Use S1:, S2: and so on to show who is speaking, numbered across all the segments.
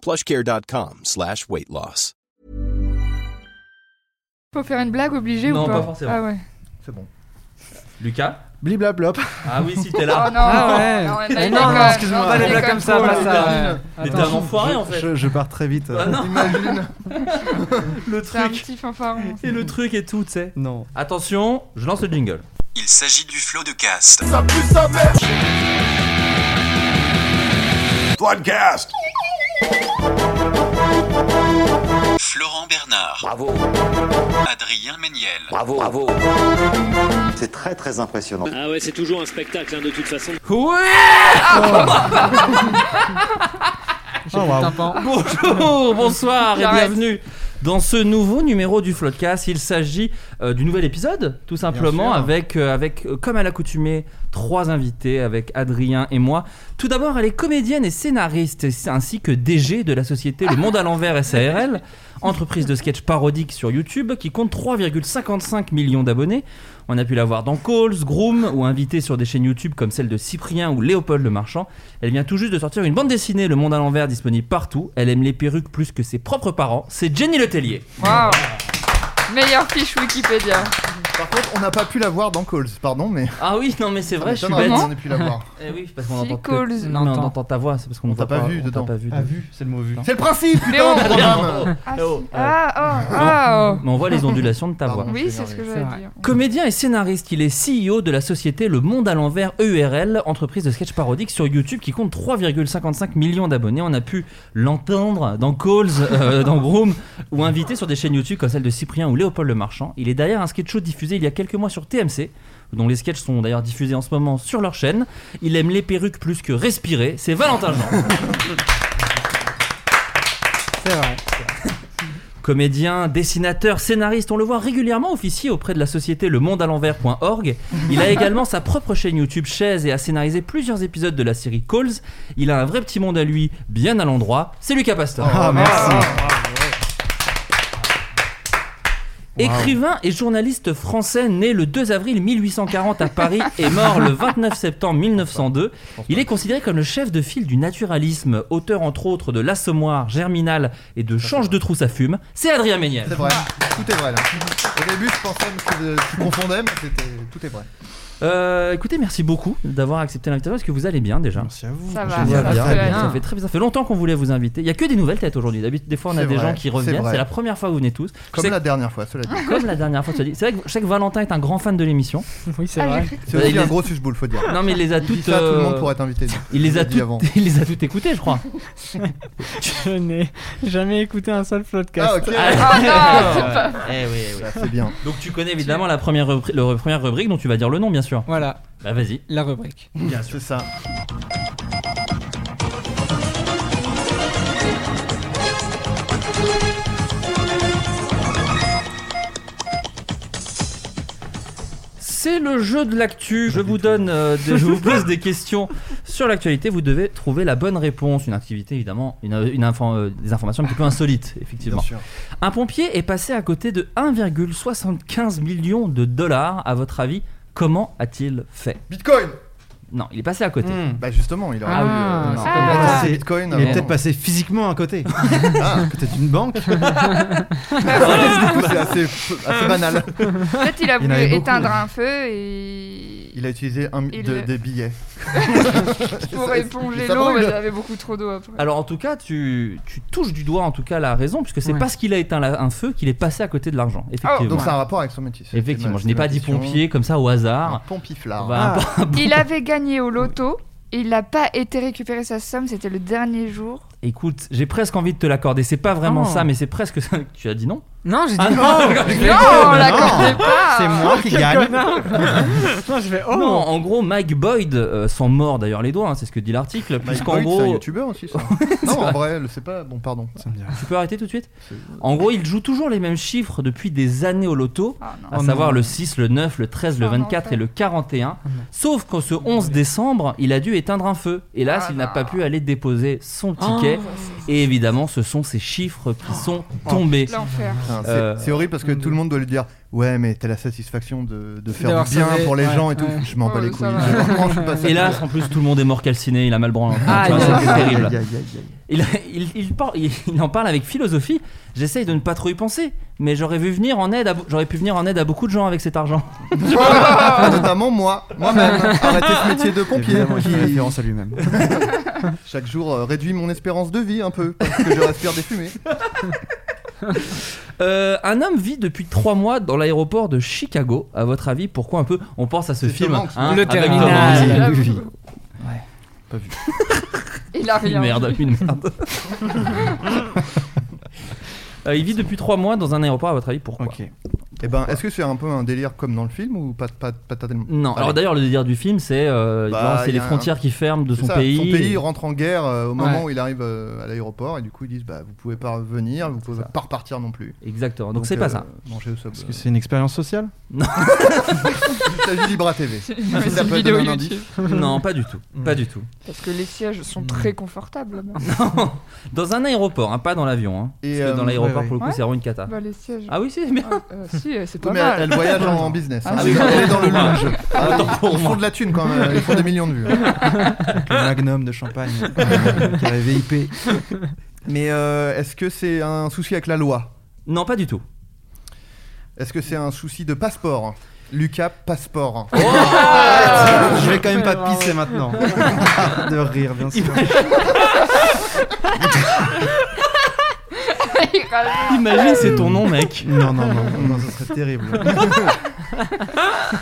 S1: Plushcare.com slash weight loss.
S2: Faut faire une blague obligée
S3: Non,
S2: ou pas
S3: pas forcément.
S2: Ah ouais.
S4: C'est bon.
S3: Lucas
S4: Bliblablop.
S3: Ah oui, si t'es
S2: Oh
S3: là.
S2: non,
S5: Ah ouais.
S2: non, on a
S5: Eh
S2: des
S5: non,
S2: blagues,
S5: non,
S2: euh,
S4: excuse-moi,
S2: on a
S5: Pas
S2: des
S5: les blagues comme ça,
S2: trop,
S5: pas
S2: là.
S5: ça.
S3: Termine.
S5: euh,
S3: Mais t'es
S5: attends.
S3: un enfoiré en fait.
S4: Je, je pars très vite.
S3: Ah non.
S4: Imagine.
S3: Le
S2: C'est un
S3: truc.
S2: petit fanfaron.
S3: Et le truc et tout, tu sais.
S4: Non.
S3: Attention, je lance le jingle.
S6: Il s'agit du flot de cast.
S7: Floodcast.
S6: Florent Bernard,
S8: Bravo,
S6: Adrien Méniel,
S8: bravo, bravo.
S7: C'est très très impressionnant.
S9: Ah ouais, c'est toujours un spectacle hein, de toute façon.
S3: Ouais
S5: J'ai plus de
S4: Ah, waouh.
S5: tympan.
S3: Bonjour, bonsoir et
S2: J'arrête.
S3: bienvenue dans ce nouveau numéro du Floodcast. Il s'agit euh, du nouvel épisode, tout simplement,
S4: sûr.
S3: avec, euh, avec euh, comme à l'accoutumée, trois invités, avec Adrien et moi. Tout d'abord, elle est comédienne et scénariste, ainsi que DG de la société Le Monde à l'envers SARL, entreprise de sketch parodique sur YouTube qui compte 3,55 millions d'abonnés. On a pu la voir dans Calls, Groom ou invitée sur des chaînes YouTube comme celle de Cyprien ou Léopold le Marchand. Elle vient tout juste de sortir une bande dessinée, Le Monde à l'envers, disponible partout. Elle aime les perruques plus que ses propres parents. C'est Jenny Letellier.
S2: Waouh. Meilleure fiche Wikipédia.
S4: Par contre, on n'a pas pu la voir dans Calls, pardon, mais.
S3: Ah oui, non mais c'est vrai, je suis
S4: Ah,
S3: bête.
S4: Étonnant, On a pu la voir.
S3: Eh oui, parce qu'on
S2: Si,
S3: entend que-
S2: Calls.
S3: mais
S5: On
S3: on
S5: entend.
S3: entend ta voix, c'est parce qu'on
S4: On
S3: ne
S4: t'a
S3: voit
S4: pas,
S3: pas.
S4: vu
S3: on t'a
S4: dedans.
S3: pas vu.
S4: Ah, vu, c'est le mot vu. C'est le principe,
S2: Léon.
S4: putain, de programme.
S2: Ah,
S3: Eh oh,
S2: si.
S3: eh oh.
S2: ah, oh, ah, oh.
S3: Mais on voit les ondulations de ta voix.
S4: Pardon.
S2: Oui, c'est ce que
S4: C'est
S2: j'allais
S5: vrai.
S2: dire.
S3: Comédien et scénariste, il est CEO de la société Le Monde à l'envers E EURL, entreprise de sketch parodique sur YouTube qui compte 3,55 millions d'abonnés. On a pu l'entendre dans Calls, euh, dans Groom, ou invité sur des chaînes YouTube comme celle de Cyprien ou Léopold Le Marchand. Il est derrière un sketch show diffusé il y a quelques mois sur TMC, dont les sketchs sont d'ailleurs diffusés en ce moment sur leur chaîne. Il aime les perruques plus que respirer. C'est Valentin Jean.
S5: C'est vrai.
S3: Comédien, dessinateur, scénariste, on le voit régulièrement officier auprès de la société Le Monde à l'envers.org. Il a également sa propre chaîne YouTube Chaise et a scénarisé plusieurs épisodes de la série Calls. Il a un vrai petit monde à lui, bien à l'endroit. C'est Lucas Pastor.
S4: Ah, merci.
S3: Écrivain et journaliste français né le 2 avril 1840 à Paris et mort le 29 septembre 1902, il est considéré comme le chef de file du naturalisme, auteur entre autres de L'Assommoir, Germinal et de Change de trousse à fume. C'est Adrien Méniel.
S4: C'est vrai. Tout est vrai là. Au début, je pensais que tu confondais, mais c'était- tout est vrai.
S3: Euh, écoutez, merci beaucoup d'avoir accepté l'invitation. Est-ce que vous allez bien déjà
S4: Merci Ah. à vous.
S2: Ça va.
S3: Ça va
S2: Génial.
S3: bien,
S2: Ça va
S3: Ça
S5: bien.
S3: fait très bien. Ça fait longtemps qu'on voulait vous inviter. Il y a que des nouvelles têtes aujourd'hui. D'habitude, des fois, on a
S4: C'est
S3: des
S4: vrai,
S3: gens qui
S4: c'est
S3: reviennent.
S4: vrai.
S3: C'est la première fois que vous venez tous. Je
S4: Comme
S3: sais
S4: la dernière fois, cela dit.
S3: que- comme la dernière fois. tu as dit. C'est vrai que je sais que Valentin est un grand fan de l'émission.
S5: Oui, c'est
S2: Ah,
S5: vrai.
S2: j'ai cru que
S4: C'est
S3: Bah,
S4: aussi
S3: il
S4: un
S3: est-
S4: gros suce-boule, faut dire.
S3: Non, mais il les a
S4: Je dis
S3: toutes.
S4: Ah. ça à tout le
S3: euh,
S4: monde pour être invité.
S3: Il les a
S4: dit
S3: toutes.
S4: avant.
S3: Il les a toutes écoutées, je crois.
S5: Je n'ai jamais écouté un seul podcast.
S4: Ah, ok.
S2: Ah, non, c'est pas-
S3: Eh oui, eh oui.
S4: Bah, C'est bien.
S3: Donc tu connais évidemment la première, repri- la première rubrique dont tu vas dire le nom, bien sûr.
S5: Voilà,
S3: Bah vas-y.
S5: la rubrique.
S10: Bah,
S4: C'est ça.
S3: C'est le jeu de l'actu. Je vous donne, euh, des- je vous pose des questions sur l'actualité. Vous devez trouver la bonne réponse. Une activité, évidemment, une, une info- euh, des informations un petit peu insolites,
S4: Bien
S3: effectivement.
S4: sûr.
S3: Un pompier est passé à côté de 1,75 million de dollars. À votre avis, comment a-t-il fait
S4: Bitcoin.
S3: Non, il est passé à côté.
S2: Hmm.
S4: Bah justement, il
S3: Ah
S4: aura
S3: oui,
S5: Ah,
S3: euh,
S5: c'est
S3: non.
S5: pas
S2: Ah.
S5: mal.
S4: passé Bitcoin. euh,
S3: il est peut-être
S4: passé physiquement à côté. Ah, peut-être une banque. Du
S2: Bah
S4: Ah, coup, c'est assez, assez banal.
S2: Peut-être il a
S4: Il y en
S2: voulu
S4: avait beaucoup,
S2: éteindre
S4: hein.
S2: un feu et.
S4: Il a utilisé un,
S2: Il
S4: de-
S2: le-
S4: des billets.
S2: Pour éponger
S4: ça
S2: l'eau,
S4: brûle.
S2: mais j'avais beaucoup trop d'eau après.
S3: Alors en tout cas, tu, tu touches du doigt en tout cas la raison, puisque c'est
S2: Ouais.
S3: parce qu'il a éteint la- un feu qu'il est passé à côté de l'argent. Effectivement.
S4: Ah, donc c'est un rapport avec son métier. c'est-
S3: Effectivement,
S4: c'est
S3: je n'ai
S4: ma
S3: pas dit
S4: question. Ah.
S3: pompier comme ça au
S4: Un
S3: hasard.
S4: Pompiflard.
S3: Bah,
S2: Il avait gagné au loto. et Il n'a pas été récupéré sa somme, c'était le dernier jour.
S3: Écoute, j'ai presque envie de te l'accorder. C'est pas vraiment
S2: Oh.
S3: ça, mais c'est presque ça. Tu as dit non
S11: Non, j'ai dit
S3: Ah
S11: non.
S2: Non, on l'accordait pas.
S4: C'est moi qui gagne.
S5: Ah, Non, je vais. Oh
S3: Non, en gros, Mike Boyd, euh, sans mort d'ailleurs les doigts, hein, c'est ce que dit l'article,
S4: Mike
S3: puisqu'en
S4: Boyd, c'est un
S3: gros.
S4: youtubeur aussi, ça. non, en vrai, le- c'est pas. Bon, pardon.
S3: Tu peux arrêter tout de suite En gros, il joue toujours les mêmes chiffres depuis des années au loto,
S2: Ah non.
S3: à
S11: Oh
S3: savoir
S11: non.
S3: le 6, le 9, le 13, le
S2: Oh non,
S3: 24 et
S2: ça.
S3: le 41.
S11: non.
S3: Sauf qu'en ce 11 décembre, il a dû éteindre un feu. Et Oh là,
S2: Ah
S3: il n'a
S2: non.
S3: pas pu aller déposer son
S11: Oh.
S3: ticket. Et évidemment, ce sont ces chiffres qui sont tombés.
S2: L'enfer.
S4: Putain, C'est
S3: Euh,
S4: c'est horrible parce que tout le monde doit lui dire Ouais, mais t'as la satisfaction de, de faire
S11: D'avoir
S4: du bien
S11: sauvé,
S4: pour les
S11: ouais,
S4: gens et tout.
S11: ouais.
S4: Je m'en bats
S2: Oh,
S4: les
S2: ça
S4: couilles.
S2: va.
S4: Je- Franchement, je suis pas satisfait.
S3: Hélas, en plus, tout le monde est mort calciné, il a mal branlé.
S11: Ah,
S3: Tu vois,
S11: il a-
S3: c'est terrible.
S4: Aïe, aïe, aïe, aïe.
S3: Il, il- il par- il- il en parle avec philosophie. J'essaye de ne pas trop y penser, mais j'aurais vu venir en aide. à be- J'aurais pu venir en aide à beaucoup de gens avec cet argent.
S4: Notamment moi, moi-même. Arrêtez ce métier de pompier. Qui,
S10: à lui-même.
S4: chaque jour euh, réduit mon espérance de vie un peu parce que je respire des fumées.
S3: Euh, un homme vit depuis trois mois dans l'aéroport de Chicago. À votre avis, pourquoi un peu On pense à ce
S4: C'est
S3: film, Hein,
S4: Tom Hanks.
S11: Le
S3: avec Tom
S11: Terminal.
S3: Hanks.
S2: Ah, J'avoue.
S4: Pas vu.
S2: Il a rien.
S3: Une merde, une merde. Euh, il vit depuis trois mois dans un aéroport. À votre avis, pourquoi
S10: Ok.
S4: Et ben, est-ce que c'est un peu un délire comme dans le film ou pas, pas, pas tellement
S3: Non.
S4: Allez.
S3: Alors d'ailleurs, le délire du film, c'est euh,
S4: Bah,
S3: genre, c'est
S4: y
S3: les
S4: a un-
S3: frontières qui ferment de
S4: C'est
S3: son
S4: ça,
S3: pays.
S4: Son pays rentre en guerre euh, au moment
S11: Ouais.
S4: où il arrive euh, à l'aéroport et du coup ils disent bah vous pouvez pas revenir, vous pouvez
S3: ça.
S4: pas repartir non plus.
S3: Exactement. Donc c'est
S4: euh,
S3: pas ça.
S4: Manger au sub. euh.
S10: Est-ce que c'est une expérience sociale
S4: Il s'agit d'Ibra TV.
S2: Mais c'est
S4: Si Ah, ça
S2: une
S4: peut
S2: vidéo
S4: donner un
S2: YouTube.
S3: non, pas du tout. Pas du tout.
S2: Parce que les sièges sont très confortables. là-bas.
S3: dans un aéroport, hein, pas dans l'avion. hein.
S4: Et,
S3: Parce que dans
S4: euh,
S3: l'aéroport,
S10: ouais, ouais.
S3: pour le coup,
S2: Ouais.
S3: c'est vraiment une cata.
S2: Bah, les sièges.
S3: Ah oui, c'est bien.
S2: Ah, euh, si, euh, c'est pas
S4: Mais
S2: mal.
S4: elle, elle voyage en, en business. hein.
S2: Ah,
S4: Elle est
S2: c'est
S4: dans- elle est dans le
S3: pour moi.
S4: lounge. Ah,
S3: Autant
S4: ils-
S3: pour
S4: ils
S3: moi.
S4: font de la thune quand même. Ils font des millions de vues.
S10: Avec le magnum de champagne euh, qui avait VIP.
S4: Mais euh, est-ce que c'est un souci avec la loi
S3: Non, pas du tout.
S4: Est-ce que c'est un souci de passeport Lucas
S10: Oh
S4: passeport.
S10: Je vais quand même pas pisser maintenant. De rire, bien sûr.
S2: Il râle.
S3: Imagine, c'est ton nom, mec.
S10: Non, non, non, non, non, ce serait terrible.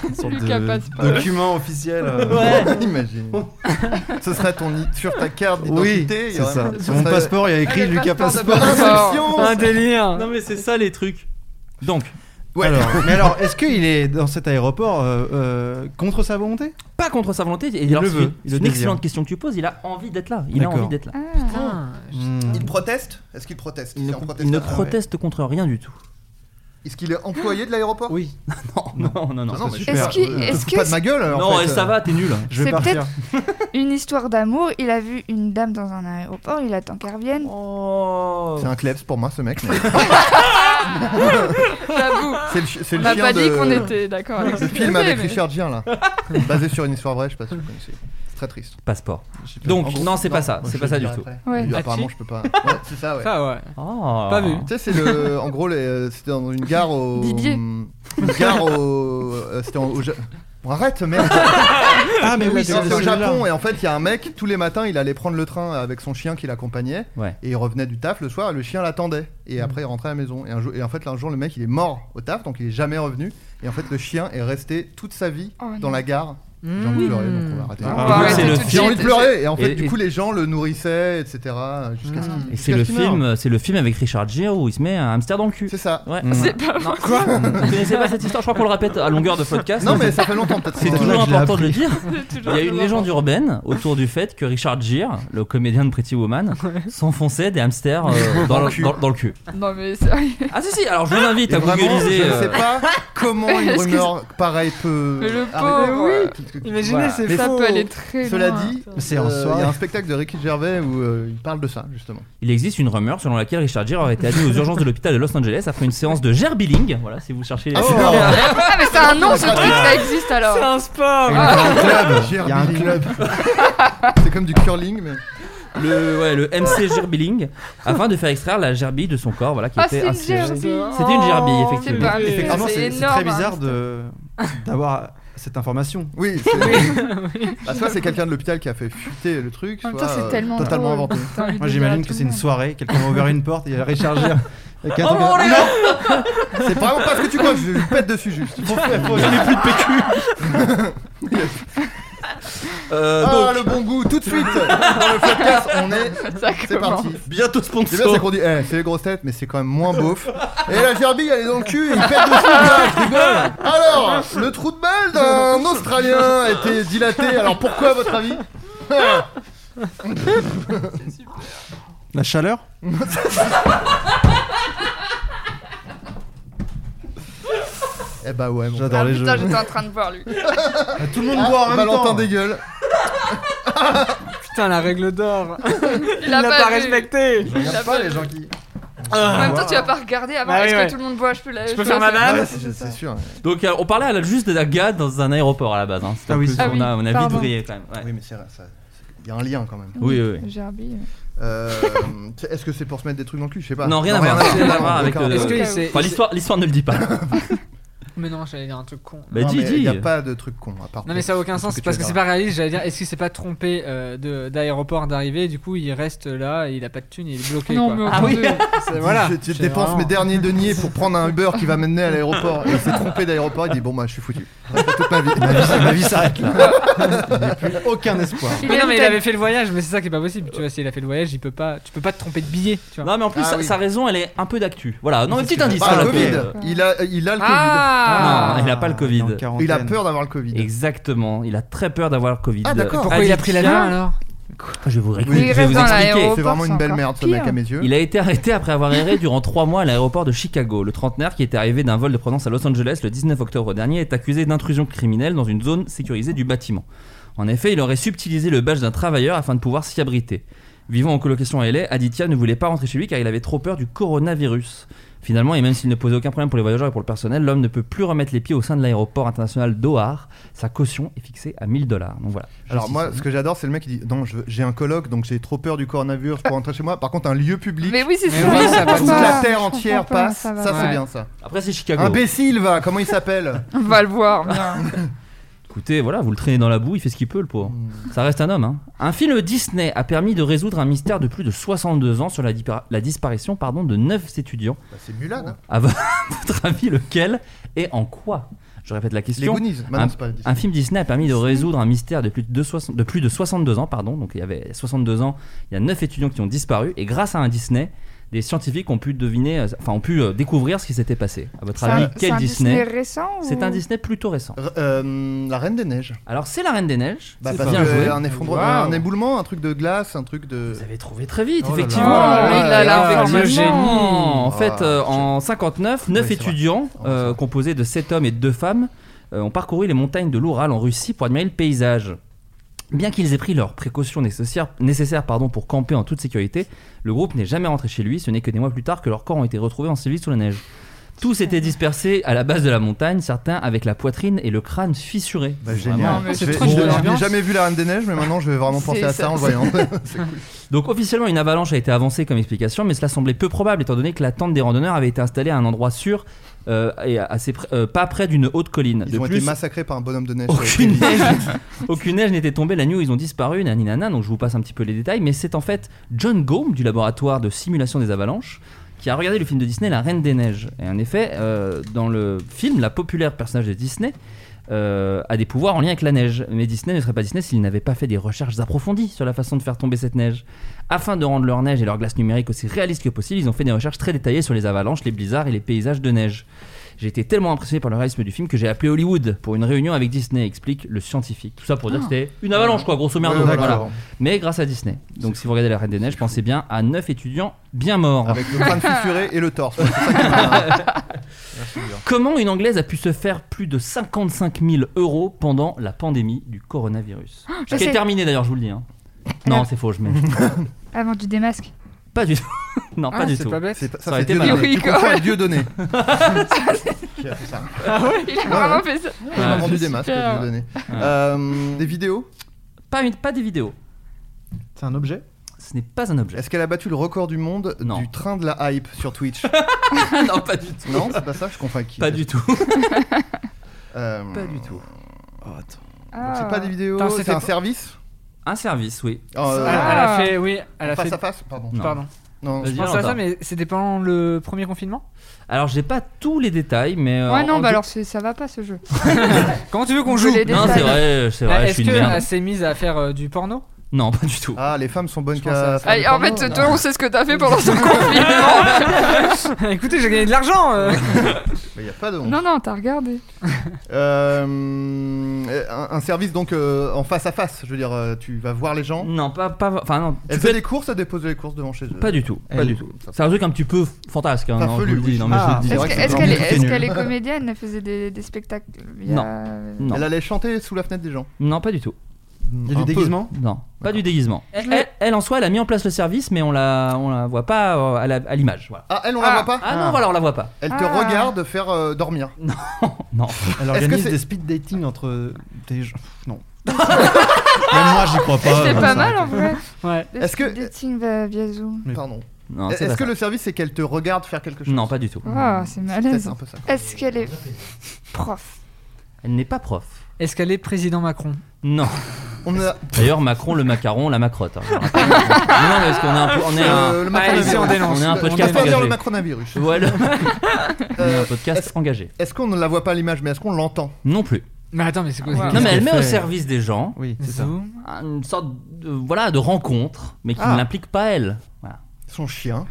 S10: Une sorte
S2: Lucas
S10: de
S2: passe pas.
S10: document officiel. euh,
S3: Ouais.
S4: Imagine. Ce serait ton i- sur ta carte
S10: Oui,
S4: d'identité. il y
S10: c'est
S4: aurait-
S10: ça.
S4: ce
S10: Sur mon
S4: serait-
S10: passeport, il y a écrit
S2: Ah, le
S10: Lucas
S2: passeport de
S10: Passeport.
S2: passeport.
S10: Inscription.
S5: Un délire.
S3: Non, mais c'est ça les trucs. Donc,
S4: Ouais.
S10: Alors, mais alors, est-ce qu'il est dans cet aéroport euh, euh, contre sa volonté
S3: pas contre sa volonté. Et
S10: Il
S3: alors,
S10: le
S3: c'est
S10: veut,
S3: une-
S10: il
S3: C'est
S10: le
S3: une
S10: désire.
S3: excellente question que tu poses. Il a envie d'être là. Il a
S10: D'accord.
S3: envie d'être là.
S2: Ah.
S11: Putain.
S10: Hmm.
S4: Il proteste Est-ce qu'il proteste
S3: Il ne,
S4: C'est un
S3: con-
S4: protestant.
S3: il ne
S4: Ah ouais.
S3: proteste contre rien du tout.
S4: Est-ce qu'il est employé de l'aéroport
S10: Oui.
S3: Non, non, non, non.
S4: Ah non, mais
S10: Est-ce
S4: super.
S2: qu'il-
S4: Euh,
S2: est-ce
S4: te fous
S2: que
S4: pas de ma gueule en
S3: Non,
S4: fait,
S3: eh, ça
S4: euh.
S3: va, t'es nul.
S10: Je vais
S2: C'est
S10: partir.
S2: Une histoire d'amour, il a vu une dame dans un aéroport, il attend qu'elle revienne.
S3: Oh.
S4: C'est un klebs pour moi ce mec. mais
S2: J'avoue,
S4: C'est le, chi- c'est
S2: on
S4: le
S2: n'a
S4: chien
S2: pas
S4: de...
S2: dit qu'on était d'accord avec
S4: Le
S2: ce
S4: film
S2: qu'on fait,
S4: avec
S2: mais-
S4: Richard Gere là, basé sur une histoire vraie, je sais pas si vous connaissez. C'est très triste.
S3: Passeport. Donc,
S4: En gros,
S3: non, c'est pas ça,
S4: moi,
S3: c'est
S4: je
S3: pas ça du
S4: le dirai
S3: tout.
S4: après.
S2: Ouais.
S4: Mais
S5: Ah,
S4: apparemment,
S5: si.
S4: je peux pas. Ouais, c'est ça, ouais.
S5: Ça, Ah, ouais.
S3: Oh.
S5: Pas vu.
S4: Tu sais, c'est le. En gros, les- euh, c'était dans une gare au.
S2: Didier.
S4: Une gare au. euh, C'était en- au. Ja- Bon, arrête, merde!
S10: Ah, mais
S4: Non,
S10: oui, c'est
S4: C'était au
S10: c'est
S4: Japon,
S10: là.
S4: et en fait, il y a un mec, tous les matins, il allait prendre le train avec son chien qui l'accompagnait,
S3: Ouais.
S4: et il revenait du taf le soir, et le chien l'attendait, et après, il rentrait à la maison. Et, un jour, et en fait, là, un jour, le mec, il est mort au taf, donc il est jamais revenu, et en fait, le chien est resté toute sa vie
S2: Oh, non. Mm.
S4: dans la gare. J'ai envie de pleurer, donc on va arrêter.
S2: On
S10: Ah,
S2: va
S10: oui,
S2: arrêter
S3: c'est le
S2: tout de
S4: J'ai
S2: suite.
S3: film.
S4: envie de pleurer et en fait
S3: Et-
S4: du coup les gens le nourrissaient etc jusqu'à
S2: Mm.
S4: ce qu'il-
S3: Et c'est
S4: jusqu'à
S3: le
S4: ce qu'il meure.
S3: film, c'est le film avec Richard Gere où il se met un hamster dans le cul.
S4: c'est ça
S3: Ouais.
S2: C'est pas
S3: Non, Mm. quoi Vous connaissez pas cette histoire Je crois qu'on le répète à longueur de podcast.
S4: non mais ça fait longtemps peut-être
S3: c'est
S4: qu'on-
S3: toujours
S10: je l'ai
S3: important de le dire.
S2: c'est toujours
S3: Il y a
S2: le
S3: une
S2: moment.
S3: légende urbaine autour du fait que Richard Gere, le comédien de Pretty Woman, s'enfonçait des hamsters euh, dans,
S4: Dans le
S3: le-
S4: cul.
S3: dans- dans le cul.
S2: Non, mais sérieux.
S3: Ah si si. Alors je vous invite
S4: Et
S3: à
S4: vraiment,
S3: googliser.
S4: je ne
S3: euh,
S4: sais pas comment une
S2: Est-ce que
S4: rumeur pareille peut
S2: Mais le
S4: arriver.
S2: pauvre,
S4: Voilà.
S5: Imaginez,
S3: Voilà.
S5: c'est
S4: Mais
S2: Ça
S4: faut-
S2: peut aller très
S4: cela
S2: loin.
S4: dit
S10: C'est
S4: euh,
S10: en
S4: il y a
S10: soirée.
S4: un spectacle de Ricky Gervais où euh, il parle de ça justement
S3: Il existe une rumeur selon laquelle Richard Gere aurait été admis aux urgences de l'hôpital de Los Angeles après une séance de gerbiling. Voilà, si vous cherchez les.
S4: Ah,
S3: c'est
S4: c'est marrant.
S2: Ah, mais c'est un nom, ce truc, ça existe alors.
S5: C'est un sport.
S4: club
S10: Il y a un club.
S4: c'est comme du curling mais
S3: le, ouais, le MC gerbiling afin de faire extraire la gerbille de son corps, voilà, qui
S2: Ah,
S3: était
S2: c'est une
S3: insérée.
S2: gerbille.
S3: C'était une gerbille,
S2: Oh,
S3: effectivement.
S2: C'est pas un
S10: Effectivement,
S2: hamster,
S10: c'est
S2: c'est
S10: c'est très
S2: énorme. hein.
S10: bizarre de. d'avoir cette information.
S4: Oui, c'est- Bah, soit c'est quelqu'un de l'hôpital qui a fait fuiter le truc,
S2: En
S4: soit
S2: même temps, c'est
S4: euh,
S2: tellement
S4: totalement
S2: drôle.
S4: inventé.
S2: T'as envie de
S10: Moi
S2: le
S10: j'imagine
S2: dire à
S10: que
S2: tout
S10: c'est
S2: le
S10: une
S2: monde.
S10: soirée, quelqu'un a ouvert une porte, il a rechargé avec un
S4: Oh
S10: truc-
S4: mon Dieu
S10: Non,
S4: C'est vraiment pas ce que tu crois, je lui pète dessus juste. Faut faire, faut- je n'ai plus de PQ.
S11: Euh,
S4: ah,
S11: donc,
S4: le bon goût, tout de suite Dans le podcast, on est. C'est
S11: commence.
S4: parti.
S11: Bientôt
S4: C'est bien,
S11: sponsor.
S4: c'est qu'on dit, eh, c'est les grosses têtes, mais c'est quand même moins beauf. Et la gerbille, elle est dans le cul, et il pète dessus, là, je rigole. Alors, le trou de balle d'un Australien a été dilaté, alors pourquoi à votre avis Ah.
S10: La chaleur
S4: Eh bah ouais, mon
S10: J'adore
S4: frère.
S10: les jeux.
S2: Ah, Putain, j'étais en train de voir lui.
S4: Ah,
S10: Tout le monde
S3: Ah.
S10: boit en même
S4: Valentin
S10: temps.
S4: dégueule.
S5: Putain, la règle d'or. Il l'a
S2: l'a
S5: pas,
S2: pas vu.
S5: respecté.
S4: Je regarde pas les gens qui.
S10: Ah.
S2: En même temps, tu vas pas regarder avant.
S5: Bah oui,
S2: Est-ce
S5: ouais.
S2: que tout le monde boit Je peux la.
S5: Je peux
S2: la
S5: faire ma vanne
S4: Ouais, Ah, c'est c'est sûr.
S3: Donc euh, on parlait à la- juste de la gade dans un aéroport à la base. Hein. C'était
S10: Ah oui,
S3: plus,
S10: c'est
S3: on a,
S2: vrai.
S3: on a
S2: Pardon.
S3: vidrié quand même. ouais.
S4: Oui, mais c'est vrai, ça. c'est- Il y a un lien quand même.
S3: Oui, oui, oui.
S2: Gerbille.
S4: Euh, Est-ce que c'est pour se mettre des trucs dans le cul Je sais pas.
S3: Non, rien à voir.
S4: c'est-
S3: Rien à
S4: non,
S3: voir avec euh,
S4: aucun
S3: le-
S5: Est-ce
S4: rapport.
S10: Euh,
S5: que
S2: Ouais.
S5: c'est.
S3: Enfin, l'histoire, l'histoire ne le dit pas.
S5: Mais non, j'allais dire un truc con.
S3: Bah,
S4: Non,
S3: dis,
S4: mais Il
S3: dis.
S4: n'y a pas de truc con à part.
S5: Non mais ça a aucun
S4: le truc
S5: sens
S4: que tu
S5: parce
S4: vas
S5: que c'est
S4: faire.
S5: pas réaliste. J'allais dire, est-ce qu'il s'est pas trompé euh, de- d'aéroport d'arrivée Du coup, il reste là, il a pas de thune, il est bloqué.
S2: Non,
S5: quoi.
S2: mais
S5: ah
S2: aucun
S5: oui.
S2: d'eux.
S5: C'est- voilà.
S4: Je, je
S5: C'est
S4: dépense
S5: vraiment-
S4: mes derniers deniers pour prendre un Uber qui va m'amener à l'aéroport. Et il s'est trompé d'aéroport. Il dit Bon, bah, je suis foutu. Ça fait toute ma vie.
S10: Ma vie, ma vie s'arrête là. Il n'y a plus aucun espoir.
S2: Il
S5: Mais
S2: a
S5: non
S2: une
S5: mais il
S2: tête.
S5: avait fait le voyage, mais c'est ça qui est pas possible. Tu vois, s'il a fait le voyage, il peut pas. Tu peux pas te tromper de billet. Tu vois.
S3: Non, mais en plus,
S4: Ah
S3: sa,
S4: oui.
S3: sa raison, elle est un peu d'actu. Voilà, non, mais petit indice.
S4: Ah,
S3: voilà,
S4: le Covid.
S3: que-
S4: Il a, il a le
S5: Ah.
S3: Non, il a pas le Covid.
S10: est en
S4: Covid. Il a
S10: quarantaine.
S4: peur d'avoir le Covid.
S3: Exactement, il a très peur d'avoir le Covid.
S4: Ah, d'accord.
S5: Pourquoi il a pris l'avion
S3: Addiction-
S5: alors
S3: Je vais vous,
S4: Oui,
S3: je vais
S2: reste
S3: vous
S2: dans
S3: expliquer.
S2: l'aéro.
S4: C'est vraiment une belle
S2: encore
S4: merde ce
S2: pire.
S4: mec à mes yeux.
S3: Il a été arrêté après avoir erré durant trois mois à l'aéroport de Chicago. Le trentenaire, qui était arrivé d'un vol de provenance à Los Angeles le 19 octobre dernier, est accusé d'intrusion criminelle dans une zone sécurisée du bâtiment. En effet, il aurait subtilisé le badge d'un travailleur afin de pouvoir s'y abriter. Vivant en colocation à LA, Aditya ne voulait pas rentrer chez lui car il avait trop peur du coronavirus. Finalement, et même s'il ne posait aucun problème pour les voyageurs et pour le personnel, l'homme ne peut plus remettre les pieds au sein de l'aéroport international d'Ohar. Sa caution est fixée à 1000 dollars. Donc voilà.
S4: Alors
S3: Justice.
S4: moi, ce que j'adore, c'est le mec qui dit non, je veux- j'ai un colloque, donc j'ai trop peur du coronavirus pour rentrer chez moi. Par contre, un lieu public,
S2: Mais oui, c'est
S5: Mais
S2: ça.
S5: oui, ça va
S4: toute
S5: pas.
S4: la
S2: Je
S4: terre
S2: comprends
S4: entière
S2: pas,
S4: passe.
S2: ça
S4: Ça,
S2: va
S4: c'est
S2: pas.
S5: Ouais.
S4: bien ça.
S3: Après, c'est Chicago.
S4: Ah, Imbécile, va. Comment il s'appelle
S2: On va le voir. bien.
S3: Écoutez, voilà, vous le traînez dans la boue, il fait ce qu'il peut, le pauvre.
S4: Hmm.
S3: Ça reste un homme, hein. Un film Disney a permis de résoudre un mystère de plus de 62 ans sur la, dipa- la disparition pardon, de 9 étudiants.
S4: Bah, C'est Mulan.
S3: À vo- votre avis, lequel et en quoi Je répète la
S4: Les
S3: question.
S4: Goonies. Bah non, c'est pas
S3: Un film Disney a permis de résoudre un mystère de plus de, 60 de plus de 62 ans, pardon. Donc il y avait 62 ans, il y a 9 étudiants qui ont disparu, et grâce à un Disney, des scientifiques ont pu deviner, euh, enfin ont pu euh, découvrir ce qui s'était passé. À votre
S2: C'est un-
S3: avis,
S2: c'est
S3: quel
S2: un
S3: Disney
S2: récent ou-
S3: C'est un Disney plutôt récent.
S4: R- euh, la Reine des Neiges.
S3: Alors c'est la Reine des Neiges.
S4: Bah
S3: C'est
S4: parce
S3: bien
S4: que
S3: joué.
S4: un effondrement,
S5: Waouh.
S4: un éboulement, un truc de glace, un truc de.
S3: Vous avez trouvé très vite,
S4: Euh, Oh là là.
S3: effectivement.
S4: Oh,
S2: il a la
S3: Ah,
S2: formation.
S3: le génie. En
S4: Ah,
S3: fait, euh,
S4: je-
S3: en 59, 9
S4: Oui, c'est vrai.
S3: étudiants,
S4: Oh, c'est
S3: euh,
S4: vrai.
S3: composés de 7 hommes et de 2 femmes, euh, ont parcouru les montagnes de l'Oural en Russie pour admirer le paysage. Bien qu'ils aient pris leurs précautions nécessaires, nécessaires, pardon, pour camper en toute sécurité, le groupe n'est jamais rentré chez lui. Ce n'est que des mois plus tard que leurs corps ont été retrouvés en civil sous la neige. Tous étaient dispersés à la base de la montagne, certains avec la poitrine et le crâne fissuré.
S4: Bah,
S3: Vraiment.
S4: génial.
S5: mais
S4: Je
S5: c'est
S4: vais-
S5: trop
S4: je- je
S5: de
S4: n'ai
S5: l'ambiance.
S4: jamais vu la Reine des Neiges, mais maintenant je vais vraiment penser
S2: C'est
S4: à
S2: ça,
S4: ça en le voyant. C'est cool.
S3: Donc officiellement une avalanche a été avancée comme explication, mais cela semblait peu probable étant donné que la tente des randonneurs avait été installée à un endroit sûr euh, et assez pr- euh, pas près d'une haute colline.
S4: Ils
S3: de
S4: ont
S3: plus,
S4: été massacrés par un bonhomme de neige.
S3: aucune neige, aucune neige n'était tombée la nuit où ils ont disparu, nani nana, donc je vous passe un petit peu les détails, mais c'est en fait John Gaume du laboratoire de simulation des avalanches qui a regardé le film de Disney La Reine des Neiges. Et en effet, euh, dans le film, la populaire personnage de Disney euh, a des pouvoirs en lien avec la neige. Mais Disney ne serait pas Disney s'il n'avait pas fait des recherches approfondies sur la façon de faire tomber cette neige. Afin de rendre leur neige et leur glace numérique aussi réalistes que possible, ils ont fait des recherches très détaillées sur les avalanches, les blizzards et les paysages de neige. J'ai été tellement impressionné par le réalisme du film que j'ai appelé Hollywood pour une réunion avec Disney, explique le scientifique. Tout ça pour dire que c'était une avalanche, quoi, grosso merdo.
S4: Ouais,
S3: voilà.
S4: d'accord.
S3: Mais grâce à Disney. Donc si vous regardez La Reine des Neiges, pensez bien à 9 étudiants bien morts.
S4: Avec le crâne fissuré et le torse. C'est ça qui m'a-
S3: Comment une Anglaise a pu se faire plus de 55 000 euros pendant la pandémie du coronavirus
S2: je
S3: Ce qui est
S2: sais.
S3: terminé d'ailleurs, je vous le dis. hein.
S2: Elle
S3: Non,
S2: a-
S3: c'est faux, je mets.
S2: Avant du démasque.
S3: Pas du tout. Non,
S5: Ah,
S3: pas du
S5: c'est
S3: tout.
S5: pas bête.
S4: C'est pas-
S3: Ça
S4: ça,
S3: aurait
S4: c'est
S3: été
S4: Dieu
S3: malin.
S4: donné. Tu
S2: Oui,
S4: confonds avec Dieu donné. Qui a fait ça
S2: Il a vraiment fait ça.
S4: Il a vendu des
S2: super.
S4: masques, Dieu donné. Euh, Des vidéos
S3: Pas, une- pas des vidéos.
S10: C'est un objet
S3: Ce n'est pas un objet.
S4: Est-ce qu'elle a battu le record du monde
S3: Non.
S4: du train de la hype sur Twitch
S3: non, pas du tout.
S4: Non, c'est pas ça, je confonds avec qui
S3: Pas du tout.
S4: Pas
S10: du tout.
S4: Euh, Donc, c'est pas des vidéos,
S5: Attends,
S4: c'est
S5: c'était
S4: un
S5: pas-
S4: service Euh,
S3: Un service, oui.
S5: Elle- Ah, elle a fait, oui, elle a
S4: Face
S5: fait.
S4: à face Pardon.
S3: Non.
S5: Pardon.
S4: Non.
S3: Vas-y,
S5: Je pensais à
S3: Valentin.
S5: ça, mais c'était pendant le premier confinement
S3: Alors, j'ai pas tous les détails, mais. euh,
S2: Ouais, non,
S3: en-
S2: bah alors c'est- ça va pas ce jeu.
S5: Comment tu veux qu'on
S2: Je
S5: joue Bah,
S2: l'ai
S3: Non, c'est vrai, c'est vrai, je
S5: Est-ce
S3: suis une
S5: qu'elle
S3: merde.
S5: s'est mise à faire euh, du porno
S3: Non, pas du tout.
S4: Ah, les femmes sont bonnes
S5: pense
S4: qu'à.
S5: à ça.
S4: faire des
S2: Ah, en fait,
S4: pornos, là.
S2: toi, on sait ce que t'as fait pendant ce confinement.
S5: Écoutez, j'ai gagné de l'argent euh.
S4: Mais y a pas de.
S2: non, non, t'as regardé.
S4: Euh, un, un service donc euh, en face à face, je veux dire, euh, tu vas voir les gens.
S3: Non, pas. pas enfin, non, tu
S4: Elle
S3: fais-
S4: fait des courses, elle dépose les courses devant chez eux.
S3: Pas du tout, pas
S10: Elle-
S3: du tout. C'est un truc un petit peu fantasque, hein, non, je vous
S4: Farfelu,
S3: le dis,
S4: oui.
S3: non, mais je
S10: Ah.
S3: le dis.
S4: C'est
S2: Est-ce
S4: vrai
S2: que-
S4: que c'est
S2: est-ce
S4: pas
S2: qu'elle est,
S4: bien
S2: est-ce
S10: connu.
S2: qu'elle est comédienne Elle faisait des, des spectacles il y a-
S3: Non.
S4: Elle allait chanter sous la fenêtre des gens.
S3: Non, pas du tout.
S10: Il y a du déguisement
S3: Non, pas du déguisement. Elle, elle- elle, en soi, elle a mis en place le service, mais on la, on la voit pas euh, à la- à l'image. voilà.
S4: Ah, elle on la
S2: Ah.
S4: voit pas.
S3: Ah, non, voilà, on la voit pas.
S4: Elle te
S2: Ah.
S4: regarde faire euh, dormir.
S3: Non.
S10: Elle
S4: Est-ce que
S10: organise
S4: c'est-
S10: des speed dating entre des gens. Non. Même moi, j'y crois pas.
S2: C'était
S10: euh,
S2: pas
S10: ça.
S2: mal en vrai.
S5: Ouais.
S2: Le
S4: Est-ce que-
S2: speed dating va via Zoom.
S10: Mais-
S4: hein. Pardon.
S3: Non, c'est
S4: Est-ce
S3: pas
S4: que
S3: ça.
S4: le service c'est qu'elle te regarde faire quelque chose
S3: Non, pas du tout.
S2: Ah, c'est
S4: Peut-être
S2: malaise.
S4: un peu ça.
S2: Est-ce qu'elle est prof
S3: Elle n'est pas prof.
S5: Est-ce qu'elle est président Macron
S3: Non.
S4: On a
S3: D'ailleurs, Macron, le macaron, la macrotte. hein. non, non, parce qu'on est un peu. On est un-
S4: euh, le
S5: Ah, ici, on
S4: macronavirus.
S5: dénonce.
S3: On est un
S4: On
S3: podcast
S4: va pas dire le
S3: engagé.
S4: macronavirus.
S3: Voilà. On est
S4: Euh,
S3: un podcast engagé.
S4: Est-ce qu'on ne la voit pas à l'image, mais est-ce qu'on l'entend
S3: Non plus.
S5: Mais attends, mais c'est quoi
S2: Ouais.
S3: Ah. Non, mais
S10: qu'elle
S3: elle met
S10: fait
S3: au service des gens
S10: Oui, c'est ça.
S5: Zoom
S3: une sorte de, voilà, de rencontre, mais qui
S4: Ah.
S3: ne l'implique pas elle. Voilà.
S4: Son chien.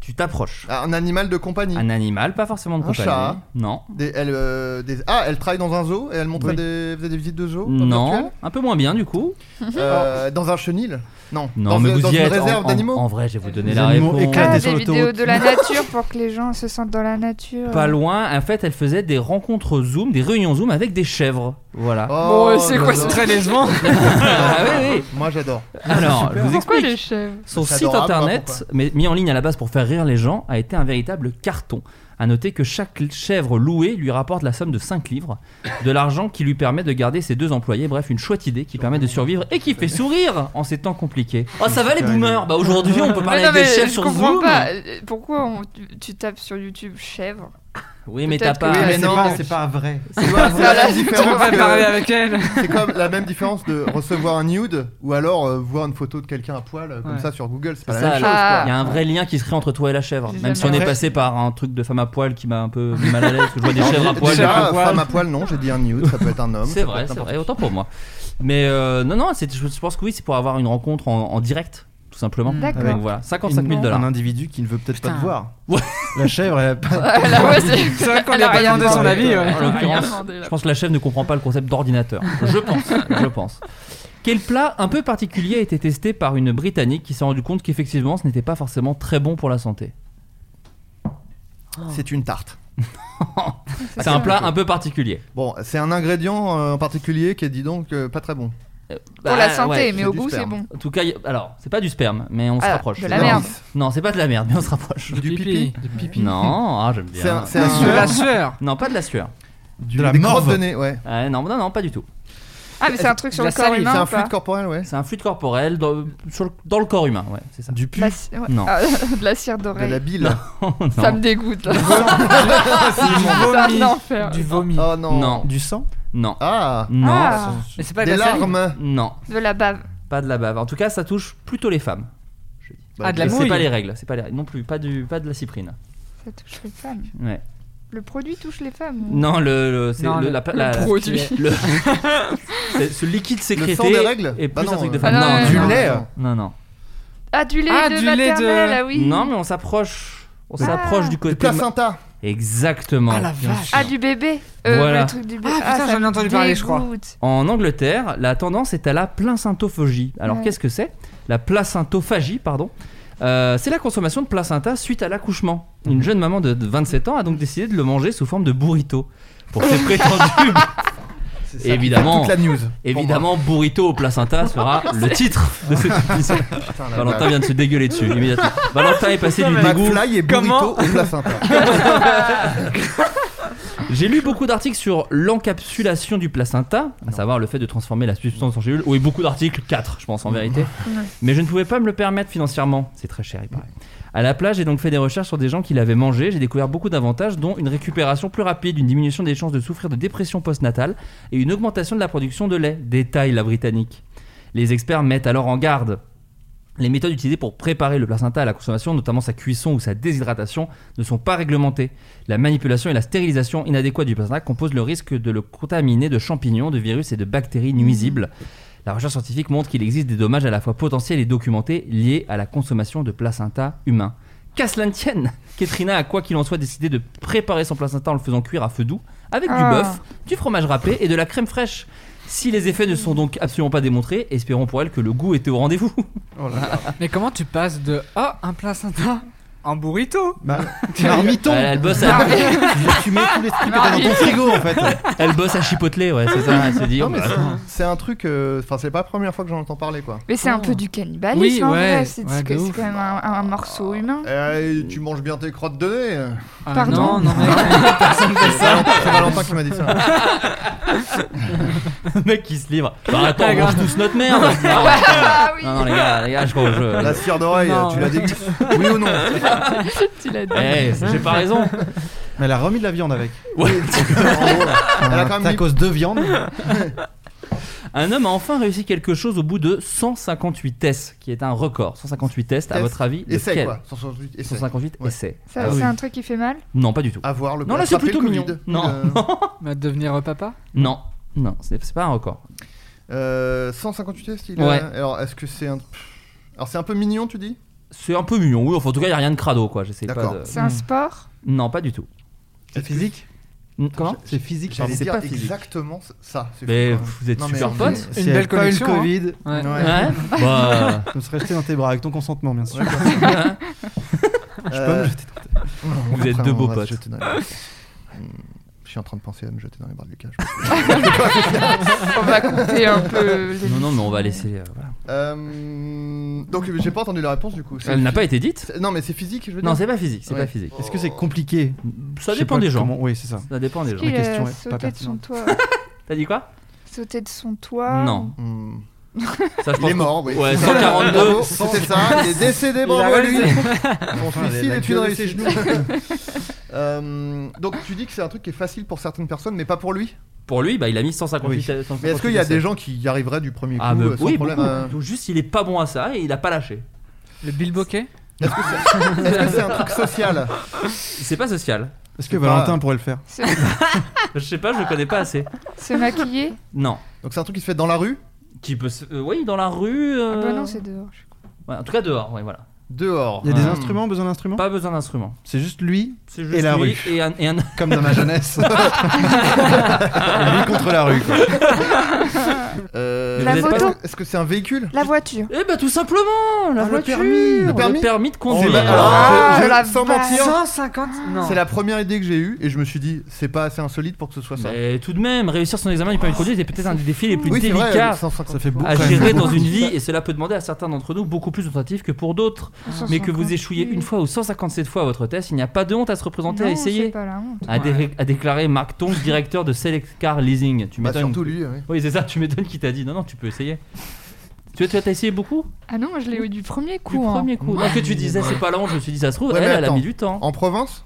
S3: Tu t'approches.
S4: Ah, Un animal de compagnie.
S3: Un animal, pas forcément de
S4: Un
S3: compagnie.
S4: chat.
S3: Non.
S4: Des- elle, euh, des- Ah, elle travaille dans un zoo et elle montrait
S3: Oui.
S4: des... faisait des visites de zoo virtuelles
S3: Non, un peu moins bien du coup.
S4: Euh, Dans un chenil Non.
S3: Non,
S4: dans
S3: mais
S4: euh,
S3: vous
S4: dans
S3: y
S4: une
S3: êtes.
S4: réserve
S3: en, en-
S4: d'animaux
S3: en vrai, je vais vous donner
S10: Les
S3: la
S10: animaux
S3: réponse.
S10: éclatent.
S2: Ah,
S10: sur
S2: des vidéos
S10: l'autoroute.
S2: de la nature pour que les gens se sentent dans la nature.
S3: Pas loin. En fait, elle faisait des rencontres Zoom, des réunions Zoom avec des chèvres. Voilà.
S4: Oh,
S2: Bon, c'est quoi
S4: j'adore.
S2: ce
S5: Très légèrement.
S3: Ah oui, oui.
S4: Moi j'adore.
S3: Alors, je vous
S2: Pourquoi
S3: explique.
S2: les chèvres
S3: Son
S4: C'est
S3: site
S4: adorable, hein,
S3: internet,
S4: pourquoi
S3: mais mis en ligne à la base pour faire rire les gens, a été un véritable carton. À noter que chaque chèvre louée lui rapporte la somme de 5 livres, de l'argent qui lui permet de garder ses deux employés. Bref, une chouette idée qui permet de survivre et qui fait sourire en ces temps compliqués. Oh, ça va les boomers Bah aujourd'hui, on peut
S2: Mais
S3: parler
S2: non,
S3: avec des
S2: mais
S3: chèvres
S2: je
S3: sur
S2: comprends
S3: Zoom.
S2: pas. Euh, Pourquoi on- tu, tu tapes sur YouTube chèvre
S3: Oui, mais t'as
S2: Peut-être
S3: pas.
S2: que-
S10: Oui, mais
S4: Ah, c'est
S10: non,
S4: pas-
S10: c'est pas vrai.
S4: Tu vois, c'est la
S2: Voilà.
S4: même
S5: Tu peux
S4: différence
S5: pas
S4: que-
S5: parler avec elle
S4: C'est comme la même différence de recevoir un nude ou alors euh, voir une photo de quelqu'un à poil euh, comme
S5: Ouais.
S4: ça sur Google. C'est
S3: C'est
S4: pas la
S3: ça,
S4: même
S3: là.
S4: chose.
S2: Ah.
S3: Il y a un vrai lien qui se crée entre toi et la chèvre.
S2: J'ai
S3: Même si on
S2: jamais-
S3: est passé par un truc de femme à poil qui m'a un peu mis mal à l'aise, parce que je vois des chèvres à
S4: Déjà,
S3: poil.
S4: euh, femme à poil, non, j'ai dit un nude, ça peut être un homme.
S3: C'est
S4: ça peut
S3: vrai,
S4: être
S3: c'est
S4: n'importe
S3: vrai, autant pour moi. Mais euh, non, non, c'est- je je pense que oui, c'est pour avoir une rencontre en, en direct, tout simplement.
S2: D'accord.
S3: Donc voilà, 55 000 dollars.
S10: Un individu qui ne veut peut-être pas te
S5: Putain.
S10: voir.
S3: Ouais.
S10: La chèvre, elle a pas.
S2: Là, ouais, c'est-
S5: C'est vrai qu'on
S2: Elle
S5: lui a
S2: a
S5: pas
S2: rien
S5: demandé son
S10: demandé.
S5: avis. ouais.
S3: En l'occurrence,
S2: rien demandé, là.
S3: je pense que la chef ne comprend pas le concept d'ordinateur. Je pense, je pense. Quel plat un peu particulier a été testé par une Britannique qui s'est rendue compte qu'effectivement ce n'était pas forcément très bon pour la santé
S4: quoi. C'est une tarte.
S3: C'est un plat un peu particulier.
S4: Bon, c'est un ingrédient euh, en particulier qui est, dis donc, euh, pas très bon.
S2: Pour
S3: Ah,
S2: la santé,
S3: ouais.
S2: mais
S4: c'est
S2: au
S4: du
S2: goût, c'est
S4: sperme.
S2: bon.
S3: En tout cas, y- alors, c'est pas du sperme, mais on se
S2: Ah,
S3: rapproche.
S2: de la
S3: C'est
S2: merde.
S3: vraiment- Non, c'est pas de la merde, mais on se rapproche.
S4: Du pipi.
S5: pipi.
S4: Du pipi.
S3: Non, ah, j'aime
S4: C'est
S3: bien.
S4: un, c'est un-
S5: De la sueur.
S3: Non, pas de la sueur.
S10: De la
S4: des crottes
S10: morve.
S4: de nez, ouais.
S3: Ah, non, non, non, pas du tout.
S2: Ah, mais c'est un truc sur
S5: La
S2: le corps
S5: salive,
S4: C'est
S2: humain
S4: un
S2: ou pas
S4: fluide corporel, ouais.
S3: C'est un fluide corporel dans, sur le, dans le corps humain, ouais, c'est ça.
S10: Du pu.
S2: La ci- ouais.
S3: Non.
S2: Ah, De la cire
S4: De
S2: d'oreille.
S4: la bile.
S3: Oh, non.
S2: Ça me dégoûte là. C'est un
S5: Du
S2: enfer.
S5: vomi. Du vomi.
S4: Oh non.
S3: Non.
S10: Du sang
S3: Non.
S4: Ah.
S3: Non.
S2: Ah.
S5: Mais c'est pas de
S4: Des
S5: la salive.
S4: larmes.
S3: Non.
S2: De la bave.
S3: Pas de la bave. En tout cas, ça touche plutôt les femmes.
S5: Ah, de la
S3: Et C'est
S5: mouille.
S3: pas les règles, c'est pas les règles. Non plus, pas, du, pas de la cyprine.
S2: Ça touche les femmes.
S3: Ouais.
S2: Le produit touche les femmes.
S3: Non, le, le- c'est
S5: Non,
S3: le,
S5: le-
S3: la, la-
S2: produit.
S3: le- c'est ce liquide sécrété.
S4: Le sang des règles
S3: Et
S4: Bah
S3: plus un
S4: non,
S3: truc de
S4: euh,
S3: femme.
S2: Ah, non,
S3: non,
S2: ouais,
S3: non,
S2: non.
S3: non,
S4: lait.
S3: Non, non.
S2: Ah, du lait
S5: Ah,
S2: de
S5: du lait de-
S2: maternelle, ah oui.
S3: Non, mais on s'approche. On s'approche du
S4: Du
S3: côté. ma-
S4: placenta.
S3: Exactement.
S5: Ah, la
S3: bien
S5: vache.
S3: sûr.
S2: Ah, du bébé. Euh,
S3: Voilà.
S2: Le truc du bébé.
S5: Ah, putain,
S2: ça
S5: j'en ai entendu parler, je crois.
S2: dégoûte.
S3: En Angleterre, la tendance est à la placentophagie. Alors
S2: Ouais.
S3: qu'est-ce que c'est La placentophagie, pardon. Euh, c'est la consommation de placenta suite à l'accouchement. Une jeune maman de de 27 ans a donc décidé de le manger sous forme de burrito. Pour ses prétendus.
S4: C'est ça.
S3: évidemment,
S4: Toute la news.
S3: évidemment
S5: bah.
S3: burrito au placenta sera le titre de cette émission.
S5: Ah,
S4: Putain, la
S3: Valentin
S5: bah.
S4: vache.
S3: vient de se dégueuler dessus immédiatement. Valentin est passé du dégoût.
S4: McFly et burrito
S5: Comment-
S4: au placenta.
S3: J'ai lu beaucoup d'articles sur l'encapsulation du placenta, à savoir le fait de transformer la substance en cellule. Oui, beaucoup d'articles, 4 je pense en vérité. Mais je ne pouvais pas me le permettre financièrement. C'est très cher, il paraît. à la plage. J'ai donc fait des recherches sur des gens qui l'avaient mangé. J'ai découvert beaucoup d'avantages, dont une récupération plus rapide, une diminution des chances de souffrir de dépression postnatale et une augmentation de la production de lait. Détaille la Britannique. Les experts mettent alors en garde. Les méthodes utilisées pour préparer le placenta à la consommation, notamment sa cuisson ou sa déshydratation, ne sont pas réglementées. La manipulation et la stérilisation inadéquate du placenta composent le risque de le contaminer de champignons, de virus et de bactéries nuisibles. La recherche scientifique montre qu'il existe des dommages à la fois potentiels et documentés liés à la consommation de placenta humain. Qu'à cela ne tienne, Ketrina a quoi qu'il en soit décidé de préparer son placenta en le faisant cuire à feu doux, avec du
S11: Ah.
S3: bœuf, du fromage râpé et de la crème fraîche. Si les effets ne sont donc absolument pas démontrés, espérons pour elle que le goût était au rendez-vous.
S5: Oh Mais comment tu passes de ah un placenta en burrito Euh,
S3: Bah,
S5: marmiton.
S3: Elle, elle bosse à...
S4: tu mets tous les trucs que
S5: t'as dans ton frigo,
S4: en fait.
S3: Elle bosse à chipoteler, ouais, c'est ça. Elle se dit,
S4: Non,
S3: oh,
S4: mais
S3: bah,
S4: c'est-
S3: attends.
S4: c'est un truc. euh, Enfin, c'est pas la première fois que j'en entends parler, quoi.
S2: Mais c'est un
S3: Oh.
S2: peu du cannibalisme
S4: Oui,
S2: en
S4: ouais,
S2: vrai, c'est
S4: ouais,
S2: c'est que
S4: de
S2: c'est
S4: ouf.
S2: quand même un, un
S3: Ah.
S2: morceau humain.
S4: Eh, tu manges bien tes crottes de nez.
S2: Ah, Pardon non, non, mais-
S4: personne fait ça. C'est Valentin qui m'a dit ça.
S3: Le mec qui se livre. Bah attends,
S4: Ah,
S3: on mange
S4: grave.
S3: tous notre merde.
S4: Ouais,
S3: Non,
S4: ah oui.
S3: non, non, les gars, les gars, je crois que je-
S2: Ah,
S4: La cire d'oreille,
S3: Non.
S4: tu l'as dit. Oui ou non
S2: Tu l'as dit.
S3: Eh, j'ai pas raison.
S10: Mais elle a remis de la viande avec.
S3: Ouais.
S10: Elle a quand même mis- tacos de viande.
S3: Un homme a enfin réussi quelque chose au bout de 158 tests, qui est un record. 158 tests, à
S4: Tests.
S3: votre avis,
S4: Essais,
S3: lequel
S4: quoi. 158 essais.
S3: 158
S4: Ouais.
S3: essais.
S2: Ça,
S3: Ah
S2: c'est
S3: oui. Euh,
S2: un truc qui fait mal
S3: Non, pas du tout.
S4: Avoir le
S3: Non, là, c'est
S4: attraper
S3: plutôt
S4: le
S3: mignon.
S4: Covid.
S3: Non,
S4: Euh,
S5: Bah, devenir euh, papa
S3: non, non, c'est c'est pas un record.
S4: Euh, 158 tests, il
S3: Ouais.
S4: a... Alors, est-ce que c'est un. Alors, c'est un peu mignon, tu dis
S3: C'est un peu mignon, oui. Enfin, en tout cas, il n'y a rien de crado, quoi. J'essaie pas
S4: D'accord.
S3: de.
S2: C'est un sport
S3: Non, pas du tout.
S10: C'est physique
S3: Mm, Comment C'est physique,
S4: J'allais
S3: c'est
S4: dire
S3: pas physique.
S4: exactement ça. c'est
S3: Mais
S4: fou, hein.
S3: vous êtes
S4: Non,
S3: super
S4: mais-
S3: potes.
S4: mais-
S10: Si elle avait pas eu le Covid.
S4: hein. Ouais.
S10: Ouais.
S3: Bah.
S10: Je me serais jeté dans tes bras avec ton consentement, bien sûr.
S4: Ouais.
S10: Je peux me
S4: Euh,
S10: jeter dans tes bras.
S4: non,
S3: Vous êtes
S4: après,
S3: deux
S4: on
S3: beaux
S4: va se
S3: potes.
S4: jeter dans les bras. Hum, Je suis en train de penser à me jeter dans les bras de Lucas. je-
S2: On va couper un peu les-
S3: Non, non, mais on va laisser. euh, voilà.
S4: Euh, donc j'ai pas entendu la réponse du coup. C'est-
S3: Elle n'a pas été dite.
S4: Non mais c'est physique je veux dire.
S3: Non, c'est pas physique, c'est
S4: Ouais. Oh.
S3: pas physique.
S10: Est-ce que c'est compliqué
S3: Ça
S10: Je sais
S3: dépend
S10: pas
S3: des gens.
S10: comment- Oui, c'est ça.
S3: Ça dépend des gens.
S2: Qu'il a
S10: question est pas
S2: sauté euh, de son
S10: pertinente.
S2: toit.
S3: T'as dit quoi
S2: Sauter de son toit
S3: Non.
S4: Hmm.
S3: Ça, je
S4: Il
S3: pense
S4: est mort,
S3: que-
S4: oui.
S3: Ouais,
S4: C'est ça,
S3: 142.
S4: bravo, C'était ça, il est décédé, bravo
S10: Il a
S4: à lui.
S10: raison.
S4: Son
S10: Putain,
S4: suicide
S10: la
S4: est une
S10: gueule de ses
S4: réussite. Euh, donc tu dis que c'est un truc qui est facile pour certaines personnes, mais pas pour lui.
S3: Pour lui, bah, il a mis 158. 158
S4: Mais est-ce qu'il y a
S3: essais.
S4: des gens qui y arriveraient du premier coup
S3: Ah, mais
S4: euh, sans
S3: oui,
S4: problème
S3: beaucoup.
S4: euh,
S3: Donc, Juste, il est pas bon à ça et il a pas lâché.
S5: Le bilboquet
S4: Est-ce que c'est est-ce que c'est un truc social
S3: C'est pas social.
S10: Est-ce que Valentin pourrait le faire
S2: Se,
S3: Je sais pas, je le connais pas assez.
S2: se maquiller
S3: Non.
S4: Donc c'est un truc qui se fait dans la rue,
S3: Qui peut se- euh, oui, dans la rue.
S2: Ah
S3: euh,
S2: bah non, c'est dehors. je-
S3: ouais, en tout cas, dehors, ouais, voilà.
S4: dehors.
S10: Il y a des
S4: Hmm.
S10: instruments, besoin d'instruments
S3: Pas besoin d'instrument.
S10: C'est juste lui,
S3: C'est juste
S10: Et la
S3: lui
S10: rue.
S3: Et un, et un-
S10: comme dans ma jeunesse. lui contre la rue, quoi.
S4: Euh,
S2: La
S4: vous êtes
S2: moto.
S4: pas- Est-ce que c'est un véhicule
S2: La voiture.
S3: Eh bah, tout simplement La
S4: Ah, le
S3: voiture
S4: permis, le permis
S3: de
S4: C'est
S3: conduire.
S4: pas- Eh ben, alors,
S5: Ah,
S4: je- je-
S2: Ah, la
S4: sans
S2: vache.
S4: mentir,
S5: 150 Non.
S4: C'est la première idée que j'ai eue et je me suis dit c'est pas assez insolite pour que ce soit ça.
S3: Mais tout de même, réussir son examen du permis de conduire était peut-être un des défis les plus
S4: oui, c'est vrai,
S3: délicats
S4: 150.
S10: Ça fait beaucoup.
S3: à
S10: quand même.
S3: gérer dans une vie, et cela peut demander à certains d'entre nous beaucoup plus de tentatives que pour d'autres. Ah. Mais que vous échouiez une fois ou 157 fois à votre test, il n'y a pas de honte à se représenter, à
S2: Non, c'est
S3: essayer.
S2: pas la honte.
S3: A, dé- a déclaré Marc Tong, directeur de Select Car Leasing. Tu
S4: Bah,
S3: m'étonnes.
S4: surtout lui. ouais.
S3: Oui, c'est ça, tu m'étonnes qui t'a dit non, non, tu peux essayer. Tu vois, tu as t'as essayé beaucoup
S2: Ah non, moi je l'ai eu du premier
S3: Du
S2: coup. hein.
S3: premier coup. Non, que tu disais, c'est pas la honte, je me suis dit, ça se trouve,
S4: Ouais,
S3: elle,
S4: mais
S3: elle a
S4: attends.
S3: mis du temps.
S4: En province,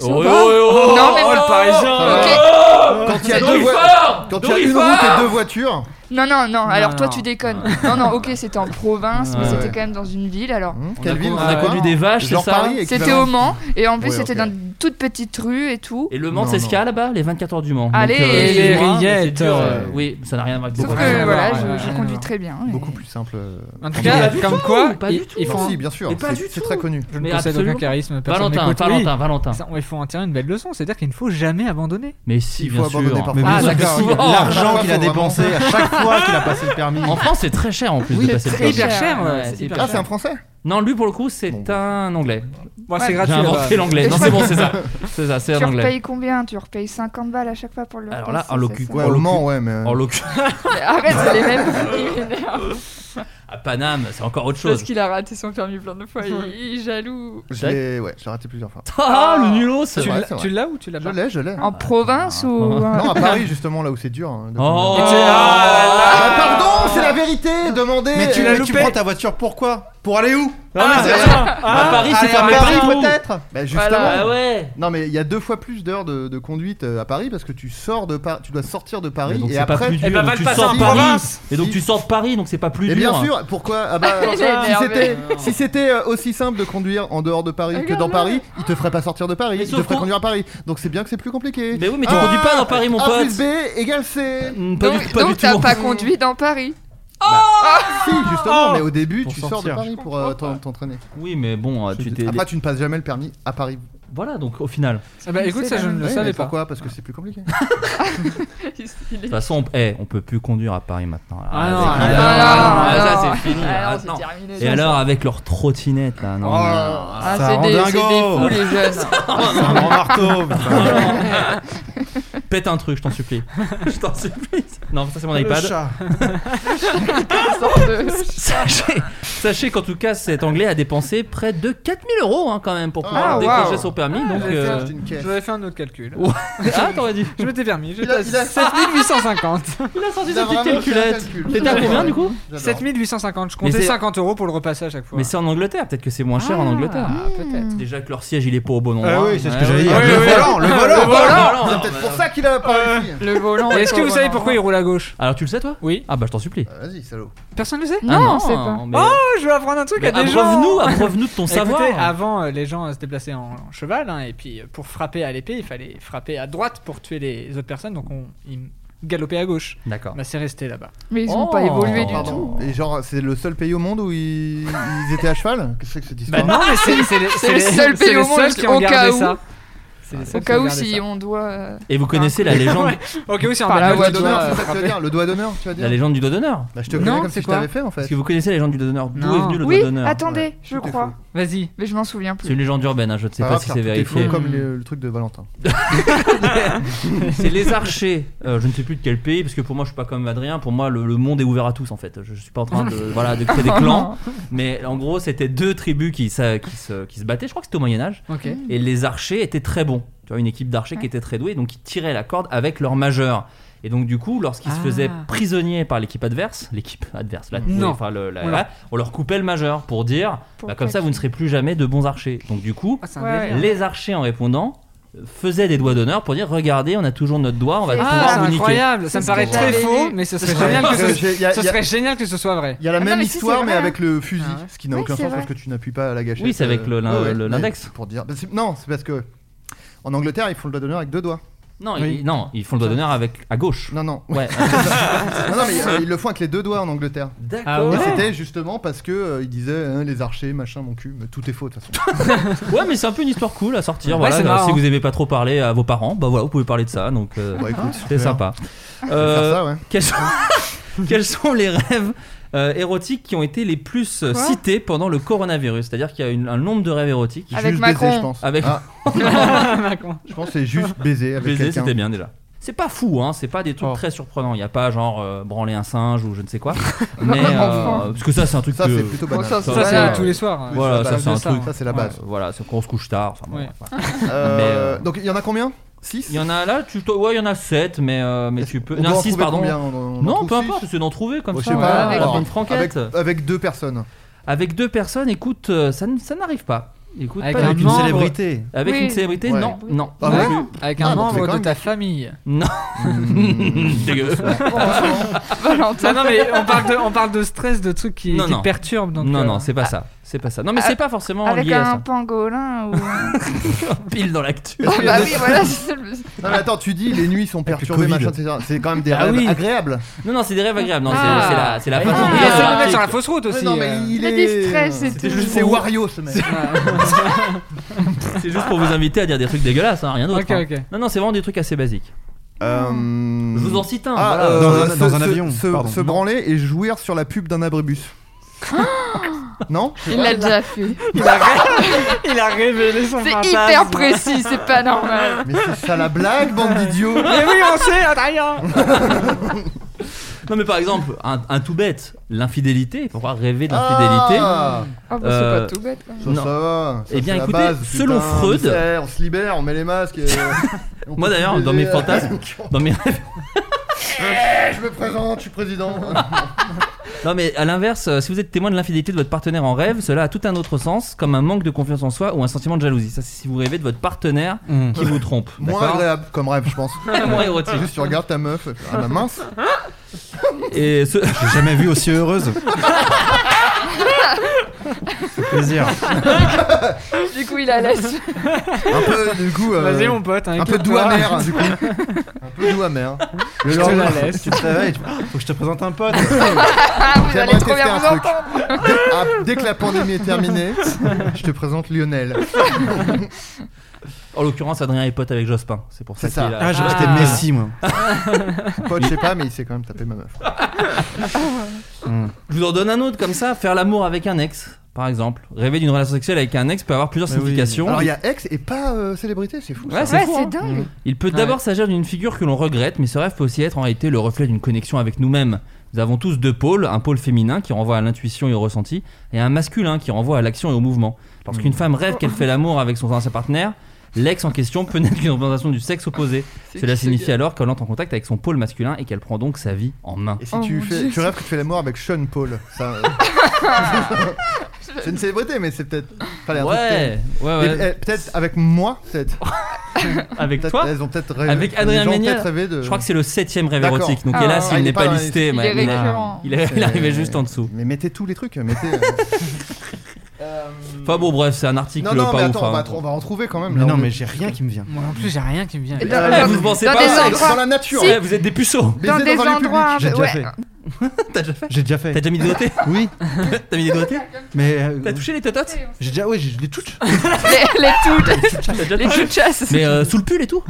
S3: Oh, oh, oh, oh,
S2: Non, mais-
S3: oh, le
S4: Ok.
S3: parisien
S4: quand il y a
S3: Oh, C'est
S4: deux,
S3: Dorifort
S4: voi- oh, quand il y a une
S3: Dorifort
S4: route et deux voitures, hein,
S2: Non, non, non, alors
S5: Non,
S2: toi
S5: non.
S2: tu déconnes. Non, non, ok, c'était en province, mais
S3: Ouais,
S2: c'était
S4: ouais.
S2: quand même dans une ville alors.
S4: hmm,
S3: On a
S4: quelle
S3: con-
S4: ville
S3: on a
S4: va
S3: connu
S4: voir
S3: des vaches, c'est
S4: Genre
S3: ça
S4: Paris,
S2: C'était
S4: équivalent.
S2: au Mans, et en plus
S4: Ouais,
S2: c'était
S4: ok.
S2: dans une toute petite rue et tout.
S3: Et le Mans,
S4: Non,
S3: c'est
S4: non.
S3: ce qu'il y a là-bas, les 24 heures du Mans.
S2: Allez,
S3: Donc,
S2: les
S3: excuse-moi, mais c'est
S5: rillettes,
S3: dur,
S5: euh,
S3: euh, Oui, ça n'a rien à voir avec
S2: Sauf
S3: le
S2: que
S3: Parisien.
S5: rien à
S2: voilà,
S5: voir,
S2: je,
S5: ouais,
S2: je
S5: rien à
S2: conduis
S5: voir.
S2: très bien. et-
S4: Beaucoup plus simple. euh,
S5: En tout
S4: en
S5: cas,
S4: Bretagne.
S5: comme quoi,
S3: pas du
S5: ils,
S3: tout.
S5: ils font.
S4: si, bien sûr.
S3: Mais pas
S4: c'est-
S3: du
S4: C'est
S3: tout.
S4: très connu.
S5: Je
S3: Mais
S5: ne possède
S3: absolument.
S5: aucun charisme. Personne
S3: Valentin,
S5: m'écoute.
S3: Valentin, Valentin.
S5: Oui. Ça, il faut en tirer une belle leçon, c'est-à-dire qu'il ne faut jamais abandonner.
S3: Mais si,
S4: Il faut
S3: bien
S4: abandonner
S3: sûr.
S4: parfois.
S10: Mais
S3: Ah,
S10: oui,
S3: ça
S10: d'accord,
S3: souvent.
S10: l'argent
S4: Parfois,
S10: qu'il a
S4: faut
S10: dépensé à chaque fois qu'il a passé le permis.
S3: En France, c'est très cher en plus
S4: Oui,
S3: de passer le
S2: très
S3: permis.
S2: hyper cher,
S5: ouais,
S3: Ouais,
S5: c'est
S3: c'est
S5: hyper
S3: hyper
S4: Ah, c'est
S3: cher.
S4: un français
S3: Non, lui pour le coup, c'est
S4: Bon.
S3: un anglais.
S5: Bon, c'est
S3: J'ai
S5: gratuit. euh.
S3: inventé
S5: là-bas.
S3: l'anglais. Non, c'est bon, c'est ça. C'est ça, c'est
S2: Tu
S3: un anglais.
S2: repayes combien Tu repayes 50 balles à chaque fois pour le
S3: Alors
S2: test,
S3: là,
S2: c'est-
S3: en
S2: c'est
S3: l'occu-
S2: ça.
S4: Ouais,
S3: En
S4: au
S3: l'occu-
S4: Mans, ouais, mais. euh,
S3: En l'occurrence,
S2: Mais Arrête, c'est les mêmes prix, il m'énerve.
S3: à Paname, c'est encore autre
S2: Parce
S3: chose.
S2: qu'il a raté son permis plein de fois, il, il est jaloux.
S4: Je l'ai ouais, je l'ai raté plusieurs fois.
S3: Ah, le nulos
S4: C'est
S5: Tu
S4: vrai,
S5: l'as-
S4: c'est vrai.
S5: Tu l'as ou tu l'as
S4: Je
S3: Ah.
S5: pas
S4: l'ai, je l'ai.
S2: En province ou.
S4: Non, à Paris, justement, là où c'est dur. hein, de-
S3: Oh
S4: Ah,
S3: là là.
S4: bah, non, c'est la vérité. Demandez.
S10: Mais tu
S4: Eh,
S10: l'as loupé. Tu prends ta voiture pourquoi Pour aller où
S3: bah,
S4: Ah,
S10: mais
S4: c'est
S10: ça.
S4: ça. Ah,
S10: à Paris, c'est
S4: allez,
S10: fermé
S4: à Paris,
S10: partout.
S4: peut-être. Bah justement.
S3: Ah
S10: Voilà. Bah ouais.
S4: Non mais il y a deux fois plus d'heures de, de conduite euh, à Paris parce que tu sors de Paris, tu dois sortir de Paris
S3: Mais donc
S4: et
S3: c'est
S4: après
S3: pas plus dur.
S4: Eh ben,
S3: donc
S4: va
S3: tu
S4: le passer
S3: sors
S4: en
S3: de Paris.
S4: province.
S3: Et donc tu sors de Paris, donc c'est pas plus
S4: Et
S3: dur. hein.
S4: bien sûr, pourquoi Ah bah,
S3: Il est
S4: si
S3: énervé.
S4: c'était si c'était, euh, aussi simple de conduire en dehors de Paris que dans Paris, il te ferait pas sortir de Paris, il te
S3: sauf
S4: ferait
S3: qu'on-
S4: conduire à Paris. Donc c'est bien que c'est plus compliqué. Ah,
S3: Mais oui, mais tu conduis pas dans Paris, mon
S4: A
S3: pote.
S4: plus B égale C.
S3: pas du-
S2: Donc, donc t'as pas conduit dans Paris.
S4: Si,
S3: Oh
S4: justement, mais au début,
S3: Pour
S4: tu sors de
S3: sortir.
S4: Paris pour euh, t'en- t'entraîner.
S3: Oui, mais bon, euh, tu t'es.
S4: Après, Bah, tu ne passes jamais le permis à Paris.
S3: Voilà, donc au final.
S5: Ah bah écoute, ça je ne le
S4: Oui,
S5: savais
S4: mais
S5: pas.
S4: Pourquoi Parce que c'est plus compliqué.
S3: De toute façon, on, eh, on peut plus conduire à Paris maintenant.
S5: Ah non,
S3: Avec-
S5: ah non,
S3: Ah,
S5: ah
S3: ça,
S5: non.
S3: c'est fini.
S5: Ah non,
S3: Ah
S5: c'est
S3: non.
S5: terminé,
S3: Et
S5: ça.
S3: alors avec leurs trottinettes là, non.
S10: Oh,
S3: non, non.
S10: Ah, ça c'est rend des- dingo. c'est des fous, les jeunes. C'est un grand marteau, putain.
S3: euh, Pète un truc, je t'en supplie. Je t'en supplie. Non, ça c'est mon
S10: Le
S3: iPad.
S10: chat.
S3: Sachez, sachez qu'en tout cas, cet Anglais a dépensé près de 4000 euros hein, quand même pour pouvoir
S5: Ah,
S3: décrocher
S5: waouh.
S3: son permis.
S5: Ah,
S3: donc,
S5: j'avais fait
S3: euh,
S5: un- J'avais fait un autre calcul.
S3: Ouais. Ah, t'aurais dit.
S5: Je m'étais permis. Je
S4: Il a-
S5: passe
S4: il a-
S5: 7850.
S3: Il a sorti
S4: Il a
S3: sa petite
S4: vraiment fait un
S3: calculette.
S4: calcul.
S3: T'étais à combien du coup
S4: J'adore.
S5: 7850. Je
S3: Mais
S5: comptais
S3: c'est-
S5: 50 euros pour le repasser à chaque fois.
S3: Mais c'est en Angleterre, peut-être que c'est moins cher en Angleterre.
S5: Ah, peut-être.
S3: Déjà que leur siège il est pas au bon endroit.
S10: Ah oui, c'est ce que
S3: Ouais,
S10: j'allais
S3: oui.
S10: dire.
S3: Oui,
S10: Le
S3: oui.
S10: volant, le volant.
S3: Le
S5: Oh
S3: volant.
S4: C'est peut-être pour ça qu'il a pas réussi.
S5: Le volant. Et Est-ce que vous savez pourquoi il roule à gauche
S3: Alors tu le sais toi
S5: Oui.
S3: Ah bah je t'en supplie.
S4: Euh, Vas-y, salaud.
S5: Personne ne le sait
S3: Ah non, c'est pas. mais-
S5: Oh, je vais apprendre un truc
S3: Mais
S5: à des gens.
S3: abreuve-nous, abreuve-nous de ton savoir.
S5: Écoutez, avant, euh, les gens euh, se déplaçaient en, en cheval, hein, et puis euh, pour frapper à l'épée, il fallait frapper à droite pour tuer les autres personnes, donc on, ils galopaient à gauche.
S3: D'accord.
S5: Bah, c'est resté là-bas.
S2: Mais ils ont
S3: Oh,
S2: pas évolué du tout.
S4: Pardon. Et genre, c'est le seul pays au monde où ils, ils étaient à cheval Qu'est-ce que c'est que cette
S5: Bah
S4: histoire
S5: non, mais c'est c'est les-
S2: C'est
S5: c'est
S2: le
S5: les-
S2: seul
S5: c'est
S2: pays
S5: les
S2: au
S5: seuls
S2: monde
S5: qui ont
S2: au cas
S5: gardé
S2: où.
S5: ça. C'est les seuls
S2: Au
S5: qui
S2: cas
S5: ont
S2: où,
S5: gardé
S2: si
S5: ça.
S2: on doit. euh,
S3: Et vous connaissez la
S5: Ouais.
S3: légende
S5: Au cas où, si un
S4: Par
S5: bateau
S4: le doigt
S5: doit
S4: d'honneur, c'est ça que tu
S5: frapper.
S4: vas dire Le doigt d'honneur, tu vas
S3: La
S4: dire
S3: légende du doigt d'honneur.
S4: Bah, je te connais
S5: Non,
S4: comme
S5: c'est
S4: si je
S5: quoi
S4: t'avais fait en
S3: Est-ce
S4: fait.
S3: que vous connaissez la légende du doigt d'honneur D'où est
S5: Non.
S3: venu le
S2: Oui,
S3: doigt d'honneur
S2: attendez,
S4: Ouais,
S2: je
S4: tout est
S2: crois.
S4: faux.
S5: Vas-y.
S2: Mais je m'en souviens plus.
S3: C'est une légende urbaine, hein, je ne sais
S4: Pas
S3: pas
S4: grave,
S3: si
S4: car
S3: c'est
S4: tout est
S3: vérifié.
S4: faux comme le le truc de Valentin.
S3: c'est les archers. Euh, je ne sais plus de quel pays, parce que pour moi, je suis pas comme Adrien. Pour moi, le, le monde est ouvert à tous en fait. Je, je suis pas en train de, voilà, de créer des clans. Mais en gros, c'était deux tribus qui, s'a- qui, se, qui se battaient. Je crois que c'était au Moyen Âge.
S5: Ok.
S3: Et les archers étaient très bons. Tu vois, une équipe d'archers qui était très douée, donc ils tiraient la corde avec leur majeur. Et donc du coup, lorsqu'ils se
S5: Ah.
S3: faisaient prisonniers par l'équipe adverse, l'équipe adverse, la,
S5: Non.
S3: enfin, le- la-
S5: Oula.
S3: la- on leur coupait le majeur pour dire, bah, comme ça, vous ne serez plus jamais de bons archers. Donc du coup,
S5: Ah, c'est un
S2: Ouais.
S5: délire.
S3: les archers en répondant euh, faisaient des doigts d'honneur pour dire, regardez, on a toujours notre doigt, on va
S2: C'est
S3: pouvoir
S5: Ah,
S3: vous
S5: c'est
S3: niquer.
S5: incroyable.
S2: C'est
S5: Ça me
S2: ce
S5: paraît
S2: que
S5: très
S2: j'avais
S5: faux,
S2: lu.
S5: mais ce serait
S4: Ouais.
S5: génial que ce-
S4: J'ai- y a-
S5: ce
S4: y a-
S5: serait génial que ce soit vrai.
S4: Il y a la
S2: Ah non,
S4: même
S2: mais si, c'est
S4: histoire, mais
S2: vrai,
S4: avec le fusil,
S5: Ah ouais.
S4: ce qui n'a
S2: Oui,
S4: aucun
S2: c'est
S4: sens
S2: vrai.
S4: parce que tu n'appuies pas à la gâchette.
S3: Oui, c'est avec
S4: euh,
S3: le- l'in-
S4: ouais, ouais,
S3: le-
S4: mais
S3: l'index.
S4: Pour dire. bah, c'est- Non, c'est parce que. En Angleterre, ils font le doigt d'honneur avec deux doigts.
S3: Non,
S4: Oui.
S3: ils, non, ils font le doigt d'honneur avec à gauche.
S4: Non, non.
S3: Ouais. Ah,
S4: non, non, mais euh, ils le font avec les deux doigts en Angleterre.
S5: Ah
S3: D'accord.
S5: ouais.
S4: Et c'était justement parce que euh, ils disaient hein, les archers, machin, mon cul, mais tout est faux de toute façon.
S3: Ouais, mais c'est un peu une histoire cool à sortir.
S5: Ouais,
S3: voilà,
S5: c'est
S3: Alors,
S5: marrant.
S3: si vous aimez pas trop parler à vos parents, bah voilà, vous pouvez parler de ça. Donc euh,
S4: Bah, écoute,
S3: c'est sympa. Euh,
S4: faire ça, ouais.
S3: quels, sont... quels sont les rêves euh, érotiques qui ont été les plus euh,
S2: Quoi
S3: cités pendant le coronavirus C'est-à-dire qu'il y a une- un nombre de rêves érotiques.
S2: Avec
S4: juste
S2: Macron.
S4: baiser, je pense.
S3: Avec-
S4: Ah,
S5: Macron.
S4: je pense que c'est juste baiser avec
S3: Baiser,
S4: quelqu'un.
S3: c'était bien déjà. C'est pas fou, hein, c'est pas des trucs
S10: Oh.
S3: très surprenants. Il n'y a pas genre euh, branler un singe ou je ne sais quoi. Mais euh,
S4: Enfin.
S3: parce que ça, c'est un truc
S4: Ça,
S3: que.
S4: c'est plutôt banal.
S2: ça,
S3: ça,
S5: Ça, c'est
S3: ouais.
S5: euh, tous les soirs. euh,
S3: Voilà,
S4: c'est
S3: ça,
S4: la
S3: c'est un
S5: base de
S3: truc.
S5: ça.
S4: Ça, c'est la
S3: Ouais,
S4: base.
S3: euh, voilà, c'est qu'on se couche tard. enfin, bon,
S5: Ouais.
S3: bref.
S4: Euh,
S3: Mais, euh,
S4: Donc, il y en a combien 6
S3: Il y en a là, tu, toi, ouais, il y en a 7, mais, euh, mais tu peux. Non, 6, pardon. non, peu importe, c'est d'en trouver comme
S4: Je
S3: ça.
S4: sais
S3: ouais,
S4: pas,
S3: la
S4: alors,
S3: bonne franquette.
S4: avec,
S3: Avec...
S4: avec deux personnes.
S3: deux personnes, écoute, euh, ça, n- ça n'arrive pas. Écoute,
S5: Avec
S3: pas
S5: un
S3: du
S10: Avec
S3: tout.
S10: une
S5: membre.
S10: célébrité.
S3: Avec
S2: Oui.
S3: une célébrité,
S4: Ouais.
S3: non, non.
S4: Ah
S3: non
S4: ouais
S3: plus.
S5: Avec
S4: Ah,
S5: un
S4: donc c'est
S5: membre
S4: quand
S5: de
S4: même-
S5: ta famille.
S3: Dégueu.
S5: Non, non, mais on parle de, on parle de stress, de trucs qui,
S3: Non,
S5: qui
S3: non.
S5: te perturbent. Donc,
S3: non,
S5: euh,
S3: non, c'est
S4: Ah.
S3: pas ça. C'est pas ça. Non, mais c'est pas forcément
S2: Avec
S3: lié à
S2: un
S3: ça.
S2: pangolin ou.
S3: Pile dans l'actu.
S2: Ah bah oui, voilà. c'est le-
S4: Non, mais attends, tu dis les nuits sont perturbées,
S10: Covid.
S4: machin, etc. C'est quand même des
S3: Ah
S4: rêves
S3: oui.
S4: agréables.
S3: Non, non, c'est des rêves agréables. Non, c'est-
S2: Ah.
S3: c'est la, c'est la
S4: Ah.
S3: façon de
S5: Il
S3: dire,
S5: essaie de
S3: euh,
S5: le mettre sur la fausse route aussi.
S4: non, mais
S5: euh.
S4: il
S2: Le
S4: est.
S2: distress et
S3: C'était
S2: tout.
S3: juste
S4: C'est Wario ce mec.
S3: C'est juste pour vous inviter à dire des trucs dégueulasses, hein, rien d'autre.
S5: Ok,
S3: hein.
S5: ok.
S3: Non, non, c'est vraiment des trucs assez basiques.
S4: Euh,
S3: Je vous en cite un.
S4: Ah,
S3: voilà.
S4: euh,
S10: Dans un-
S4: se-
S10: dans un
S4: se-
S10: avion,
S4: Se,
S10: pardon.
S4: se branler et jouir sur la pub d'un abribus.
S3: Ah
S4: non
S2: Il l'a déjà fait.
S5: Il a, ré- il a révélé son
S2: C'est
S5: fantasme.
S2: hyper précis, c'est pas normal.
S4: Mais c'est ça la blague, bande d'idiots
S5: Mais oui, on sait, Adrien.
S3: Non, mais par exemple, un, un tout bête, l'infidélité. Pourquoi rêver d'infidélité
S4: Ah,
S2: Ah bah c'est
S3: Euh,
S2: pas tout bête. quoi.
S4: ça,
S3: Non.
S4: ça va.
S3: Eh bien,
S4: c'est la
S3: écoutez,
S4: base,
S3: selon
S4: putain,
S3: Freud-
S4: on se serre, on se libère, on met les masques. et- on
S3: Moi
S4: peut
S3: d'ailleurs,
S4: plus
S3: dans mes
S4: baiser.
S3: fantasmes, dans mes rêves,
S4: Eh, je me présente, je suis président.
S3: Non, mais à l'inverse, euh, si vous êtes témoin de l'infidélité de votre partenaire en rêve, cela a tout un autre sens, comme un manque de confiance en soi ou un sentiment de jalousie. Ça, c'est si vous rêvez de votre partenaire
S4: Mm.
S3: qui vous trompe.
S4: Moins
S3: d'accord
S4: agréable comme rêve, je pense.
S3: Moins érotique.
S4: Juste, tu regardes ta meuf. Ah bah mince.
S3: Et ce...
S11: J'ai jamais vu aussi heureuse. Plaisir.
S2: du coup, il a laisse.
S4: Un peu, du coup. euh,
S5: Vas-y, mon pote, hein,
S4: un peu
S5: éclate-toi.
S4: doux amer, du coup. Un peu doux amer.
S11: Le
S4: Je te
S11: lendemain,
S4: la laisse.
S11: tu te réveilles, tu-
S4: ah,
S11: faut que je te présente un pote.
S2: Ah, Vous allez trop bien vous entendre.
S4: Dès, ah, dès que la pandémie est terminée, je te présente Lionel.
S3: En l'occurrence, Adrien est pote avec Jospin. C'est pour ça
S4: C'est ça.
S3: qu'il a-
S11: Ah, j'aurais été Messi, moi.
S4: Pote, je sais pas, mais il s'est quand même tapé ma
S3: Ah,
S4: meuf.
S3: Je vous en donne un autre comme ça faire l'amour avec un ex, par exemple. Rêver d'une relation sexuelle avec un ex peut avoir plusieurs significations.
S4: Alors il y a ex et pas euh, célébrité, c'est fou.
S3: Ouais,
S4: ça.
S3: c'est fou, hein.
S2: dingue.
S3: Il peut d'abord s'agir d'une figure que l'on regrette, mais ce rêve peut aussi être en réalité le reflet d'une connexion avec nous-mêmes. Nous avons tous deux pôles, un pôle féminin qui renvoie à l'intuition et au ressenti, et un masculin qui renvoie à l'action et au mouvement.
S4: Hmm.
S3: Lorsqu'une femme rêve qu'elle fait l'amour avec son ancien partenaire, l'ex en question peut n'être qu'une représentation du sexe opposé. Cela signifie alors qu'elle entre en contact avec son pôle masculin et qu'elle prend donc sa vie en main.
S4: Et si
S2: Oh
S4: tu,
S2: mon
S4: fais,
S2: Dieu,
S4: tu rêves que tu fais l'amour avec Sean Paul, ça. euh, c'est une célébrité, mais c'est peut-être. fallait un truc
S3: Ouais,
S4: tel.
S3: ouais, ouais.
S4: Et, eh, peut-être avec moi, peut-être.
S3: Avec
S4: Peut-être,
S3: toi
S4: Elles ont peut-être rêvé.
S3: Avec
S4: les
S3: Adrien
S4: gens ont
S3: Méniel
S4: peut-être rêvé de.
S3: Je crois que c'est le septième rêve
S4: D'accord.
S3: érotique, donc
S2: Ah,
S3: hélas
S4: ah,
S3: il
S4: il
S3: n'est
S4: est
S3: pas,
S4: pas dans la
S3: listé,
S4: liste.
S2: Il
S3: mais
S2: est
S3: mais-
S2: récurrent.
S3: il est- il arrivait juste en dessous.
S4: Mais mettez tous les trucs, mettez. euh,
S3: Enfin bon, bref, c'est un article
S4: Non, non,
S3: pas
S4: mais
S3: ouf.
S4: attends, on
S3: hein.
S4: va, on va en trouver quand même.
S11: Mais
S4: là,
S11: non,
S4: on est-
S11: mais j'ai rien qui me vient.
S5: Moi, en plus, j'ai rien qui me vient.
S2: Et
S3: Ah,
S2: dans-
S3: vous pensez
S2: dans
S3: pas
S2: des
S3: au sexe.
S2: endroits-
S11: hein.
S4: dans la nature.
S3: Eh, Vous êtes des puceaux
S4: Baiser
S2: Dans des
S4: un lieu public.
S2: endroits.
S11: J'ai déjà
S2: Ouais.
S11: fait.
S3: T'as déjà fait
S11: J'ai déjà
S3: T'as
S11: fait.
S3: déjà mis des doigtés
S11: Oui,
S3: T'as mis des doigtés
S11: mais. euh,
S3: T'as touché les tototes
S11: J'ai déjà. Ouais, j'ai les touches.
S2: Les, les toutes.
S3: T'as déjà
S2: Les
S3: touché
S2: toutes chasses.
S3: Mais euh, sous le pull et tout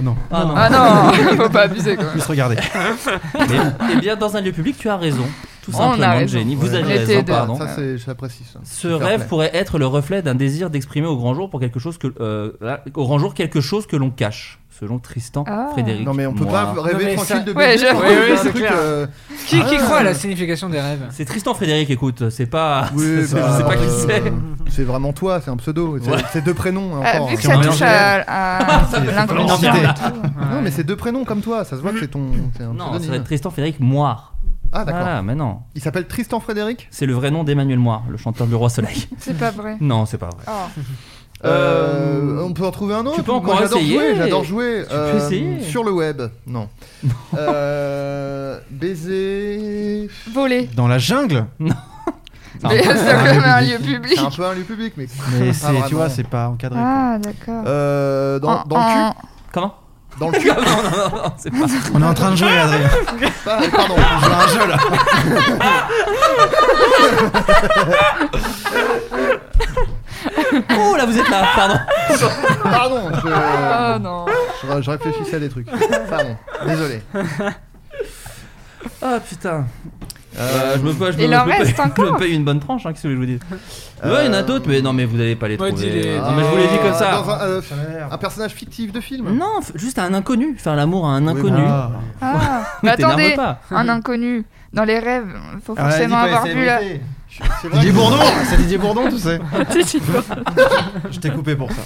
S11: Non.
S3: Ah non.
S2: Ah non, faut pas abuser quoi.
S11: Plus regarder.
S3: Mais- Eh bien, dans un lieu public, tu as raison. Tout
S2: On a
S3: simplement,
S2: raison.
S3: Jenny. Vous
S4: Ouais.
S3: avez
S2: Mettez
S3: raison,
S2: deux.
S3: pardon.
S4: Ça, c'est, j'apprécie ça.
S3: Ce
S4: Fair
S3: rêve
S4: play.
S3: pourrait être le reflet d'un désir d'exprimer au grand jour pour quelque chose que euh, là, au grand jour quelque chose que l'on cache, selon Tristan
S2: Ah.
S3: Frédéric.
S4: Non, mais on peut
S3: Moir.
S4: pas
S5: Non,
S4: rêver
S5: mais
S4: tranquille
S5: ça-
S4: de
S2: Ouais,
S4: baiser.
S2: je-
S4: pour
S5: Oui, oui,
S4: faire un
S5: c'est
S4: truc,
S5: clair.
S4: euh,
S5: Qui, qui
S4: Ah.
S5: croit à la signification des rêves
S3: C'est Tristan Frédéric, écoute, c'est pas.
S4: Oui,
S3: c'est- je sais
S4: bah,
S3: pas qui
S4: euh,
S3: c'est.
S4: C'est vraiment toi, c'est un pseudo. C'est,
S3: Ouais. Euh,
S4: c'est deux prénoms.
S2: Ah,
S4: encore. hein.
S2: vu que
S3: Qui ont
S2: ça touche
S3: mélangé.
S2: à, à
S11: L'identité.
S2: l'inconscient.
S4: Ah, Non, mais c'est deux prénoms comme toi, ça se voit que c'est ton. c'est un
S3: Non, ça
S4: pseudonyme.
S3: va être Tristan Frédéric Moir.
S4: Ah, d'accord.
S3: Voilà, mais non.
S4: Il s'appelle Tristan Frédéric
S3: C'est le vrai nom d'Emmanuel Moir, le chanteur du Roi Soleil.
S2: C'est pas vrai.
S3: Non, c'est pas vrai.
S2: Oh.
S3: Euh,
S4: Euh, On peut en trouver un autre
S3: tu peux
S4: Moi,
S3: encore
S4: j'adore
S3: essayer.
S4: Jouer, j'adore jouer. euh,
S3: Tu peux essayer.
S4: Sur le web, non. euh, baiser.
S2: Voler.
S11: Dans la jungle
S2: Mais
S3: Ah,
S2: c'est quand même un lieu
S4: C'est
S2: public.
S4: un peu un lieu public, mais.
S11: Mais
S4: pas
S11: c'est, tu vois,
S4: vraiment.
S11: c'est pas encadré. quoi.
S2: Ah, d'accord.
S4: Euh, dans,
S2: En-
S4: dans le
S2: en-
S4: cul
S3: Comment
S4: Dans le cul
S3: Non, non, non, non, c'est pas.
S11: On est en train de jouer, Adrien.
S4: Ah, Pardon.
S11: On joue à un jeu là.
S3: Oh là, vous êtes là, pardon.
S4: Pardon. Je,
S2: Ah non.
S4: je- je réfléchissais à des trucs. Pardon. Désolé.
S3: Ah putain. Euh, je me, je me-
S2: Il
S3: je
S2: en
S3: me
S2: reste
S3: paye,
S2: encore.
S3: je me paye une bonne tranche, hein, qu'est-ce que vous voulez que je vous dise.
S4: Euh,
S3: Ouais, il y en a d'autres, mais non, mais vous allez pas les
S5: Ouais,
S3: trouver.
S5: dis-les,
S3: Non, mais je vous les dis comme
S4: Dans
S3: ça.
S4: un, euh, un personnage fictif de film bah,
S3: Non, f- juste à un inconnu, faire l'amour à un inconnu.
S11: Ah.
S2: Ah.
S3: Mais
S2: Mais
S3: t'énerve
S2: attendez,
S3: pas.
S2: un inconnu. Dans les rêves, faut
S11: Ah, vas-y,
S2: forcément
S11: pas
S2: avoir
S11: les
S2: vu la.
S11: célébrités. Didier Bourdon C'est Didier Bourdon, tu sais. Je t'ai coupé pour ça.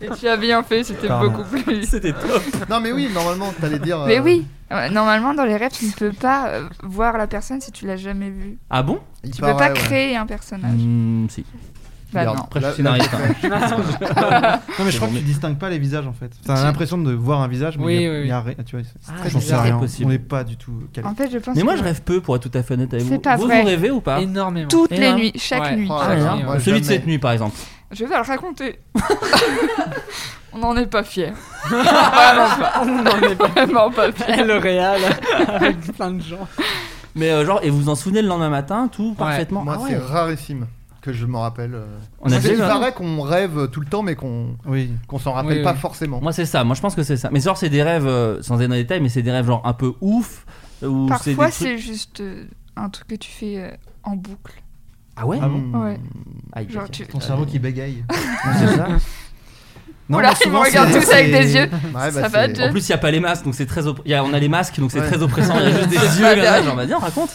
S2: Et tu as bien fait, c'était
S11: Pardon.
S2: beaucoup plus.
S3: C'était top.
S4: Non, mais oui, normalement, t'allais dire.
S2: Mais
S4: euh,
S2: oui, euh, normalement dans les rêves, tu ne peux pas euh, voir la personne si tu l'as jamais vue.
S3: Ah bon
S4: il
S2: Tu peux
S4: paraît,
S2: pas
S4: ouais.
S2: créer un personnage.
S3: Hmm, Si.
S2: Ah, Bah
S4: Merde.
S2: non.
S3: Après, je
S4: Là-
S3: suis scénariste. hein.
S11: Non, mais je crois que tu distingues pas les visages en fait. T'as
S2: Si.
S11: l'impression de voir un visage, mais
S5: Oui,
S11: il y a-
S5: oui,
S11: il y a rien. Tu vois, c'est-
S3: Ah,
S11: j'en
S3: c'est
S11: sais rien.
S3: possible.
S11: On n'est pas du tout
S4: Mm.
S11: calé.
S2: En fait, je pense.
S3: Mais moi,
S2: que
S3: je rêve peu, pour être tout à fait honnête avec
S2: C'est
S3: vous.
S2: pas
S3: vous,
S2: vrai.
S3: vous rêvez ou pas
S5: Énormément.
S2: toutes
S3: Et
S2: les
S3: là
S2: nuits, chaque
S5: Ouais.
S2: nuit.
S4: Oh,
S3: Ah,
S4: d'accord,
S3: ouais,
S4: moi,
S3: Celui de
S4: jamais.
S3: cette nuit, par exemple.
S2: Je vais le raconter. On n'en est pas fiers. Vraiment pas. On n'en est vraiment pas fiers.
S5: Le L'Oréal avec plein de gens.
S3: Mais euh, genre, et vous vous en souvenez le lendemain matin, tout parfaitement.
S4: Moi,
S3: Ah ouais.
S4: c'est rarissime que je m'en rappelle. euh.
S3: On a
S4: C'est- Il
S3: déjà eu un-
S4: paraît qu'on rêve tout le temps, mais qu'on
S11: Oui.
S4: qu'on s'en rappelle
S5: Oui,
S4: pas
S5: oui.
S4: forcément.
S3: Moi, c'est ça. Moi, je pense que c'est ça. Mais genre, c'est des rêves, euh, sans aller dans les détails, mais c'est des rêves genre un peu ouf. Ou c'est des
S2: Parfois,
S3: trucs...
S2: c'est juste euh, un truc que tu fais euh, en boucle.
S3: Ah ouais Ah,
S11: Ah bon
S4: Hmm.
S2: Ouais.
S3: Aïe,
S2: Genre,
S3: aïe,
S2: tu-
S3: aïe.
S11: Ton cerveau qui bégaye.
S3: C'est ça.
S11: Non,
S2: Oula,
S11: mais
S2: ils me
S11: souvent,
S2: regardent
S11: c'est-
S2: tous avec
S11: c'est-
S2: des yeux. Ça
S4: Ouais, bah,
S2: va,
S4: c'est-
S2: Dieu
S3: En plus, il n'y a pas les masques, donc c'est très. opp- y a- on a les masques, donc c'est
S4: Ouais.
S3: très oppressant. Il y a juste des yeux,
S2: pas
S3: il y en a,
S2: dingue.
S3: genre, vas-y, on raconte.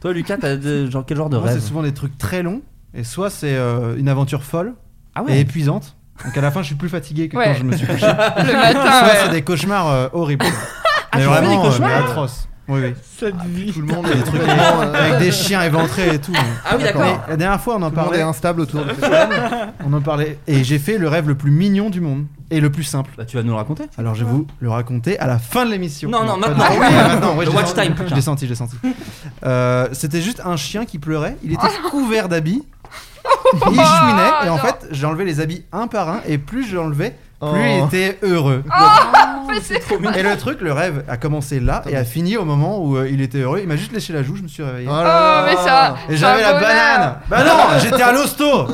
S3: Toi, Lucas, t'as de- genre, quel genre de
S11: Moi, c'est
S3: rêve
S11: souvent des trucs très longs. Et soit c'est euh, une aventure folle
S3: Ah
S11: et
S3: ouais
S11: épuisante. Donc à la fin, je suis plus fatigué que
S2: Ouais.
S11: quand je me suis couché.
S2: Le
S11: Soit
S2: matin,
S11: c'est des cauchemars euh, horribles.
S10: Mais
S4: tu fais
S10: vraiment,
S4: des cauchemars
S10: euh, mais atroce. Oui, oui.
S4: Ah, Tout le monde
S10: Des trucs euh, avec des chiens éventrés et tout.
S4: Ah oui, d'accord.
S10: Mais La dernière fois, on en
S4: Tout le monde
S10: parlait.
S4: est instable autour de cette
S10: On en parlait. Et j'ai fait le rêve le plus mignon du monde. Et le plus simple.
S3: Bah, tu vas nous le raconter
S10: Alors, je vais vous le raconter à la fin de l'émission.
S3: Non, non,
S10: pas
S3: maintenant.
S10: de-
S3: Ah
S10: Oui,
S3: oui.
S10: maintenant. ouais,
S3: Le
S10: je l'ai
S3: watch
S10: senti,
S3: time,
S10: Je
S3: putain.
S10: l'ai senti, je l'ai senti. Euh, C'était juste un chien qui pleurait. Il était couvert d'habits. Il chouinait. Et en fait, j'ai enlevé les habits un par un. Et plus je l'enlevais, plus
S4: Oh.
S10: il était heureux.
S2: mais c'est trop
S10: Et le truc, le rêve a commencé là et a fini au moment où euh, il était heureux. Il m'a juste léché la joue, je me suis réveillé.
S4: Oh là là. Oh, mais
S2: Ah,
S4: ça-
S10: Et
S4: c'est un
S10: j'avais la
S4: bonheur.
S10: banane Bah non, j'étais à l'hosto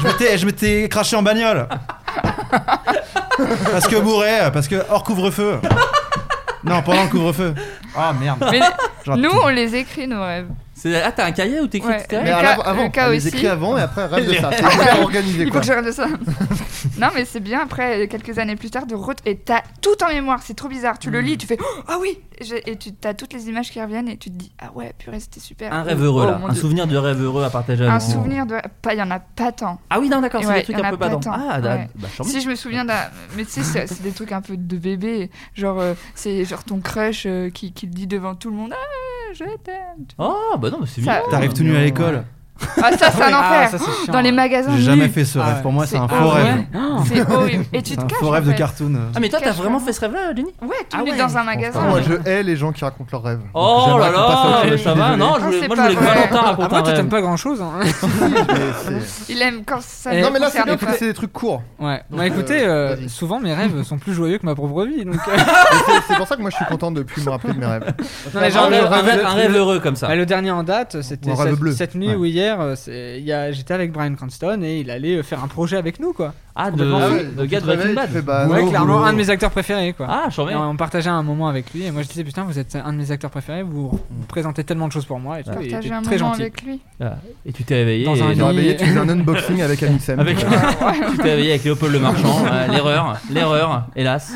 S10: Je m'étais- Je m'étais craché en bagnole Parce que bourré, parce que hors couvre-feu Non, pendant le couvre-feu Ah merde
S2: Mais
S10: Genre,
S2: nous, on les écrit nos rêves.
S3: Ah, t'as un cahier où t'écris
S2: Ouais,
S3: tes rêves
S2: le cas- le cas aussi. Il faut
S3: quoi.
S2: que je rêve de ça. non, mais c'est bien après quelques années plus tard de re- et t'as tout en mémoire. C'est trop bizarre. Tu le lis, tu fais Oh, ah oui, J'ai- et tu t'as toutes les images qui reviennent et tu te dis ah ouais purée c'était super.
S3: Un rêve heureux
S2: Oh,
S3: là,
S2: mon
S3: un
S2: Dieu.
S3: souvenir de rêve heureux à partager avec
S2: Un
S3: vous.
S2: souvenir de pas, il y en a pas tant.
S3: Ah oui, non, d'accord, c'est
S2: Ouais,
S3: des trucs
S2: il y en
S3: un
S2: a
S3: peu
S2: pas
S3: badants.
S2: tant.
S3: Ah, da-
S2: Ouais.
S3: bah, tant mieux.
S2: si je me souviens d'un, mais tu sais, c'est c'est des trucs un peu de bébé, genre euh, c'est genre ton crush euh, qui, qui le dit devant tout le monde, ah je t'aime.
S3: Ah bah non, mais c'est
S2: Ça-
S3: bien.
S10: T'arrives tout nu à l'école
S2: Ah ça c'est un
S10: Ah oui, ah,
S2: enfer.
S10: ça, c'est chiant.
S2: Dans les magasins.
S10: J'ai jamais
S2: nus.
S10: fait ce rêve, pour moi c'est un faux
S2: horrible.
S10: rêve
S2: C'est horrible. Et tu
S10: C'est
S2: te
S10: un
S2: caches.
S10: faux
S2: en
S10: rêve de
S2: fait.
S10: cartoon
S3: Ah, mais
S2: Tu
S3: toi, t'as
S2: te caches
S3: vraiment fait ce rêve-là, Jenny
S2: Ouais, tout
S3: Ah
S2: nu
S3: ouais.
S2: dans un
S4: Ah,
S2: magasin.
S4: Moi, je hais les gens qui racontent leurs rêves.
S3: Oh
S4: J'aimerais
S3: là
S4: qu'on passe à autre
S3: là,
S4: chose,
S3: ça
S4: je suis
S3: va,
S4: désolé.
S3: non,
S2: Ah,
S3: je voulais-
S2: c'est
S3: moi je
S2: pas
S3: voulais que
S2: vrai.
S3: Valentin
S4: Ah,
S3: raconte
S4: moi,
S3: un
S4: toi,
S3: rêve.
S4: t'aimes
S5: Pas hein. grand chose.
S4: Mais c'est-
S2: Il aime quand ça.
S5: Eh,
S2: ne
S5: non, mais là,
S2: concerne
S5: c'est bien,
S2: pas.
S4: Écoutez, c'est des trucs courts.
S5: Ouais,
S4: Donc,
S5: bah écoutez,
S4: euh,
S5: euh, souvent mes rêves sont plus joyeux que ma propre vie. Donc, euh,
S4: Mais c'est- C'est pour ça que moi je suis content de plus me rappeler de mes rêves.
S5: Non, mais genre,
S3: Un
S5: le
S3: rêve- un
S5: rêve-
S3: rêve- un
S5: le-
S3: rêve heureux comme ça.
S5: bah, le dernier en date, c'était
S4: Un rêve
S5: cette,
S4: bleu.
S5: cette nuit
S4: Ouais.
S5: ou hier. euh, c'est- il y a- J'étais avec Brian Cranston et il allait euh, faire un projet avec nous, quoi.
S3: Ah, de,
S5: Complètement fou.
S3: de Gad Breaking Bad.
S4: Ah
S5: ouais, clairement, un de mes acteurs préférés, quoi.
S3: Ah, j'en
S5: Et on partageait un moment avec lui et moi je disais putain vous êtes un de mes acteurs préférés, vous
S4: Mm.
S5: présentez tellement de choses pour moi et tout, et il
S2: Partager
S5: était
S2: un
S5: très
S2: moment
S5: gentil.
S2: avec lui.
S3: Et tu t'es réveillé.
S5: Dans
S3: et-
S5: un
S4: Tu t'es réveillé, tu faisais un unboxing avec Amixem.
S3: Avec... tu t'es réveillé avec Léopold le Marchand, euh, l'erreur, l'erreur, hélas.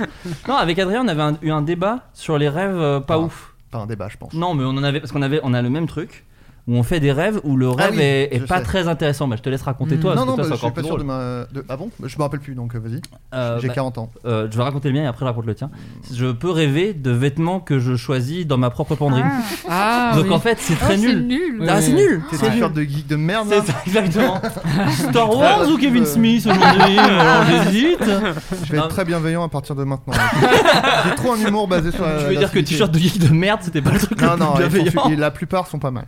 S3: Non, avec Adrien, on avait un- eu un débat sur les rêves euh, pas ouf.
S4: Pas un débat, je pense.
S3: Non, mais on en avait parce qu'on avait, on a le même truc où on fait des rêves où le rêve
S4: Ah oui,
S3: est, est
S4: je
S3: pas
S4: sais.
S3: très intéressant. Bah, je te laisse raconter toi,
S4: non,
S3: parce
S4: non,
S3: que toi
S4: bah,
S3: c'est
S4: je suis
S3: encore
S4: pas
S3: plus
S4: sûr de
S3: drôle.
S4: ma. de- Ah bon Je me rappelle plus donc vas-y.
S3: Euh,
S4: J'ai
S3: bah,
S4: 40 ans.
S3: Euh, je vais raconter le mien et après je raconte le tien. Je peux rêver de vêtements que je choisis dans ma propre penderie.
S5: Ah,
S3: Donc
S5: oui.
S3: en fait, c'est très
S2: Ah, c'est
S3: nul.
S2: nul.
S3: Ah,
S5: Oui.
S3: c'est nul.
S4: T'es
S3: C'est
S4: une
S3: nul.
S4: sorte de geek de merde.
S3: C'est ça, exactement. Star Wars ou Kevin Smith aujourd'hui euh, Alors, J'hésite.
S4: Je vais
S3: Non.
S4: être très bienveillant à partir de maintenant. J'ai trop un humour basé sur. la-
S3: Je veux
S4: la
S3: dire que
S4: facilité.
S3: t-shirt de geek de merde, c'était pas le truc
S4: Non,
S3: le plus
S4: non, ils sont-
S3: bienveillant.
S4: et la plupart sont pas mal.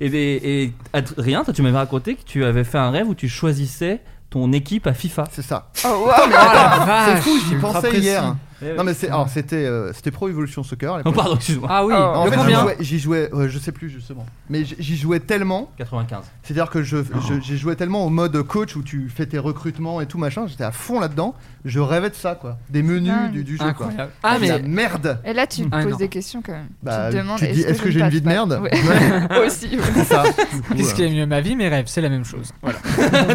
S3: Et, des- et Adrien, toi, tu m'avais raconté que tu avais fait un rêve où tu choisissais ton équipe à FIFA.
S4: C'est ça.
S2: Oh, waouh.
S3: Ah,
S4: C'est fou, j'y
S10: ultra
S4: pensais
S10: précis.
S4: hier.
S3: Eh oui.
S4: Non mais c'est alors c'était euh, c'était Pro Evolution Soccer. à
S3: Oh,
S4: l'époque.
S3: pardon, excuse-moi.
S5: Ah oui,
S4: En
S5: le
S4: fait, j'y
S5: combien
S4: jouais, j'y jouais, ouais, je sais plus justement, mais j- j'y jouais tellement,
S3: 95.
S4: c'est-à-dire que je, je- j'y jouais tellement au mode coach où tu fais tes recrutements et tout machin, j'étais à fond là-dedans, je rêvais de ça quoi, des menus
S2: Dingue.
S4: du, du jeu quoi.
S5: Incroyable. Ah
S4: La
S5: mais
S4: merde.
S2: Et là, tu te
S5: Ah,
S2: poses
S5: non.
S2: des questions quand même.
S4: Bah,
S2: tu te demandes
S4: tu te dis, est-ce
S2: je
S4: que j'ai
S2: ne
S4: une vie de
S2: passe
S4: merde
S2: Ouais.
S4: Ouais.
S2: pas Aussi. ouais.
S4: C'est ça. Du coup,
S5: qu'est-ce qui
S4: euh,
S5: est mieux, ma vie, mes rêves, c'est la même chose. Voilà.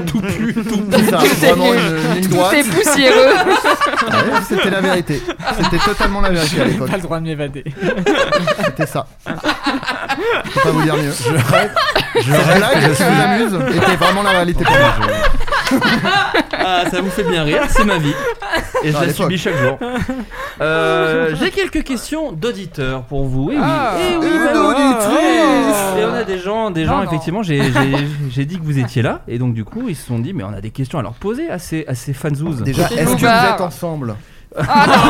S3: Tout pue, tout pue.
S4: c'est ça, vraiment une ligne droite.
S2: C'est poussiéreux.
S4: Ouais, C'était la vérité. C'était totalement la vérité à
S5: J'avais
S4: l'époque.
S5: pas le droit de m'évader.
S4: C'était ça. Je peux pas vous dire mieux. Je rêve. Je
S10: rêve
S4: blague,
S10: que
S4: je
S10: je
S4: suis amuse. Était vraiment la réalité. pour moi.
S3: Ah, ça vous fait bien rire, c'est ma vie. Et je
S4: Ah, à
S3: la
S4: l'époque.
S3: subis chaque jour. Euh, J'ai quelques questions d'auditeurs pour vous. Eh oui,
S5: Ah.
S3: eh oui,
S4: Une
S3: bah oui.
S4: auditrice.
S3: Et on a des gens, des
S2: Non,
S3: gens
S2: non.
S3: effectivement, j'ai- j'ai j'ai dit que vous étiez là. Et donc, du coup, ils se sont dit, mais on a des questions à leur poser à ces, à ces fanzouzes.
S2: Oh.
S4: Déjà,
S2: C'était
S4: est-ce que vous
S2: Lombard.
S4: êtes ensemble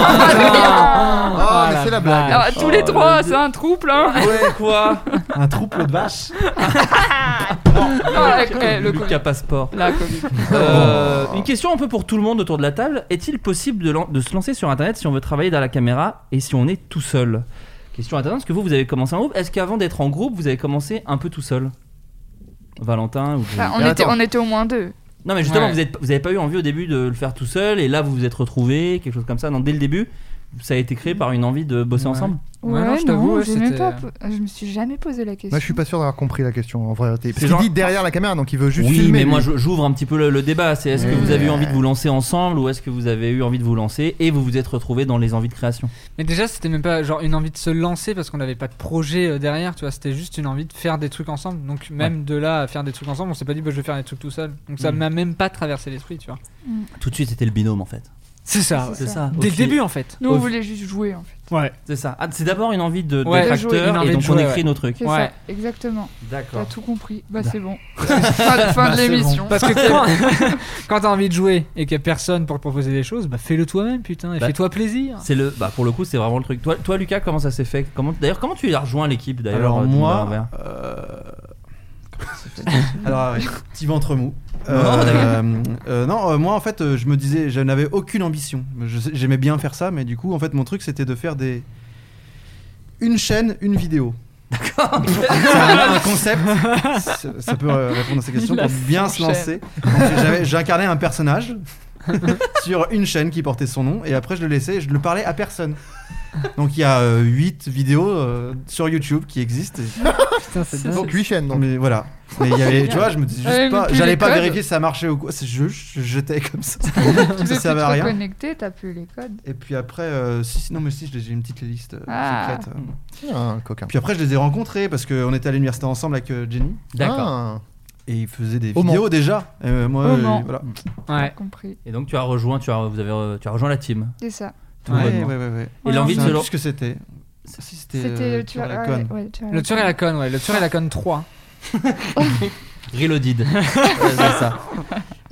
S2: Ah,
S4: Oh,
S5: Ah,
S4: mais
S5: la
S4: c'est la blague.
S5: vache.
S2: Ah, tous les trois, c'est un trouble. Hein.
S3: Quoi
S10: Un troupeau de vaches
S2: Oh, la- eh, le
S3: euh, Lucas Passeport.
S2: La Covid.
S3: Euh,
S10: Oh.
S3: Une question un peu pour tout le monde autour de la table. Est-il possible de, lan- de se lancer sur Internet si on veut travailler derrière la caméra et si on est tout seul Question intéressante, parce que vous, vous avez commencé en groupe. Est-ce qu'avant d'être en groupe, vous avez commencé un peu tout seul Valentin ou
S2: Bah, on,
S4: Mais
S2: était,
S4: attends.
S2: on était au moins deux.
S3: Non, mais justement,
S5: Ouais.
S3: vous n'avez vous avez pas eu envie au début de le faire tout seul et là, vous vous êtes retrouvés, quelque chose comme ça. Non, dès le début, ça a été créé par une envie de bosser
S5: Ouais.
S3: ensemble
S5: Ouais, non, je t'avoue, ouais,
S2: j'ai même
S5: c'était-
S2: pas po- je me suis jamais posé la question.
S4: Moi, je suis pas sûr d'avoir compris la question en vérité.
S3: C'est
S4: Parce qu'il
S3: genre-
S4: dit derrière la caméra, donc il veut juste
S3: oui,
S4: filmer.
S3: mais
S4: lui.
S3: moi je- j'ouvre un petit peu le, le débat. C'est est-ce que
S4: Oui,
S3: vous avez eu
S4: mais-
S3: envie de vous lancer ensemble ou est-ce que vous avez eu envie de vous lancer et vous vous êtes retrouvé dans les envies de création
S5: Mais déjà, c'était même pas genre une envie de se lancer parce qu'on n'avait pas de projet euh, derrière, tu vois. C'était juste une envie de faire des trucs ensemble. Donc, même de là à faire des trucs ensemble, on s'est pas dit, bah, je vais faire des trucs tout seul. Donc, ça
S3: Mm.
S5: m'a même pas traversé l'esprit, tu vois.
S3: Tout de suite, c'était le binôme en fait.
S5: C'est ça, ouais.
S3: C'est ça.
S5: Dès
S3: Au
S5: le
S3: fil-
S5: début, en fait.
S2: Nous,
S3: Au
S2: on
S3: fi-
S2: voulait juste jouer en fait.
S5: Ouais.
S3: C'est ça. Ah, c'est d'abord une envie de,
S5: Ouais.
S3: d'être
S5: De jouer,
S3: acteur
S5: une envie
S3: et
S5: de
S3: donc on
S5: jouer,
S3: écrit
S5: ouais.
S3: nos trucs.
S2: C'est ça, exactement.
S3: D'accord.
S2: T'as tout compris. Bah,
S3: Bah.
S2: c'est bon. fin de, fin de
S5: Bah, c'est
S2: l'émission.
S5: bon. Parce que quand, quand t'as envie de jouer et qu'il y a personne pour te proposer des choses, bah fais-le toi-même, putain, et
S3: Bah,
S5: fais-toi plaisir.
S3: C'est le, bah pour le coup, c'est vraiment le truc. Toi, toi Lucas, comment ça s'est fait Comment, d'ailleurs, comment tu as rejoint l'équipe d'ailleurs
S4: Alors,
S3: euh, du
S4: moi,
S3: Nouvel Envers
S4: Alors, ouais, petit ventre mou.
S3: Non,
S4: Euh, euh, non, euh, moi en fait, euh, je me disais, je n'avais aucune ambition. Je sais- J'aimais bien faire ça, mais du coup, en fait, mon truc c'était de faire des. Une chaîne, une vidéo. C'est un, un concept. Ça, ça peut euh, répondre à ces questions
S12: La
S4: pour bien se
S12: fourchette.
S4: lancer. Donc, j'avais- J'incarnais un personnage sur une chaîne qui portait son nom, et après, je le laissais et je ne le parlais à personne. Donc, il y a 8 vidéos euh, sur YouTube qui existent. et-
S5: Putain, c'est dingue.
S1: Ah, Donc 8 chaînes donc.
S4: mais voilà. Mais il y avait, tu vois, je me disais
S2: Ouais,
S4: juste pas,
S2: mais plus les
S4: j'allais pas
S2: codes.
S4: vérifier si ça marchait ou quoi. C'est je, je jetais comme ça.
S2: Tu
S4: ça
S2: veux
S4: servait à
S2: plus te
S4: rien.
S2: connecter, t'as plus les codes.
S4: Et puis après, euh, si, si, non mais si, j'ai j'ai une petite liste euh,
S2: Ah.
S4: secrète. euh.
S1: Un coquin.
S4: Puis après, je les ai rencontrés parce qu'on était à l'université ensemble avec euh, Jenny
S3: D'accord.
S1: Ah.
S4: et ils faisaient des
S1: Au Mans.
S4: vidéos déjà. Et, euh, moi,
S2: Au
S4: euh,
S2: Mans.
S4: voilà.
S2: T'as
S5: Ouais.
S2: compris.
S3: Et donc tu as rejoint, tu as, vous avez, euh, tu as rejoint la team.
S2: C'est ça.
S3: Tout
S4: Ouais, ouais,
S3: bonnement.
S4: ouais, ouais.
S3: Et
S2: Ouais,
S3: l'envie
S4: Je
S3: de
S4: sais
S3: se
S4: plus
S3: lancer.
S4: ce que c'était. Si, c'était
S2: C'était
S4: euh,
S2: le tueur
S4: Tueur à la
S2: ouais,
S4: conne.
S2: ouais, tueur à
S5: Le tueur et
S2: conne.
S5: la conne, ouais. Le tueur et la conne 3.
S3: Reloaded. Ouais, c'est ça.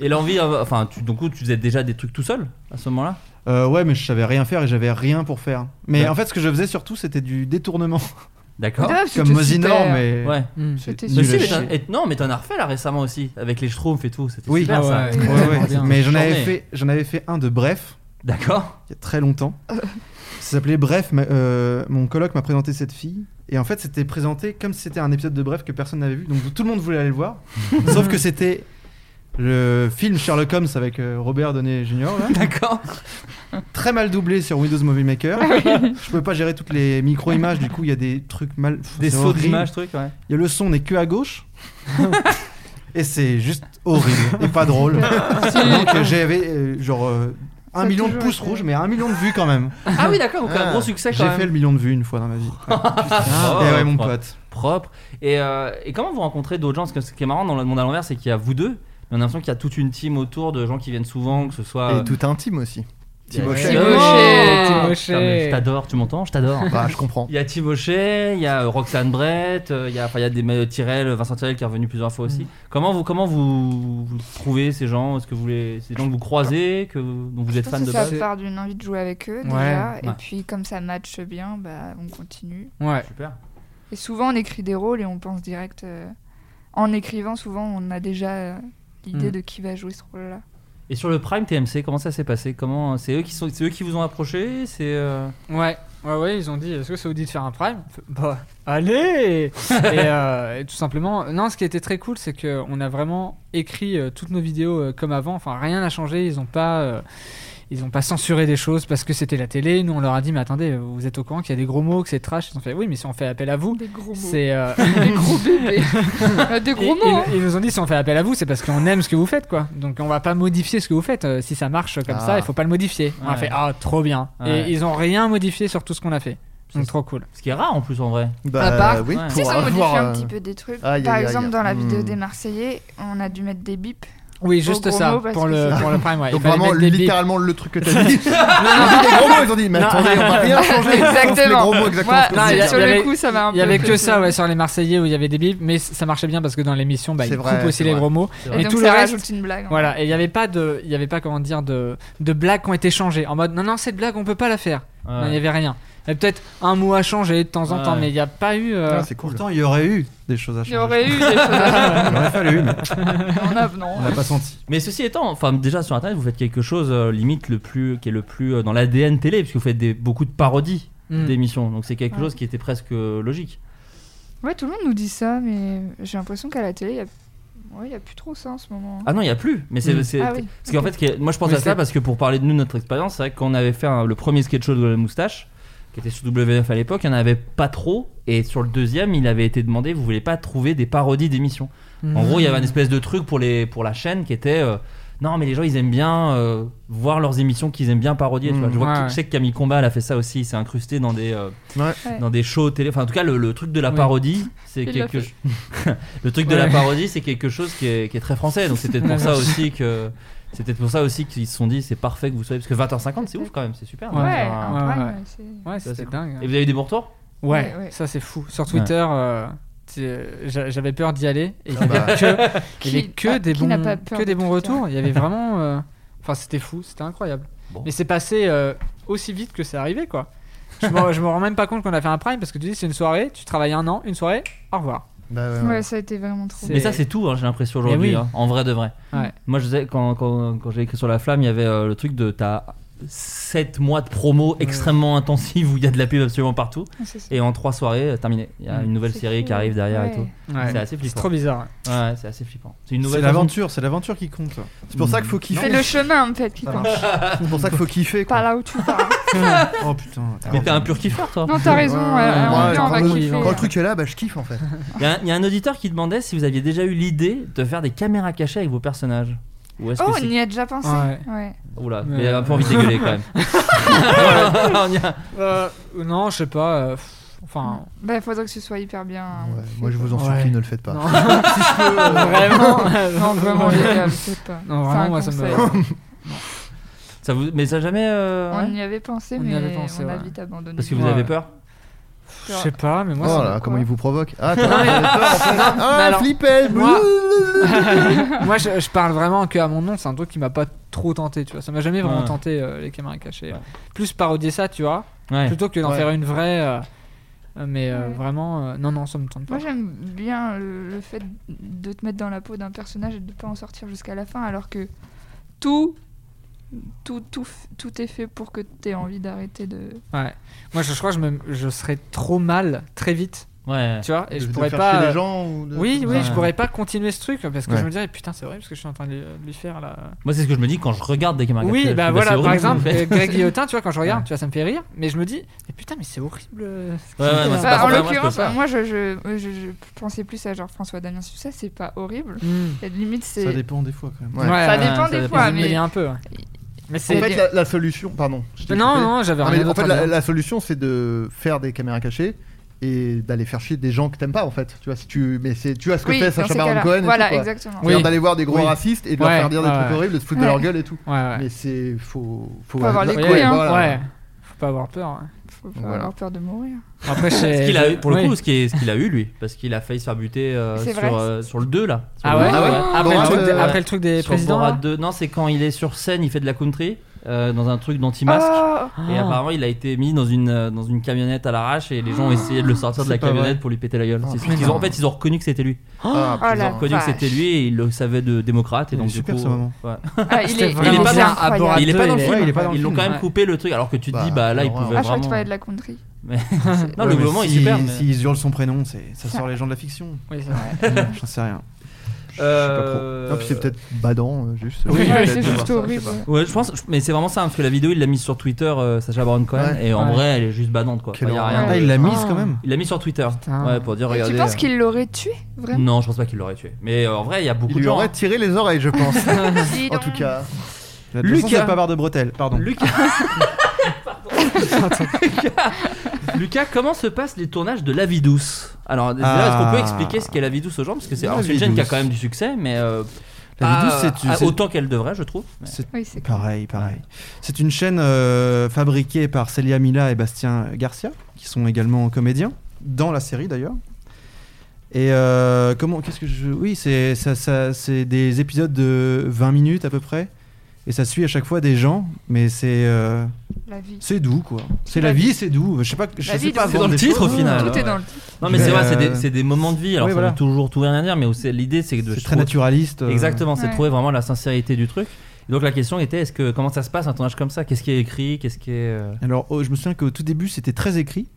S3: Et l'envie, euh, enfin, tu, donc tu faisais déjà des trucs tout seul à ce moment-là.
S4: Euh, ouais, mais je savais rien faire et j'avais rien pour faire. Mais
S3: Ouais.
S4: en fait, ce que je faisais surtout, c'était du détournement.
S3: D'accord.
S2: Ah, c'était
S4: Comme Mosinor,
S2: super.
S4: mais.
S3: Ouais. Bah,
S5: Mm.
S4: c'est
S2: C'était
S4: nul
S3: Mais
S4: à
S3: si, mais
S4: chier.
S3: t'en- et- non, mais t'en as refait là récemment aussi avec les schtroumpfs et tout. C'était
S4: Oui.
S3: super,
S5: Ah
S3: ça.
S5: ouais.
S4: Ouais,
S5: Ouais,
S4: ouais.
S5: bien.
S4: Mais j'en
S3: Charmé.
S4: avais fait, j'en avais fait un de bref
S3: D'accord.
S4: il y a très longtemps. Ça s'appelait Bref. ma- euh, mon coloc m'a présenté cette fille. Et en fait, c'était présenté comme si c'était un épisode de Bref que personne n'avait vu. Donc tout le monde voulait aller le voir. sauf que c'était le film Sherlock Holmes avec euh, Robert Downey Jr. là.
S3: D'accord.
S4: Très mal doublé sur Windows Movie Maker. Je pouvais pas gérer toutes les micro-images. Du coup, il y a des trucs mal. Pff,
S3: Des
S4: c'est
S3: sauts
S4: horrible.
S3: d'images, truc. Ouais.
S4: Il y a le son n'est que à gauche. et c'est juste horrible et pas drôle. Donc euh, j'avais euh, genre euh,
S2: Ça
S4: un
S2: a
S4: million de
S2: toujours
S4: pouces
S2: été.
S4: rouges, mais un million de vues quand même.
S3: Ah oui, d'accord. Donc un
S1: Ah,
S3: gros succès
S4: J'ai
S3: quand même.
S4: fait le million de vues une fois dans ma vie. Ouais.
S3: Ah,
S4: et ouais, mon
S3: propre.
S4: pote.
S3: Propre. Et, euh, et comment vous rencontrez d'autres gens Parce que ce qui est marrant dans le monde à l'envers, c'est qu'il y a vous deux. mais On a l'impression qu'il y a toute une team autour de gens qui viennent souvent, que ce
S4: Ah,
S3: soit. euh,
S1: Et tout intime aussi.
S3: Il y a-
S1: Timothée.
S3: Oh
S5: Timothée.
S3: Putain, mais Je t'adore, tu m'entends Je t'adore.
S1: Bah je comprends.
S3: Il y a Timoché, il y a euh, Roxane Brett, euh, il y a, enfin, il y a des mais, euh, Tyrell, euh, Vincent Tyrell qui est revenu plusieurs fois
S4: Mm.
S3: aussi. Comment vous comment vous, vous trouvez ces gens Est-ce que vous les c'est des gens que vous croisez, que vous- dont vous
S2: Je
S3: êtes
S2: pense
S3: fan
S2: que
S3: de
S2: ça
S3: base
S2: part d'une envie de jouer avec eux déjà.
S5: Ouais.
S2: Et
S3: Ouais.
S2: puis, comme ça matche bien, bah, on continue.
S5: Ouais.
S3: Super.
S2: Et souvent, on écrit des rôles et on pense direct. euh, En écrivant, souvent, on a déjà euh, l'idée
S5: Mm.
S2: de qui va jouer ce rôle-là.
S3: Et sur le Prime TMC, comment ça s'est passé Comment c'est eux qui sont c'est eux qui vous ont approché C'est euh,
S5: Ouais, ouais, ouais, ils ont dit est-ce que c'est Audi de faire un prime On fait, Bah, allez et, euh, et tout simplement, non, ce qui était très cool, c'est qu'on a vraiment écrit euh, toutes nos vidéos euh, comme avant, enfin rien n'a changé, ils n'ont pas. euh, ils ont pas censuré des choses parce que c'était la télé. Nous, on leur a dit, mais attendez, vous êtes au courant qu'il y a des gros mots, que c'est trash. Ils ont fait, oui, mais si on fait appel à vous,
S2: Des gros mots.
S5: c'est. euh,
S2: Des gros bébés. Euh, Des gros
S5: ils-
S2: mots. hein.
S5: Ils, ils nous ont dit, si on fait appel à vous, c'est parce qu'on aime ce que vous faites, quoi. Donc on va pas modifier ce que vous faites. Euh, si ça marche comme
S1: Ah.
S5: ça, il faut pas le modifier. On a
S3: Ouais.
S5: fait, ah, trop bien.
S3: Ouais.
S5: Et ils ont rien modifié sur tout ce qu'on a fait.
S3: Ça,
S5: Donc
S3: c'est-
S5: trop cool.
S3: ce qui est rare en plus en vrai.
S1: Bah
S2: À part-
S1: oui.
S3: Ouais.
S2: Si
S1: pour
S2: ça modifie
S1: avoir,
S2: un
S1: euh,
S2: petit peu des trucs.
S1: aïe,
S2: Par
S1: aïe, aïe.
S2: exemple, dans la vidéo
S1: Hmm.
S2: des Marseillais, on a dû mettre des bips.
S5: Oui, juste
S2: gros
S5: ça
S2: mots, parce
S5: pour
S2: que
S5: le
S2: c'est-
S5: pour le prime. Ouais. Il
S1: Donc
S5: fallait
S1: vraiment
S5: mettre des bips.
S1: littéralement le truc que t'as dit. Ils ont dit des gros mots, ils ont dit mais
S5: Non.
S1: attendez on va rien changer. Les
S2: Exactement.
S1: gros mots exactement.
S2: Moi,
S1: ce que vous
S5: Non,
S1: dites.
S5: il y a-
S2: sur
S5: il y
S2: le
S5: avait-
S2: coup, ça m'a un peu.
S5: Il y avait que
S2: fait
S5: ça ouais sur les Marseillais où il y avait des bips, mais c- ça marchait bien parce que dans l'émission, bah,
S1: C'est
S5: ils
S1: vrai,
S5: coupent aussi
S1: c'est
S5: les
S1: vrai.
S5: gros mots.
S3: C'est vrai.
S2: Et
S5: Et
S2: donc
S5: tout
S2: ça
S5: le reste,
S2: rajoute une blague. hein. en
S5: Voilà, et il n'y avait pas de, il y avait pas comment dire de, de blagues qui ont été changées en mode non non cette blague on peut pas la faire.
S3: Ouais.
S5: Non, Il n'y avait rien. Il y avait peut-être un mot à changer de temps en
S3: Ouais.
S5: temps, mais il n'y a pas eu. euh,
S1: Ah, C'est cool.
S4: Pourtant, il y aurait eu des choses à
S2: Il
S4: changer.
S2: y aurait eu des choses à
S4: Il aurait fallu, mais
S2: faire en avenant.
S4: on l'a pas senti.
S3: Mais ceci étant, enfin déjà sur internet, vous faites quelque chose euh, limite le plus qui est le plus euh, dans l'ADN télé puisque vous faites des, beaucoup de parodies
S5: hmm.
S3: d'émissions. Donc c'est quelque
S2: Ouais.
S3: chose qui était presque euh, logique.
S2: Ouais, tout le monde nous dit ça, mais j'ai l'impression qu'à la télé, il y a... ouais, il y a plus trop ça en ce moment.
S3: Ah non, il y a plus. Mais c'est
S5: Mm.
S3: c'est-
S2: Ah oui,
S3: parce qu'en
S2: ok.
S3: fait, qui est- moi je pense
S5: Mais
S3: à ça
S5: c'est-
S3: parce que pour parler de nous notre expérience, c'est vrai que quand on avait fait un- le premier sketch show de la moustache qui était sur W9 à l'époque, il n'y en avait pas trop et sur le deuxième, il avait été demandé vous voulez pas trouver des parodies d'émissions.
S2: Mmh.
S3: En gros, il y
S5: Hmm.
S3: avait une espèce de truc pour les pour la chaîne qui était euh, non, mais les gens ils aiment bien euh, voir leurs émissions qu'ils aiment bien parodier. tu
S1: Mm.
S3: vois. Je, vois que-
S5: Hmm. Ouais, ouais.
S3: je sais que Camille Combat elle a fait ça aussi, il s'est incrusté dans des euh,
S1: Ouais.
S2: Ouais.
S3: dans des shows télé. Enfin, en tout cas, le, le truc de la
S5: Oui.
S3: parodie, c'est
S2: Il l'a
S3: quelque le truc de
S5: Ouais.
S3: la parodie, c'est quelque chose qui est, qui est très français. Donc c'est peut-être pour ça aussi que C'est peut-être pour ça aussi qu'ils se sont dit c'est parfait que vous soyez. Parce que 20h50, c'est ouf quand même, c'est super.
S5: Ouais,
S3: hein,
S5: ouais,
S3: genre,
S5: ouais,
S3: un-
S5: ouais. Ouais,
S3: Ça,
S5: c'était
S3: c'est cool.
S5: dingue.
S3: Et vous avez eu des bons retours
S5: Ouais,
S3: Ouais, ouais.
S5: ça c'est fou. Sur
S3: Ouais.
S5: Twitter, euh, tu- j'a- j'avais peur d'y aller et il y
S3: Ah bah.
S5: avait que, il y avait
S2: Qui-
S5: que
S2: ah,
S5: des
S2: qui
S5: bons,
S2: n'a pas peur
S5: que des
S2: de
S5: bons
S2: Twitter
S5: retours. Il y avait vraiment. euh, Enfin, c'était fou, c'était incroyable.
S3: Bon.
S5: Mais c'est passé euh, aussi vite que c'est arrivé quoi. Je me, je me rends même pas compte qu'on a fait un prime parce que tu dis c'est une soirée, tu travailles un an, une soirée, au revoir.
S1: Bah,
S2: Ouais, ça a été vraiment trop.
S3: Mais ça, c'est tout, hein, j'ai l'impression aujourd'hui,
S5: Mais oui.
S3: hein, en vrai de vrai.
S5: Ouais.
S3: Moi, je sais, quand, quand, quand j'ai écrit sur La Flamme, il y avait euh, le truc de t'as 7 mois de promo extrêmement intensive où il y a de la pub absolument partout.
S5: Ah, c'est ça.
S3: Et en 3 soirées, euh, terminé. Il y a
S5: Mm.
S3: une nouvelle
S5: C'est
S3: série
S5: fou,
S3: qui arrive derrière et
S5: ouais.
S3: tout.
S5: Ouais.
S3: C'est assez flippant.
S5: C'est trop bizarre,
S3: Ouais, ouais, c'est assez flippant. C'est une
S10: C'est
S3: nouvelle façon de-
S10: l'aventure, c'est l'aventure qui compte.
S4: C'est pour ça qu'il faut
S2: C'est
S4: kiffer.
S2: le chemin en fait qui compte.
S4: C'est pour ça qu'il faut kiffer.
S2: Par là où tu vas.
S10: Oh putain.
S3: Mais t'es un pur kiffeur, toi.
S2: Non, t'as raison.
S4: Ouais,
S2: euh, on
S4: ouais,
S2: dit, on
S4: quand
S2: va
S4: le-
S2: kiffer.
S4: quand le truc est là, bah je kiffe en fait.
S3: Il y, a un- il y a un auditeur qui demandait si vous aviez déjà eu l'idée de faire des caméras cachées avec vos personnages. Ou est-ce
S2: Oh,
S3: que
S2: on
S3: c'est.
S2: y a déjà pensé.
S5: Ouais.
S2: Ouais.
S3: Oula,
S5: Mais-
S3: il y a un peu envie de dégueuler quand même. On y a-
S5: Euh, non, je sais pas. euh, pff, enfin.
S2: Bah, faudrait que ce soit hyper bien. hein.
S4: Ouais, moi je vous en
S5: Ouais.
S4: supplie, ne le faites
S3: Ah.
S4: pas.
S5: Non.
S4: Si je peux, euh,
S5: Vraiment
S2: Non, vraiment, les gars, c'est pas.
S5: Non,
S2: C'est
S5: vraiment,
S2: un
S5: moi, ça me.
S2: conseil.
S3: Ça vous... Mais ça jamais. euh,
S2: On
S3: ouais
S2: y avait pensé,
S5: On y
S2: mais
S5: avait pensé,
S2: on a
S5: ouais.
S2: vite abandonné.
S3: Parce que vous
S5: Ouais.
S3: avez peur
S5: Je sais pas, mais moi.
S4: Oh
S5: ça
S4: là,
S5: me-
S4: comment il vous provoque Ah,
S5: Non, mais- Mais
S4: ah
S5: alors-
S4: flippel
S5: Moi- Moi, je, je parle vraiment que à mon nom. C'est un truc qui m'a pas trop tenté, tu vois. Ça m'a jamais vraiment
S3: Ouais.
S5: tenté euh, les caméras cachées.
S3: Ouais.
S5: Plus parodier ça, tu vois,
S3: Ouais.
S5: plutôt que d'en
S4: Ouais.
S5: faire une vraie. euh, euh, mais euh,
S2: Ouais.
S5: vraiment, euh, non, non, ça me tente pas.
S2: Moi j'aime bien le, le fait de te mettre dans la peau d'un personnage et de ne pas en sortir jusqu'à la fin alors que tout, tout, tout, f- tout est fait pour que tu aies envie d'arrêter de...
S5: Ouais. Moi, je, je crois que je, me, je serais trop mal très vite,
S3: Ouais.
S5: tu vois, et
S4: De-
S5: je
S4: de
S5: pourrais
S4: faire
S5: pas.
S4: chier
S5: euh,
S4: les gens ou de-
S5: Oui, oui,
S3: Ouais.
S5: je pourrais pas continuer ce truc parce que
S4: Ouais.
S5: je me dirais putain, c'est vrai parce que je suis en train de lui- de lui faire là.
S3: Moi, c'est ce que je me dis quand je regarde des caméras cachées.
S5: Oui,
S3: Je
S5: bah
S3: fais,
S5: voilà,
S3: c'est
S5: par
S3: horrible,
S5: exemple,
S3: en fait.
S5: euh, Greg Guillotin, tu vois, quand je regarde,
S3: Ouais.
S5: tu vois, ça me fait rire, mais je me dis, mais putain, mais c'est horrible. euh, ce qu'il
S3: Ouais, ouais,
S5: fait,
S3: moi,
S5: là.
S3: c'est
S2: Bah,
S3: pas
S2: en
S3: grave, moi, je
S2: l'occurrence,
S3: peux pas.
S2: moi je, je, je, je pensais plus à genre François Damien Suchet, c'est pas horrible.
S5: Hmm.
S2: Et limite c'est...
S10: Ça dépend des fois quand même.
S4: Ouais.
S2: Ça dépend
S3: Ah, ça
S2: des
S3: dépend.
S2: fois,
S5: mais...
S2: mais...
S5: un peu. ouais. Mais
S4: En
S5: c'est.
S4: fait, la, la solution, pardon. je t'ai
S5: non,
S4: coupé.
S5: non, j'avais
S4: Non,
S5: rien
S4: mais en
S5: d'autre
S4: fait,
S5: à
S4: la,
S5: dire.
S4: la solution, c'est de faire des caméras cachées et d'aller faire chier des gens que t'aimes pas, en fait. Tu vois, si tu, mais c'est, tu vois ce que
S2: Oui,
S4: fait
S2: dans
S4: Sacha
S2: ces
S4: Baron
S2: cas-là.
S4: Cohen. et tout,
S2: Voilà,
S4: quoi.
S2: exactement.
S5: Oui.
S4: Faire d'aller voir des gros
S5: Oui.
S4: racistes et de leur
S5: Ouais.
S4: faire dire des
S5: Ouais.
S4: trucs horribles, de se foutre de
S2: Ouais.
S4: leur gueule et tout.
S5: Ouais, ouais.
S4: Mais c'est. Faut.
S2: Faut avoir les
S4: Ouais,
S2: couilles, hein.
S4: voilà.
S5: Ouais, faut pas avoir peur. hein.
S2: Faut pas
S4: Voilà.
S2: avoir peur de mourir.
S5: Après,
S3: Ce
S5: c'est.
S3: qu'il a eu, pour le
S5: euh, Oui.
S3: coup, ce qui est- ce qu'il a eu, lui. Parce qu'il a failli se faire buter euh,
S2: C'est vrai.
S3: sur, euh, sur le 2, là. Sur
S5: Ah
S3: le
S5: ouais,
S3: deux,
S5: après,
S4: Borat,
S5: le truc des-
S4: euh,
S5: après le truc des
S3: Sur
S5: présidents.
S3: Borat
S5: là
S3: 2. Non, c'est quand il est sur scène, il fait de la country euh, dans un truc d'anti-masque.
S2: Oh
S3: Et
S5: Ah.
S3: apparemment, il a été mis dans une, euh, dans une camionnette à l'arrache et les gens ont essayé de le sortir de la
S10: C'est pas
S3: camionnette
S10: vrai.
S3: pour lui péter la gueule.
S4: Oh,
S3: C'est-
S4: putain.
S3: ils ont- en fait, ils ont reconnu que c'était lui.
S4: Ah,
S2: Oh là.
S4: putain.
S3: Ils ont reconnu que
S2: vache.
S3: c'était lui et ils le savaient de démocrate. Et
S10: Il
S3: donc,
S10: est
S3: du
S10: super,
S3: coup,
S10: ce moment.
S3: ouais.
S2: Ah, il, est,
S5: C'était vraiment Ah,
S2: il est
S3: bien
S2: incroyable.
S5: abordé.
S3: Il est pas dans le
S5: Ouais,
S3: film.
S10: il est pas dans le
S3: Ils l'ont
S10: film.
S3: quand même
S5: Ouais.
S3: coupé le truc alors que tu te
S4: Bah,
S3: dis, bah là, ils
S4: ouais.
S3: pouvaient
S2: Ah, je crois que tu parlais
S3: vraiment.
S2: de la connerie.
S3: Non, le moment est super. mais-
S10: S'ils hurlent son prénom, c'est- ça sort les gens de la fiction.
S5: Oui, c'est vrai.
S10: J'en sais rien.
S3: Euh,
S4: Non, puis c'est peut-être badant, euh, juste.
S3: Oui,
S2: Ouais,
S3: peut-être,
S2: c'est
S3: je
S2: juste
S3: vois ça,
S2: horrible.
S3: Ouais, je pense, je- mais c'est vraiment ça, hein, parce que la vidéo il l'a mise sur Twitter, euh, Sacha Baron Cohen,
S4: Ouais.
S3: et en
S5: Ouais.
S3: vrai elle est juste badante quoi.
S4: Quelle
S3: Enfin, y a
S4: horreur.
S3: rien.
S10: Ah, il l'a mise quand même.
S3: Il l'a mis sur Twitter,
S5: Putain.
S3: ouais, pour dire
S2: Et
S3: regardez.
S2: tu penses
S3: euh,
S2: qu'il l'aurait tué Vraiment
S3: Non, je pense pas qu'il l'aurait tué. Mais euh, en vrai, il y a beaucoup
S4: Il
S3: de
S4: lui
S3: gens.
S4: aurait tiré les oreilles, je pense.
S2: Dis
S4: en
S2: donc.
S4: tout cas.
S3: Lucas.
S10: Lucas. C'est pas barre de bretelles, pardon.
S3: Lucas. Lucas. Lucas, comment se passent les tournages de La Vie Douce Alors, déjà, est-ce qu'on peut
S10: Ah.
S3: expliquer ce qu'est La Vie Douce aux gens Parce que c'est
S10: La
S3: alors, c'est une
S10: Vie
S3: chaîne qui a
S10: Douce.
S3: quand même du succès, mais euh,
S10: La Vie
S3: pas,
S10: Douce, c'est-
S3: euh,
S10: c'est-
S3: autant qu'elle devrait, je trouve. Mais-
S10: C'est
S2: Oui, c'est clair.
S10: pareil, pareil. C'est une chaîne euh, fabriquée par Celia Mila et Bastien Garcia, qui sont également comédiens, dans la série d'ailleurs. Et euh, comment Qu'est-ce que je Oui, c'est ça, ça- c'est des épisodes de 20 minutes à peu près, et ça suit à chaque fois des gens, mais c'est euh,
S2: La vie.
S10: c'est doux quoi. C'est la vie, c'est doux. Je sais pas, je
S2: La
S10: sais
S2: vie,
S10: pas
S2: donc,
S3: C'est dans
S10: vendre
S3: le
S10: des
S3: titre
S10: choses.
S3: au final.
S2: Tout est
S3: ouais.
S2: dans le titre.
S3: Non, mais c'est
S10: Mais,
S3: vrai, c'est des,
S10: euh,
S3: c'est des moments de vie. Alors,
S10: oui,
S3: ça
S10: voilà.
S3: veut toujours tout et rien dire, mais où c'est- l'idée, c'est que de
S10: C'est
S3: je
S10: très
S3: trouve-
S10: naturaliste. euh.
S3: Exactement, c'est de
S2: Ouais.
S3: trouver vraiment la sincérité du truc. Et donc la question était, est-ce que comment ça se passe un tournage comme ça Qu'est-ce qui est écrit Qu'est-ce qui est euh,
S10: Alors, oh, je me souviens qu'au tout début, c'était très écrit.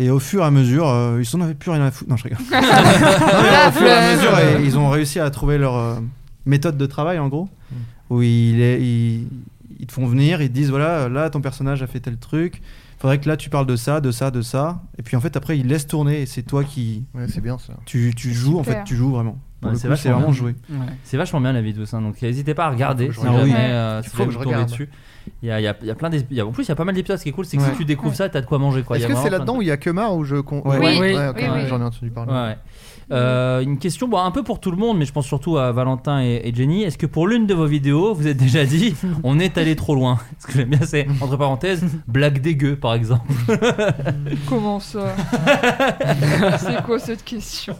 S10: Et au fur et à mesure, euh, ils s'en avaient plus rien à foutre. Non, je rigole. Non, mais au fur et à mesure, euh, ils ont réussi à trouver leur euh, méthode de travail, en gros.
S4: Mm.
S10: Où ils, les- ils, ils te font venir, ils te disent voilà, là, ton personnage a fait tel truc. Faudrait que là, tu parles de ça, de ça, de ça. Et puis, en fait, après, ils laissent tourner. Et c'est toi qui.
S4: Ouais, c'est bien ça.
S10: Tu, tu joues, en
S2: Super.
S10: fait, tu joues vraiment. Pour
S3: Ouais,
S10: le
S3: c'est
S10: coup, c'est
S3: vachement
S10: vraiment
S3: bien.
S10: joué.
S3: C'est vachement bien la vie de Toussaint, donc n'hésitez pas à regarder.
S10: Faut que je
S3: si
S10: regarde.
S3: jamais,
S10: Ah oui.
S3: euh,
S10: Il
S3: si
S10: faut
S3: vous
S10: que je
S3: tombez
S10: regarde.
S3: dessus. Il y a, il y a- il y a plein d'es- il y a- En plus, il y a pas mal d'épisodes. Ce qui est cool, c'est que
S10: Ouais.
S3: si tu découvres ça, t'as de quoi manger. quoi. Il y
S4: Est-ce
S3: a
S4: que c'est
S3: vraiment plein
S4: là-dedans
S3: de-
S4: où il y a que Mar ou je con-
S3: Ouais. Oui, oui,
S4: ok,
S3: oui, oui.
S4: j'en ai entendu parler.
S3: Ouais, ouais.
S10: Mm-hmm.
S3: Euh, une question bon, un peu pour tout le monde, mais je pense surtout à Valentin et, et Jenny. Est-ce que pour l'une de vos vidéos, vous êtes déjà dit on est allé trop loin Ce que j'aime bien, c'est entre parenthèses, blague dégueu par exemple.
S2: Comment ça C'est quoi cette question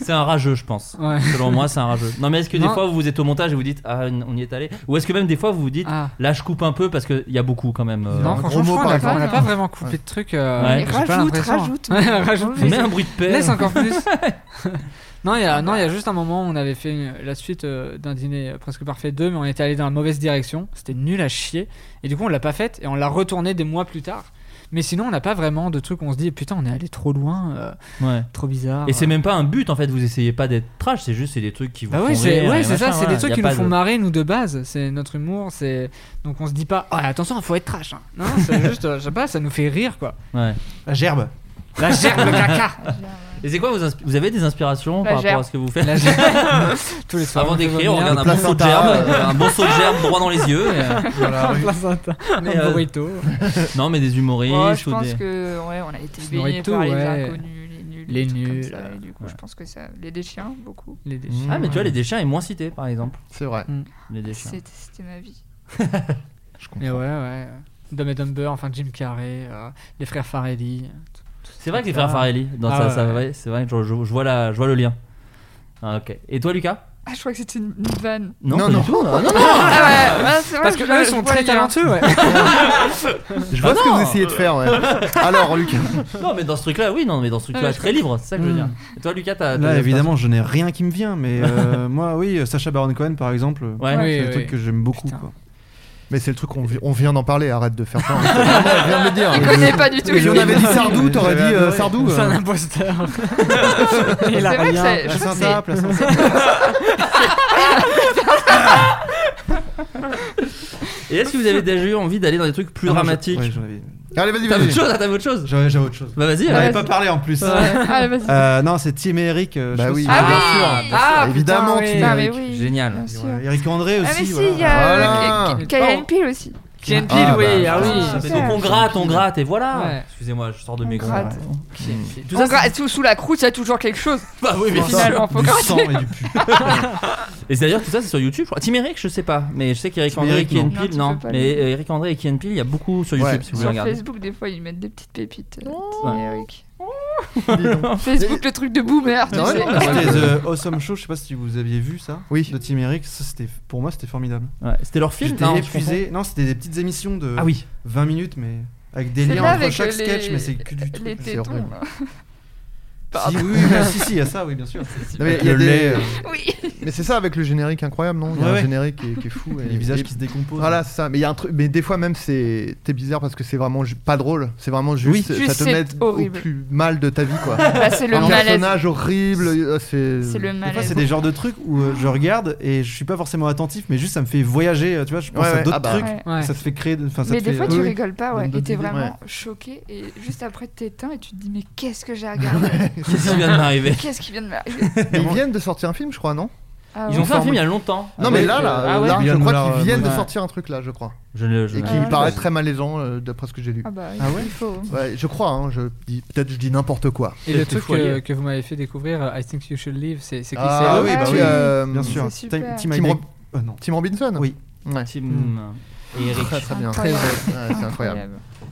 S3: C'est un rageux, je pense.
S5: Ouais.
S3: Selon moi, c'est un rageux. Non, mais est-ce que des
S5: Non.
S3: fois vous vous êtes au montage et vous dites ah, on y est allé Ou est-ce que même des fois vous vous dites
S5: Ah.
S3: là je coupe un peu parce qu'il y a beaucoup quand même euh,
S5: Non, franchement, je crois qu'on a- on n'a pas vraiment coupé de trucs. euh,
S3: Ouais.
S5: j'ai pas
S3: Rajoute,
S5: l'impression.
S3: rajoute.
S5: rajoute plus.
S3: Mets un bruit de hein. pelle.
S5: Laisse encore plus. Ah bah. non, il y a, non, il y a juste un moment où on avait fait une- la suite euh, d'un dîner presque parfait 2, mais on était allé dans la mauvaise direction. C'était nul à chier. Et du coup, on l'a pas faite et on l'a retournée des mois plus tard. Mais sinon, on n'a pas vraiment de trucs où on se dit putain, on est allé trop loin. euh,
S3: Ouais.
S5: Trop bizarre.
S3: Et c'est même pas un but en fait, vous essayez pas d'être trash, c'est juste c'est des trucs qui vous
S5: Bah
S3: font
S5: oui, c'est
S3: rire
S5: ouais,
S3: et
S5: c'est ça,
S3: machin,
S5: c'est
S3: voilà.
S5: des trucs
S3: Y a
S5: qui nous
S3: pas
S5: font
S3: de-
S5: marrer, nous, de base. C'est notre humour, c'est. Donc on se dit pas, oh, attention, faut être trash. hein. Non, c'est juste, euh, je sais pas, ça nous fait rire, quoi.
S3: Ouais.
S10: La gerbe.
S5: La gerbe, le caca.
S3: Et c'est quoi vos inspi- Vous avez des inspirations
S5: La
S3: par rapport
S5: gerbe.
S3: à ce que vous faites
S5: La gerbe. Tous les soirs,
S3: Avant
S5: on fait
S3: d'écrire, on
S5: vomir.
S3: regarde un bon saut de gerbe,
S5: Placenta, euh,
S3: un bon saut de gerbe droit dans les yeux. et, euh,
S5: Voilà, Un oui. placenta, un burrito.
S3: Non, mais des humoristes
S2: Moi, Je
S3: ou
S2: pense
S3: des.
S2: que ouais, on a été
S5: Se
S2: baigné
S5: nourrit
S2: par
S5: tout,
S2: les
S5: ouais.
S2: inconnus, les nuls,
S5: Les
S2: trucs comme
S5: nuls,
S2: ça,
S5: euh,
S2: et du coup, je pense que ça. Les déchiens, beaucoup.
S4: Mmh.
S5: Les déchets.
S3: Ah, mais tu vois, les déchets est moins cité par exemple.
S4: C'est vrai.
S3: Les déchets.
S2: C'était c'était ma vie.
S5: Mais ouais, ouais. Dumb et Dumber, enfin Jim Carrey, euh, les frères Farelli.
S3: C'est vrai que les frères Farelli, dans
S5: Ah
S3: ça,
S5: ouais.
S3: ça, ouais, c'est vrai que je, je- je vois la, je vois le lien. Ah, ok. Et toi, Lucas
S2: Ah, je crois que c'était une, une vanne.
S3: Non, Non, pas du non. tout, non, non, non.
S2: Ah ouais, ouais, c'est vrai
S5: Parce que
S2: je-
S5: eux
S2: je
S5: sont
S2: vois
S5: très
S2: le lien.
S5: talentueux, ouais.
S4: Je vois
S3: Ah
S4: ce que
S3: non.
S4: vous essayez de faire, ouais. Alors, Lucas.
S3: Non, mais dans ce truc-là, oui, non, mais dans ce truc-là,
S10: Ouais, je
S3: très libre, c'est ça que je veux dire.
S10: Mm.
S3: Et toi, Lucas, t'as.
S10: Là,
S3: t'as-
S10: évidemment, je n'ai rien qui me vient, mais euh, moi, oui, euh, Sacha Baron Cohen, par exemple, euh,
S3: Ouais.
S10: c'est
S3: Oui,
S10: le
S3: oui.
S10: truc que j'aime beaucoup. quoi.
S4: Mais c'est le truc, on, vi- on vient d'en parler, arrête de faire ça. On vient de le dire.
S2: Il connaît pas du tout.
S4: Si on avait dit Sardou, t'aurais dit
S10: J'avais
S4: euh,
S10: adoré.
S4: Sardou.
S5: C'est
S4: euh.
S5: un imposteur.
S2: C'est
S5: Il a
S2: vrai que
S5: rien.
S2: c'est- je crois que
S10: Placenta,
S2: c'est-
S10: placenta.
S3: Et est-ce que vous avez déjà eu envie d'aller dans des trucs plus
S10: Ah, non, je-
S3: dramatiques
S10: ouais, j'en avais-
S4: Allez, vas-y,
S3: T'as
S4: vas-y.
S3: autre chose, t'as autre chose
S10: J'avais j'avais autre chose.
S3: Bah, vas-y,
S10: On
S3: ouais.
S10: n'avait pas parlé en plus.
S3: Ouais.
S2: Ah,
S3: Allez, vas-y.
S10: Euh, non, c'est Tim et Eric. euh, je
S4: Bah
S10: pense
S4: oui.
S10: que-
S4: Ah
S10: bien
S4: oui,
S10: sûr,
S4: bien
S10: bien
S4: sûr,
S10: sûr.
S4: évidemment,
S2: putain,
S4: Tim
S2: Ah, mais
S4: Eric.
S2: oui.
S3: Génial.
S10: Ouais, Euh, Eric André aussi.
S2: Ah, mais si,
S10: voilà.
S2: il y a
S4: Voilà.
S2: euh, K- Kyan Peele aussi.
S5: Ken
S4: Ah,
S5: Peele, oui,
S4: bah,
S5: ah oui.
S3: Ah, mais donc on gratte, on gratte, et voilà.
S5: Ouais.
S3: Excusez-moi, je sors de mes gonds.
S2: gratte.
S3: Mm. Tout
S2: On
S3: ça,
S2: gra- sous, sous la croûte, il y a toujours quelque chose.
S3: Bah oui, bien
S2: Finalement, faut gratter.
S10: du pu.
S3: c'est- et c'est d'ailleurs tout ça c'est sur YouTube, je crois. Tim Eric, je sais pas, mais je sais qu'Eric
S10: Tim
S3: André et
S10: Eric,
S3: Kian
S10: non.
S3: Peele,
S2: Non, tu
S3: non,
S2: peux pas
S3: mais
S2: le dire.
S3: euh, Eric André et Kian Peele, il y a beaucoup sur
S4: Ouais.
S3: YouTube si vous voulez
S2: Sur
S3: regarder.
S2: Facebook, des fois, ils mettent des petites pépites. euh,
S3: Ouais.
S2: Eric. Facebook, le truc de boomer, tu
S4: Non,
S2: sais.
S4: non,
S10: C'était
S4: Euh,
S10: The Awesome Show, je sais pas si vous aviez vu ça,
S4: Oui.
S10: de Tim Eric. Ça, c'était, pour moi, c'était formidable.
S3: Ouais, C'était leur film,
S10: J'étais
S3: non, je
S10: épuisé. Non, c'était des petites émissions
S4: euh,
S10: de
S3: Ah oui.
S10: 20 minutes, mais avec
S2: C'est
S10: des liens
S2: là
S10: entre
S2: avec
S10: chaque
S2: les-
S10: sketch, mais c'est que du tout.
S2: Les
S10: C'est
S2: tétons.
S10: horrible.
S2: là.
S10: Si,
S2: Pardon.
S10: oui, oui, si, si, il y a ça, oui, bien sûr.
S4: Non, mais
S10: Avec
S4: il y a
S10: le
S4: des-
S10: lait, euh,
S2: Oui.
S4: Mais c'est ça avec le générique incroyable, non Il y a
S10: Ouais,
S4: un
S10: ouais.
S4: générique qui est, qui est fou.
S10: et
S4: et-
S10: les visages
S4: et-
S10: qui se décomposent.
S4: Voilà, c'est ça. Mais il y a un truc. Mais des fois même c'est t'es bizarre parce que c'est vraiment ju- pas drôle. C'est vraiment juste euh,
S2: Oui.
S4: ça
S2: Juste,
S4: te
S2: c'est
S4: met
S2: horrible.
S4: au plus mal de ta vie quoi.
S2: Bah, c'est le
S4: un
S2: malaise.
S4: personnage horrible. euh, C'est.
S2: C'est le
S10: Des fois,
S2: malaise.
S10: c'est des genres de trucs où euh, je regarde et je suis pas forcément attentif, mais juste ça me fait voyager. euh, Tu vois, je pense
S4: Ouais, ouais.
S10: à d'autres
S4: Ah bah.
S10: trucs.
S5: Ouais.
S10: Ça te fait créer. de- enfin, ça
S2: mais
S10: te
S2: des
S10: fait,
S2: fois,
S10: euh,
S2: tu
S10: oui.
S2: rigoles pas, ouais.
S10: Donne
S2: Et
S10: d'autres
S2: t'es
S10: idées.
S2: vraiment choqué. Et juste après, t'éteins et tu te dis, mais qu'est-ce que j'ai regardé
S3: Qu'est-ce qui vient de m'arriver
S2: Qu'est-ce qui vient de m'arriver
S4: Mais Ils viennent de sortir un film, je crois, non
S2: Ah
S3: Ils
S2: ouais.
S3: ont fait un film il y a longtemps.
S4: Non,
S10: Ah
S4: mais
S10: ouais,
S4: là,
S10: je-
S4: là,
S3: ah ouais.
S4: là, je
S10: Yann
S4: crois
S10: Moulin,
S4: qu'ils viennent de
S2: euh,
S10: ouais.
S4: sortir un truc là, je crois,
S3: Je ne- je-
S4: et qui
S2: Ah ouais.
S4: paraît très malaisant euh, d'après ce que j'ai lu.
S2: Ah bah,
S10: Ah ouais
S2: il faut.
S4: Ouais, je crois, hein, je dis peut-être je dis n'importe quoi.
S5: Et le
S3: C'était
S5: truc
S3: fou à
S5: que,
S3: lire.
S5: que vous m'avez fait découvrir, euh, I Think You Should Leave, c'est c'est qui
S4: Ah
S5: c'est
S4: oui,
S5: eux
S4: bah
S2: Ouais.
S4: oui, euh,
S10: Bien sûr.
S2: C'est
S10: Tim
S2: super.
S10: Tim
S4: Tim
S10: Heideck-
S4: Rob-
S10: euh, non.
S4: Tim Robinson.
S10: Oui.
S4: Ouais.
S3: Tim
S10: Mm.
S3: et Eric.
S4: Hmm. Très très bien.
S2: Très
S4: Ouais,
S2: bon.
S4: c'est incroyable.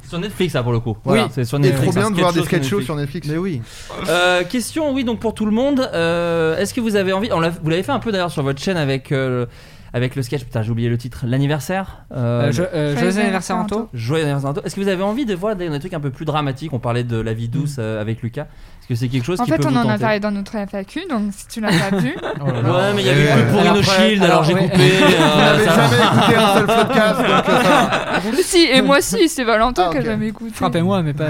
S3: Sur Netflix, ça pour le coup.
S4: Voilà.
S3: c'est sur
S4: Et
S3: Netflix.
S4: trop
S3: un
S4: bien de
S3: sketch
S4: voir des
S3: show
S4: sketch shows sur Netflix.
S10: Mais oui.
S3: Euh, question, oui, donc pour tout le monde, euh, est-ce que vous avez envie, on l'a- vous l'avez fait un peu d'ailleurs sur votre chaîne avec, euh, avec le sketch, putain j'ai oublié le titre, l'anniversaire euh,
S5: Euh, je- euh,
S2: Joyeux
S5: Joyeux
S2: anniversaire,
S5: anniversaire Anto.
S3: Joyeux anniversaire Anto. Est-ce que vous avez envie de voir des, des trucs un peu plus dramatiques On parlait de la vie douce euh, avec Lucas. Est-ce que c'est quelque chose
S2: En
S3: qui
S2: fait,
S3: peut
S2: on
S3: vous
S2: en a
S3: tenter
S2: parlé dans notre FAQ, donc si tu l'as pas vu,
S3: Ouais, mais il y avait
S10: Euh,
S3: eu que pour
S5: alors
S3: Inno
S5: après-
S3: Shield, alors j'ai
S5: alors, ouais.
S3: coupé. euh,
S4: Vous n'avez
S3: ça va.
S4: jamais écouté un seul podcast, donc euh, ça va.
S2: si, et moi si, c'est Valentin
S4: Ah,
S2: qui
S4: ok.
S2: a jamais écouté.
S5: Frappez-moi, mais pas.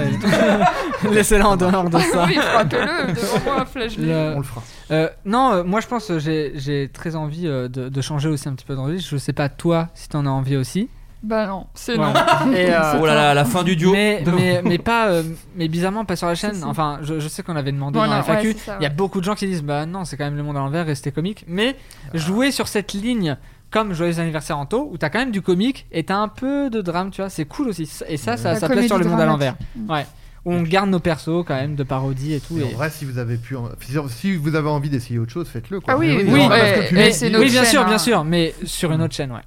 S5: Laissez-la en dehors de ça.
S2: Oui, frappez-le, devant moi, flash
S5: Le-
S4: On le fera.
S5: Euh, non, euh, moi je pense euh, j'ai j'ai très envie euh, de, de changer aussi un petit peu d'envie. Je sais pas toi si t'en as envie aussi.
S2: Bah non, c'est
S5: Ouais.
S2: non.
S5: Et, euh,
S3: Oh là là, la fin du duo.
S5: Mais,
S3: Non.
S5: mais, mais pas, euh, mais bizarrement pas sur la
S2: Si,
S5: chaîne.
S2: si.
S5: Enfin, je, je sais qu'on avait demandé
S2: Ouais,
S5: dans
S2: non,
S5: la FAQ.
S2: ouais,
S5: Il
S2: c'est ça,
S5: y a
S2: ouais.
S5: beaucoup de gens qui disent bah non, c'est quand même le monde à l'envers, rester comique. Mais jouer sur cette ligne comme Joyeux anniversaire Anto, où t'as quand même du comique et t'as un peu de drame, tu vois. C'est cool aussi. Et ça, ça,
S2: La
S5: ça plaît sur le
S2: comédie
S5: monde à l'envers.
S2: dramatique.
S5: Ouais. Où on garde nos persos quand même de parodie et tout.
S4: Et en
S5: et-
S4: vrai, si vous avez pu, en- si- si vous avez envie d'essayer autre chose, faites-le. quoi.
S2: Ah oui,
S4: Mais
S2: oui, ouais,
S4: non, parce que le
S2: et
S4: public-
S2: c'est
S5: Oui,
S2: notre
S5: bien
S2: chaîne,
S5: sûr,
S2: hein.
S5: bien sûr, mais sur une autre chaîne, ouais.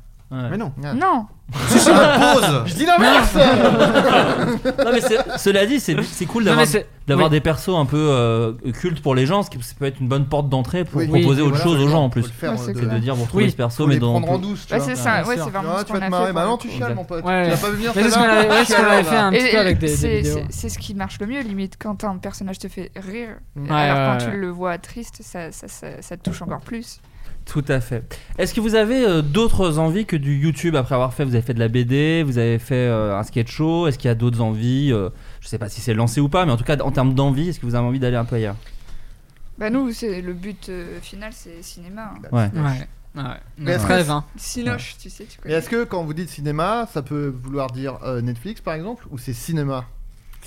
S3: Mais non.
S2: Non.
S10: Pause
S4: Ah. Je dis l'inverse
S3: Non, mais c'est- cela dit, c'est c'est cool
S5: Non,
S3: d'avoir
S5: mais c'est-
S3: d'avoir
S5: oui.
S3: des persos un peu euh, cultes pour les gens, ce qui peut être une bonne porte d'entrée pour
S4: Oui,
S3: proposer
S4: oui,
S3: autre
S4: voilà,
S3: chose aux gens en
S4: faut le
S3: plus.
S4: faire,
S2: Ouais, c'est
S4: euh, de-
S3: C'est de dire, vous retrouvez
S5: Oui.
S3: ce perso,
S4: Faut
S3: mais
S4: les
S3: dans.
S4: prendre en douce. tu
S2: Bah,
S4: vois.
S2: c'est ça,
S5: bien
S2: ouais,
S5: sûr.
S2: c'est vraiment
S4: Ah,
S2: ce
S4: tu
S2: qu'on
S4: vas te
S2: a
S4: marrer.
S2: fait.
S4: Bah
S2: pour
S4: non,
S2: le
S4: tu
S2: coup.
S4: chiales,
S5: Ouais.
S4: mon pote.
S5: Ouais.
S4: Tu vas pas venir
S5: Mais
S4: faire
S5: c'est ce qu'on
S4: la-
S5: avait- ouais,
S4: la
S5: ce qu'on
S4: chialade,
S5: avait fait
S4: là.
S5: un petit peu avec des- des
S2: c'est-
S5: vidéos.
S2: c'est- C'est ce qui marche le mieux, limite. Quand un personnage te fait rire,
S4: Mm.
S2: alors
S5: Ouais,
S2: quand
S5: ouais,
S2: tu le vois triste, ça, ça, ça, ça te touche encore plus.
S3: Tout à fait. Est-ce que vous avez euh, d'autres envies que du YouTube après avoir fait Vous avez fait de la BD, vous avez fait euh, un sketch show. Est-ce qu'il y a d'autres envies euh, Je sais pas si c'est lancé ou pas, mais en tout cas en termes d'envie, est-ce que vous avez envie d'aller un peu ailleurs
S2: Bah nous, c'est le but euh, final, c'est cinéma.
S4: Bah,
S2: hein.
S3: Ouais.
S5: Ouais. Ouais.
S4: Mais est-ce
S5: Notre
S4: que-
S5: rêve, hein.
S2: Cinoche, tu sais, tu
S4: Et
S2: connais.
S4: est-ce que quand vous dites cinéma, ça peut vouloir dire euh, Netflix par exemple ou c'est cinéma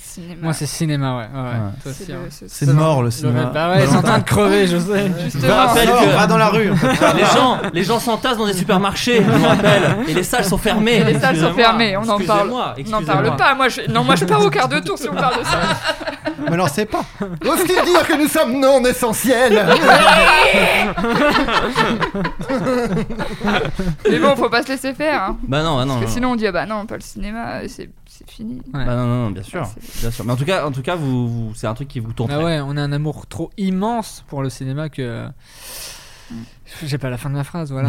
S2: Cinéma.
S5: Moi, c'est cinéma, ouais. ouais, ouais.
S3: Ouais.
S5: Toi
S2: C'est
S5: aussi,
S2: le-
S5: hein.
S2: c'est-
S10: C'est mort le
S5: Le
S10: cinéma.
S5: rêve. Bah ouais, ils sont en train de crever, je sais.
S3: Je
S4: bah,
S3: rappelle
S10: Sors,
S3: que-
S10: va dans la rue.
S4: Ah,
S3: les gens, les gens s'entassent dans des supermarchés, je vous rappelle, et les salles sont fermées.
S2: Les salles sont
S3: Excusez-moi,
S2: fermées, on en parle.
S3: excusez-moi,
S2: On n'en
S3: excusez-moi.
S2: parle pas. Moi, je... Non, moi je pars au quart de tour si on parle de ça.
S10: Mais alors c'est pas.
S4: Ose-t-il dire que nous sommes non essentiels
S2: Mais bon, faut pas se laisser faire. hein.
S3: Bah non, bah non.
S2: Parce que
S3: non.
S2: sinon, on dit ah bah non, pas le cinéma, euh, c'est c'est fini.
S3: Bah non, non, non, bien sûr,
S2: Ouais,
S3: bien sûr. Mais en tout cas, en tout cas, vous, vous- c'est un truc qui vous tourne.
S5: Ah ouais, on a un amour trop immense pour le cinéma que.
S2: Mm.
S5: J'ai pas la fin de ma phrase, voilà.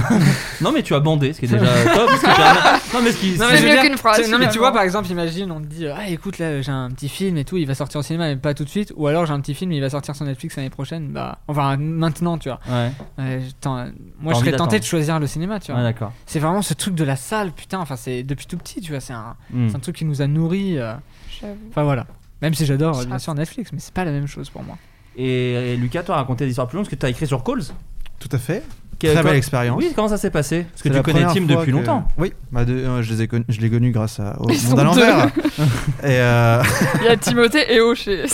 S3: Non, mais tu as bandé, ce qui est déjà top. parce que tu as- Non, mais ce qui,
S5: Non,
S2: C'est
S5: mais je veux
S2: mieux
S5: dire,
S2: qu'une phrase,
S5: tu- Non, mais tu
S2: finalement.
S5: vois, par exemple, imagine, on te dit Ah, écoute, là, j'ai un petit film et tout, il va sortir au cinéma, mais pas tout de suite. Ou alors, j'ai un petit film, il va sortir sur Netflix l'année prochaine. Bah, enfin, maintenant, tu vois.
S3: Ouais,
S5: Ouais, j'attends- moi,
S3: T'as envie
S5: je serais tenté
S3: d'attendre.
S5: de choisir le cinéma, tu vois.
S3: ouais, d'accord.
S5: c'est vraiment ce truc de la salle, putain. Enfin, c'est depuis tout petit, tu vois. C'est un,
S3: Hmm.
S5: c'est un truc qui nous a nourris. euh,
S2: J'avoue.
S5: Enfin, voilà. Même si j'adore, euh, bien
S2: Ça-
S5: sûr, Netflix, mais c'est pas la même chose pour moi.
S3: Et, et Lucas, toi, raconté l'histoire plus longue, parce que tu as écrit sur Calls.
S10: Tout à fait.
S3: Que-
S10: Très
S3: quand-
S10: belle expérience.
S3: Oui, comment ça s'est passé Parce
S10: C'est
S3: que tu
S10: la
S3: connais
S10: première
S3: Tim
S10: fois
S3: depuis
S10: que-
S3: longtemps.
S10: Oui, bah, de- euh, je les ai connus- je l'ai connu grâce à, au
S2: Ils sont
S10: monde à l'envers. et, euh,
S2: Il y a Timothée et Hocher.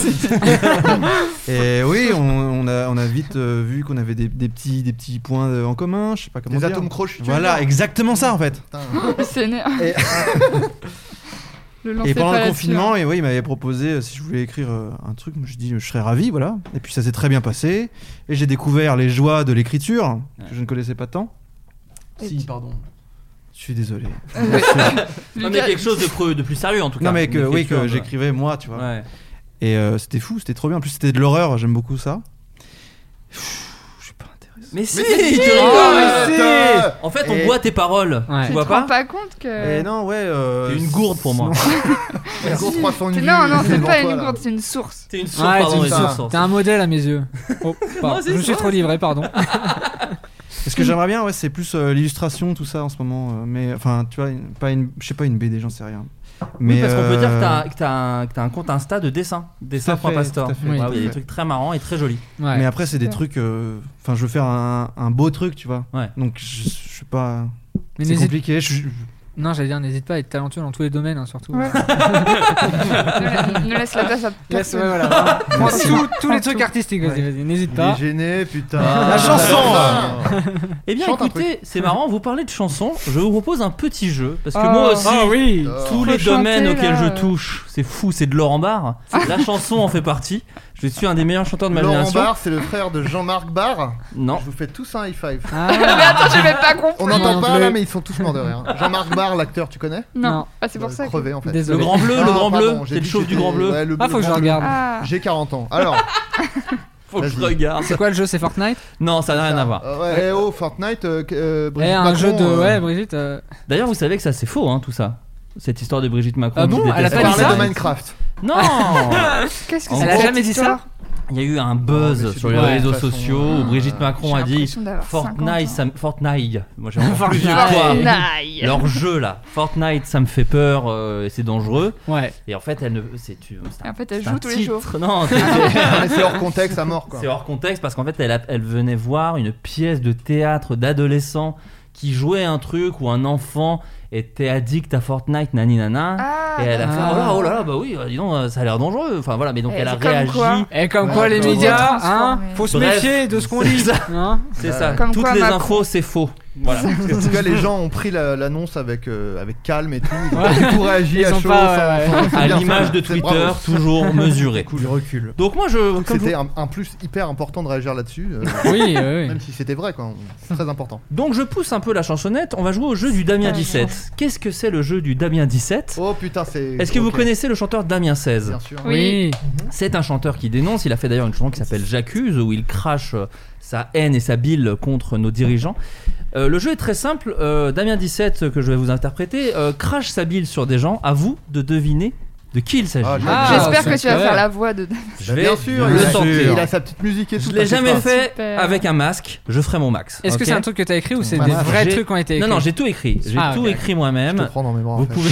S10: et oui, on, on a, on a vite euh, vu qu'on avait des, des petits, des petits points euh, en commun, je sais pas comment
S4: Des
S10: dire.
S4: atomes crochus. tu veux
S10: Voilà,
S4: dire
S10: exactement ça en fait.
S4: Putain.
S2: C'est né.
S10: Et,
S2: Le
S10: et
S2: lancez
S10: pendant
S2: pas
S10: le
S2: là-dessus,
S10: confinement,
S2: hein.
S10: et oui, il m'avait proposé euh, si je voulais écrire euh, un truc, moi, je dis euh, je serais ravi, voilà. Et puis ça s'est très bien passé. Et j'ai découvert les joies de l'écriture que je ne connaissais pas tant.
S2: Et
S10: Si,
S2: tu-
S10: pardon. Je suis désolé.
S3: Non, mais
S2: Lucas-
S3: quelque chose de, pre- de plus sérieux en tout cas.
S10: Non mais que
S3: Quelque
S10: oui que
S4: euh,
S3: chose-
S10: j'écrivais moi, tu vois.
S3: Ouais.
S10: Et euh, c'était fou, c'était trop bien. En plus, c'était de l'horreur, j'aime beaucoup ça. Pfff, Je suis pas intéressé.
S3: Mais si,
S4: si,
S3: tu
S4: si,
S3: rigoles, mais
S4: arrête.
S3: si En fait, on
S10: Et-
S3: boit tes paroles.
S5: Ouais.
S3: Tu
S2: Tu
S3: vois
S2: te rends
S3: pas
S2: pas compte que.
S4: Eh
S10: Et non, ouais.
S3: C'est
S10: euh,
S3: une gourde pour moi.
S4: Une grosse croissant
S2: C'est-
S4: une
S2: Non,
S4: nuit,
S2: non, c'est
S4: devant
S2: pas
S4: toi,
S2: une
S4: là.
S2: gourde, c'est une source.
S3: T'es une source,
S5: Ouais,
S3: pardon,
S5: t'es
S3: une
S5: une
S3: source.
S5: T'es un modèle à mes yeux. Oh, pardon.
S3: Non, c'est
S5: je me suis
S3: vrai,
S5: trop livré, pardon.
S10: Ce que j'aimerais bien, ouais, c'est plus euh, l'illustration, tout ça en ce moment. euh, mais enfin, tu vois, une- pas une, je sais pas une BD, j'en sais rien. Mais
S3: Oui, parce qu'on peut
S10: euh,
S3: dire que t'as- que t'as un, que t'as un compte Insta de dessin, dessin
S10: à
S3: Point
S10: fait,
S3: Pastor.
S10: tout à fait,
S3: Ouais,
S10: tout
S3: où
S10: à
S3: il y a des
S10: fait.
S3: trucs très marrants et très jolis.
S5: Ouais.
S10: Mais après, c'est des
S2: Super.
S10: trucs. euh, Enfin, je veux faire un, un beau truc, tu vois.
S3: Ouais.
S10: Donc, je, je suis pas.
S5: Mais
S10: C'est
S5: n'hésite-
S10: compliqué. je suis-
S5: Non, j'allais dire, n'hésite pas à être talentueux dans tous les domaines, hein, surtout.
S2: Ouais. ne, ne laisse la place à
S5: Laisse-
S2: personne.
S5: ouais, voilà, vraiment. Prends
S2: Merci.
S5: tout- tous les
S2: Prends
S5: trucs
S2: tout.
S5: artistiques, vas-y,
S4: Ouais.
S5: vas-y, n'hésite
S4: Il est
S5: pas.
S4: gêné, putain.
S3: Ah. La
S4: chanson.
S3: Eh bien,
S4: Chante un
S3: écoutez, c'est marrant, vous parlez de chansons. Je vous propose un petit jeu. Parce que
S2: Ah.
S3: moi aussi,
S5: Ah oui
S3: tous
S2: Faut
S3: les
S2: chanter,
S3: domaines
S2: là.
S3: auxquels je touche, c'est fou, c'est de Laurent Barre. La chanson en fait partie. Je suis un des meilleurs chanteurs de ma
S4: Laurent
S3: génération.
S4: Barre, c'est le frère de Jean-Marc Barre.
S3: non.
S4: Je vous fais tous un high five.
S2: Mais
S5: Ah,
S2: attends, j'ai même pas compris.
S4: On
S5: non
S4: n'entend pas
S5: plus.
S4: là, mais ils sont tous morts de rire. Jean-Marc Barre, l'acteur, tu connais Euh,
S2: Non.
S5: Non.
S2: Ah, c'est pour ça. que-
S4: Crevé en fait.
S3: Le
S5: Désolé.
S3: grand bleu, le
S4: Ah,
S3: grand bleu.
S4: pardon, j'ai
S3: C'est le
S4: dit que
S3: chauve du
S4: j'étais-
S3: grand bleu.
S4: ouais, le
S5: Ah, faut
S4: le
S5: que je
S4: grand bleu.
S5: regarde.
S2: Ah.
S4: J'ai 40 ans. Alors,
S3: Faut que je
S4: Vas-y.
S3: regarde.
S5: C'est quoi le jeu C'est Fortnite
S3: Non, ça n'a rien à voir.
S4: euh, ouais, eh oh, Fortnite, euh, euh,
S5: Eh,
S4: Brigitte
S5: un
S4: Macron,
S5: jeu de.
S4: euh,
S5: Ouais, Brigitte. euh,
S3: D'ailleurs, vous savez que ça, c'est faux, hein, tout ça. Cette histoire de Brigitte Macron.
S5: Ah
S3: qui
S5: bon Elle a
S3: déteste
S4: Elle
S5: pas dit
S3: Fortnite.
S4: parlait
S5: ça
S4: de Minecraft.
S3: Non
S2: Qu'est-ce que
S3: En
S2: c'est
S5: Elle a
S3: gros,
S2: cette
S5: jamais dit ça
S2: histoire
S3: Il y a eu un
S4: Oh, mais
S3: buzz
S4: c'est
S3: sur les
S4: drôle,
S3: réseaux
S4: de toute façon,
S3: sociaux
S4: euh,
S3: où Brigitte Macron
S2: j'ai
S3: a dit
S2: l'impression d'avoir 50
S3: Fortnite,
S2: ans.
S3: ça me- Fortnite. Moi j'ai encore plus de
S5: Fortnite.
S3: quoi.
S2: Naï.
S3: Leur jeu là, Fortnite, ça me fait peur, euh, et c'est dangereux.
S5: Ouais.
S3: Et en fait, elle ne, c'est tu. c'est un-
S2: En fait, elle
S3: c'est un
S2: joue tous les
S3: titre.
S2: jours.
S3: Non, c'est-
S4: Mais c'est hors contexte à mort quoi.
S3: c'est hors contexte parce qu'en fait, elle, a- elle venait voir une pièce de théâtre d'adolescent qui jouait un truc où un enfant et t'es addict à Fortnite, nani nana. et elle a fait
S5: Ah.
S3: oh là, oh là là, bah oui, euh, dis donc, euh, ça a l'air dangereux. Enfin voilà, mais donc
S5: Eh,
S3: elle a
S5: c'est comme
S3: réagi.
S5: quoi. Eh, comme Ouais, quoi, les comme médias, quoi. hein, faut se méfier de ce qu'on dit,
S3: C'est ça.
S5: hein.
S3: C'est
S5: Voilà.
S3: ça.
S5: Comme
S3: Toutes
S5: quoi,
S3: les
S5: Macron-
S3: infos, c'est faux. Voilà.
S4: En tout cas, les gens ont pris la- l'annonce avec, euh, avec calme et tout. Ils ont tout réagi
S3: Ils
S4: à
S3: sont
S4: chaud.
S3: pas,
S4: sans-
S3: ouais,
S4: sans- sans
S3: à
S4: dire
S3: l'image
S4: ça.
S3: de
S4: C'est
S3: Twitter,
S4: bravo.
S3: toujours mesuré. Cool,
S10: le recul.
S3: Donc moi, je. comme
S4: C'était
S3: vous-
S4: un, un plus hyper important de réagir là-dessus. euh,
S3: Oui, oui, oui.
S4: Même si c'était vrai, quoi. C'est très important.
S3: Donc je pousse un peu la chansonnette, on va jouer au jeu du Damien 17. Qu'est-ce que c'est le jeu du Damien 17
S4: Oh putain, c'est.
S3: Est-ce que vous
S4: ok.
S3: connaissez le chanteur Damien 16
S4: Bien sûr.
S5: Oui.
S3: C'est un chanteur qui dénonce, il a fait d'ailleurs une chanson qui s'appelle J'accuse où il crache euh, sa haine et sa bile contre nos dirigeants. Euh, le jeu est très simple, Euh, Damien 17 euh, que je vais vous interpréter euh, crache sa bile sur des gens, à vous de deviner de qui il s'agit.
S2: Ah, J'espère que tu vas faire la voix de.
S3: Je
S4: Bah,
S3: vais
S4: bien sûr,
S3: le
S4: il a-
S3: tenter.
S4: il a sa petite musique et tout.
S3: Je l'ai
S4: t'inquiète
S3: jamais
S4: pas.
S3: fait
S4: Super.
S3: avec un masque, je ferai mon max.
S5: Est-ce que
S3: ok
S5: c'est un truc que t'as écrit ou c'est
S3: Voilà.
S5: des vrais
S3: J'ai-
S5: trucs qui ont été
S3: Non, non,
S5: écrits
S3: j'ai tout écrit. J'ai
S5: Ah,
S3: tout
S5: ok.
S3: émoire écrit moi-même.
S4: Je te prends dans mes bras, en
S3: Vous
S4: fait.
S3: pouvez.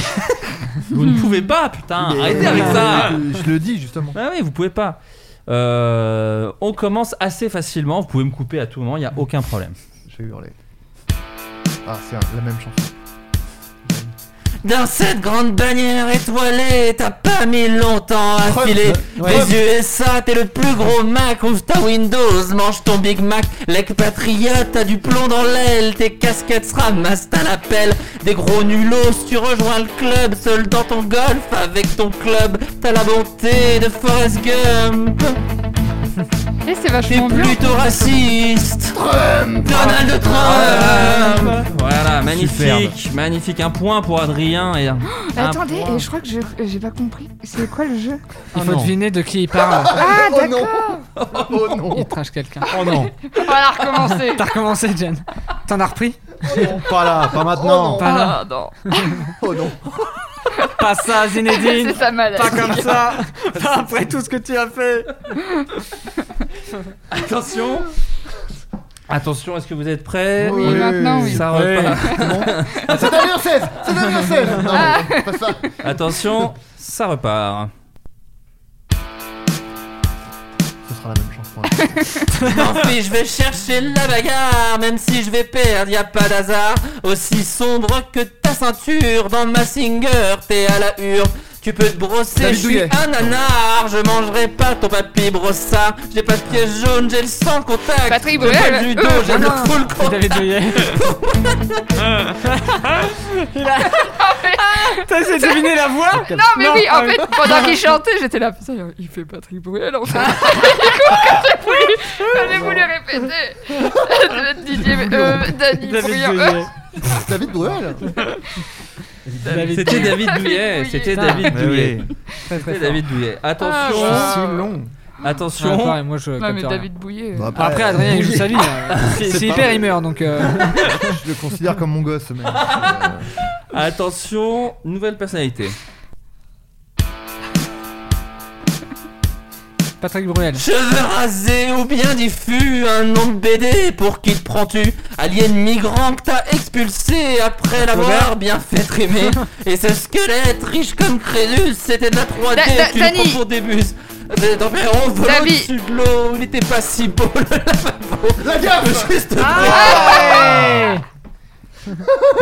S3: vous ne pouvez pas, putain.
S4: Mais-
S3: Arrêtez avec ça.
S4: Je le dis justement.
S3: Ah oui, vous pouvez pas. Euh, on commence assez facilement. Vous pouvez me couper à tout moment. Il y a aucun problème.
S4: Je vais hurler. Ah, c'est un- la même chanson.
S3: Dans cette grande bannière étoilée, t'as pas mis longtemps à
S13: Trump,
S3: filer.
S13: ouais. Trump.
S3: Les USA, t'es le plus gros Mac. Ouvre ta Windows, mange ton Big Mac. Lec patriote, t'as du plomb dans l'aile. Tes casquettes se ramassent à l'appel. Des gros nulos, tu rejoins le club. Seul dans ton golf, avec ton club. T'as la bonté de Forrest Gump.
S2: Et Eh, c'est vachement
S3: T'es
S2: bien.
S3: plutôt raciste. Donald Trump. Voilà, magnifique, magnifique. Un point pour Adrien et un.
S2: Attendez, et je crois que je- j'ai pas compris. C'est quoi le jeu
S5: Il faut
S3: non.
S5: deviner de qui il parle.
S2: Ah,
S4: Oh non.
S2: d'accord
S4: Oh non
S5: Il trache quelqu'un. Oh non.
S2: On va recommencer
S5: T'as recommencé, Jen. T'en as repris
S10: Pas là, pas maintenant.
S5: Pas là.
S2: Ah non
S4: Oh non
S5: Pas ça, Zinedine.
S2: C'est sa maladie.
S5: Pas comme ça. Pas après tout ce que tu as fait.
S3: Attention Attention, est-ce que vous êtes prêts
S4: Oui, Oui. maintenant, oui.
S3: Ça
S4: Oui.
S3: repart.
S4: C'est Damien 16 C'est Damien 16 Non, mais pas ça
S3: Attention, ça repart.
S4: Ce sera la même chanson.
S13: Puis je vais chercher la bagarre, même si je vais perdre, y a pas d'hasard. Aussi sombre que ta ceinture, dans ma singer, t'es à la hurle. Tu peux te brosser,
S3: David
S13: je suis
S3: Douillet.
S13: un nanar, je mangerai pas ton papy brossard. J'ai pas de pièce jaune, j'ai le sang contact.
S2: Patrick
S13: j'ai pas
S2: Bruel. Oh,
S13: le judo, j'ai le full contact.
S5: Ah, T'as essayé de deviner la voix
S2: Non mais oui, en fait, pendant qu'il chantait, j'étais là, putain, il fait Patrick Bruel en fait. J'avais voulu répéter. Didier, euh, Danny Bruyant. euh.
S4: David Bruel
S5: David
S3: C'était
S5: Douillet.
S3: David Douillet. C'était
S5: Putain.
S3: David
S13: Ah
S5: Mais
S3: Douillet.
S5: oui. Très, très
S3: C'était
S5: fort.
S3: David Douillet. Attention.
S5: Ah, wow. C'est si long.
S3: Attention.
S5: Ah, pareil, moi, je Non, capte mais rien.
S2: David Bouillet.
S3: Bah,
S4: Bon,
S5: Après, Adrien, il joue sa vie. hein. là.
S3: C'est
S5: Si- S'il
S3: pas
S5: perd,
S3: vrai.
S5: il meurt donc. euh,
S4: Je le considère comme mon gosse, mais.
S3: Attention, nouvelle personnalité.
S5: Patrick Bruel.
S13: Cheveux rasés ou bien diffus, un nom de BD, pour qui te prends-tu Alien migrant que t'as expulsé après l'avoir bien fait trimer. Et ce squelette riche comme Crédus, c'était de la 3D,
S2: Da- da-
S13: tu le prends
S2: Dani.
S13: pour des bus. Euh, Dans mes ronds volant
S2: David.
S13: au-dessus de l'eau, il était pas si beau le lavabo.
S4: La gaffe
S13: Juste
S5: Ah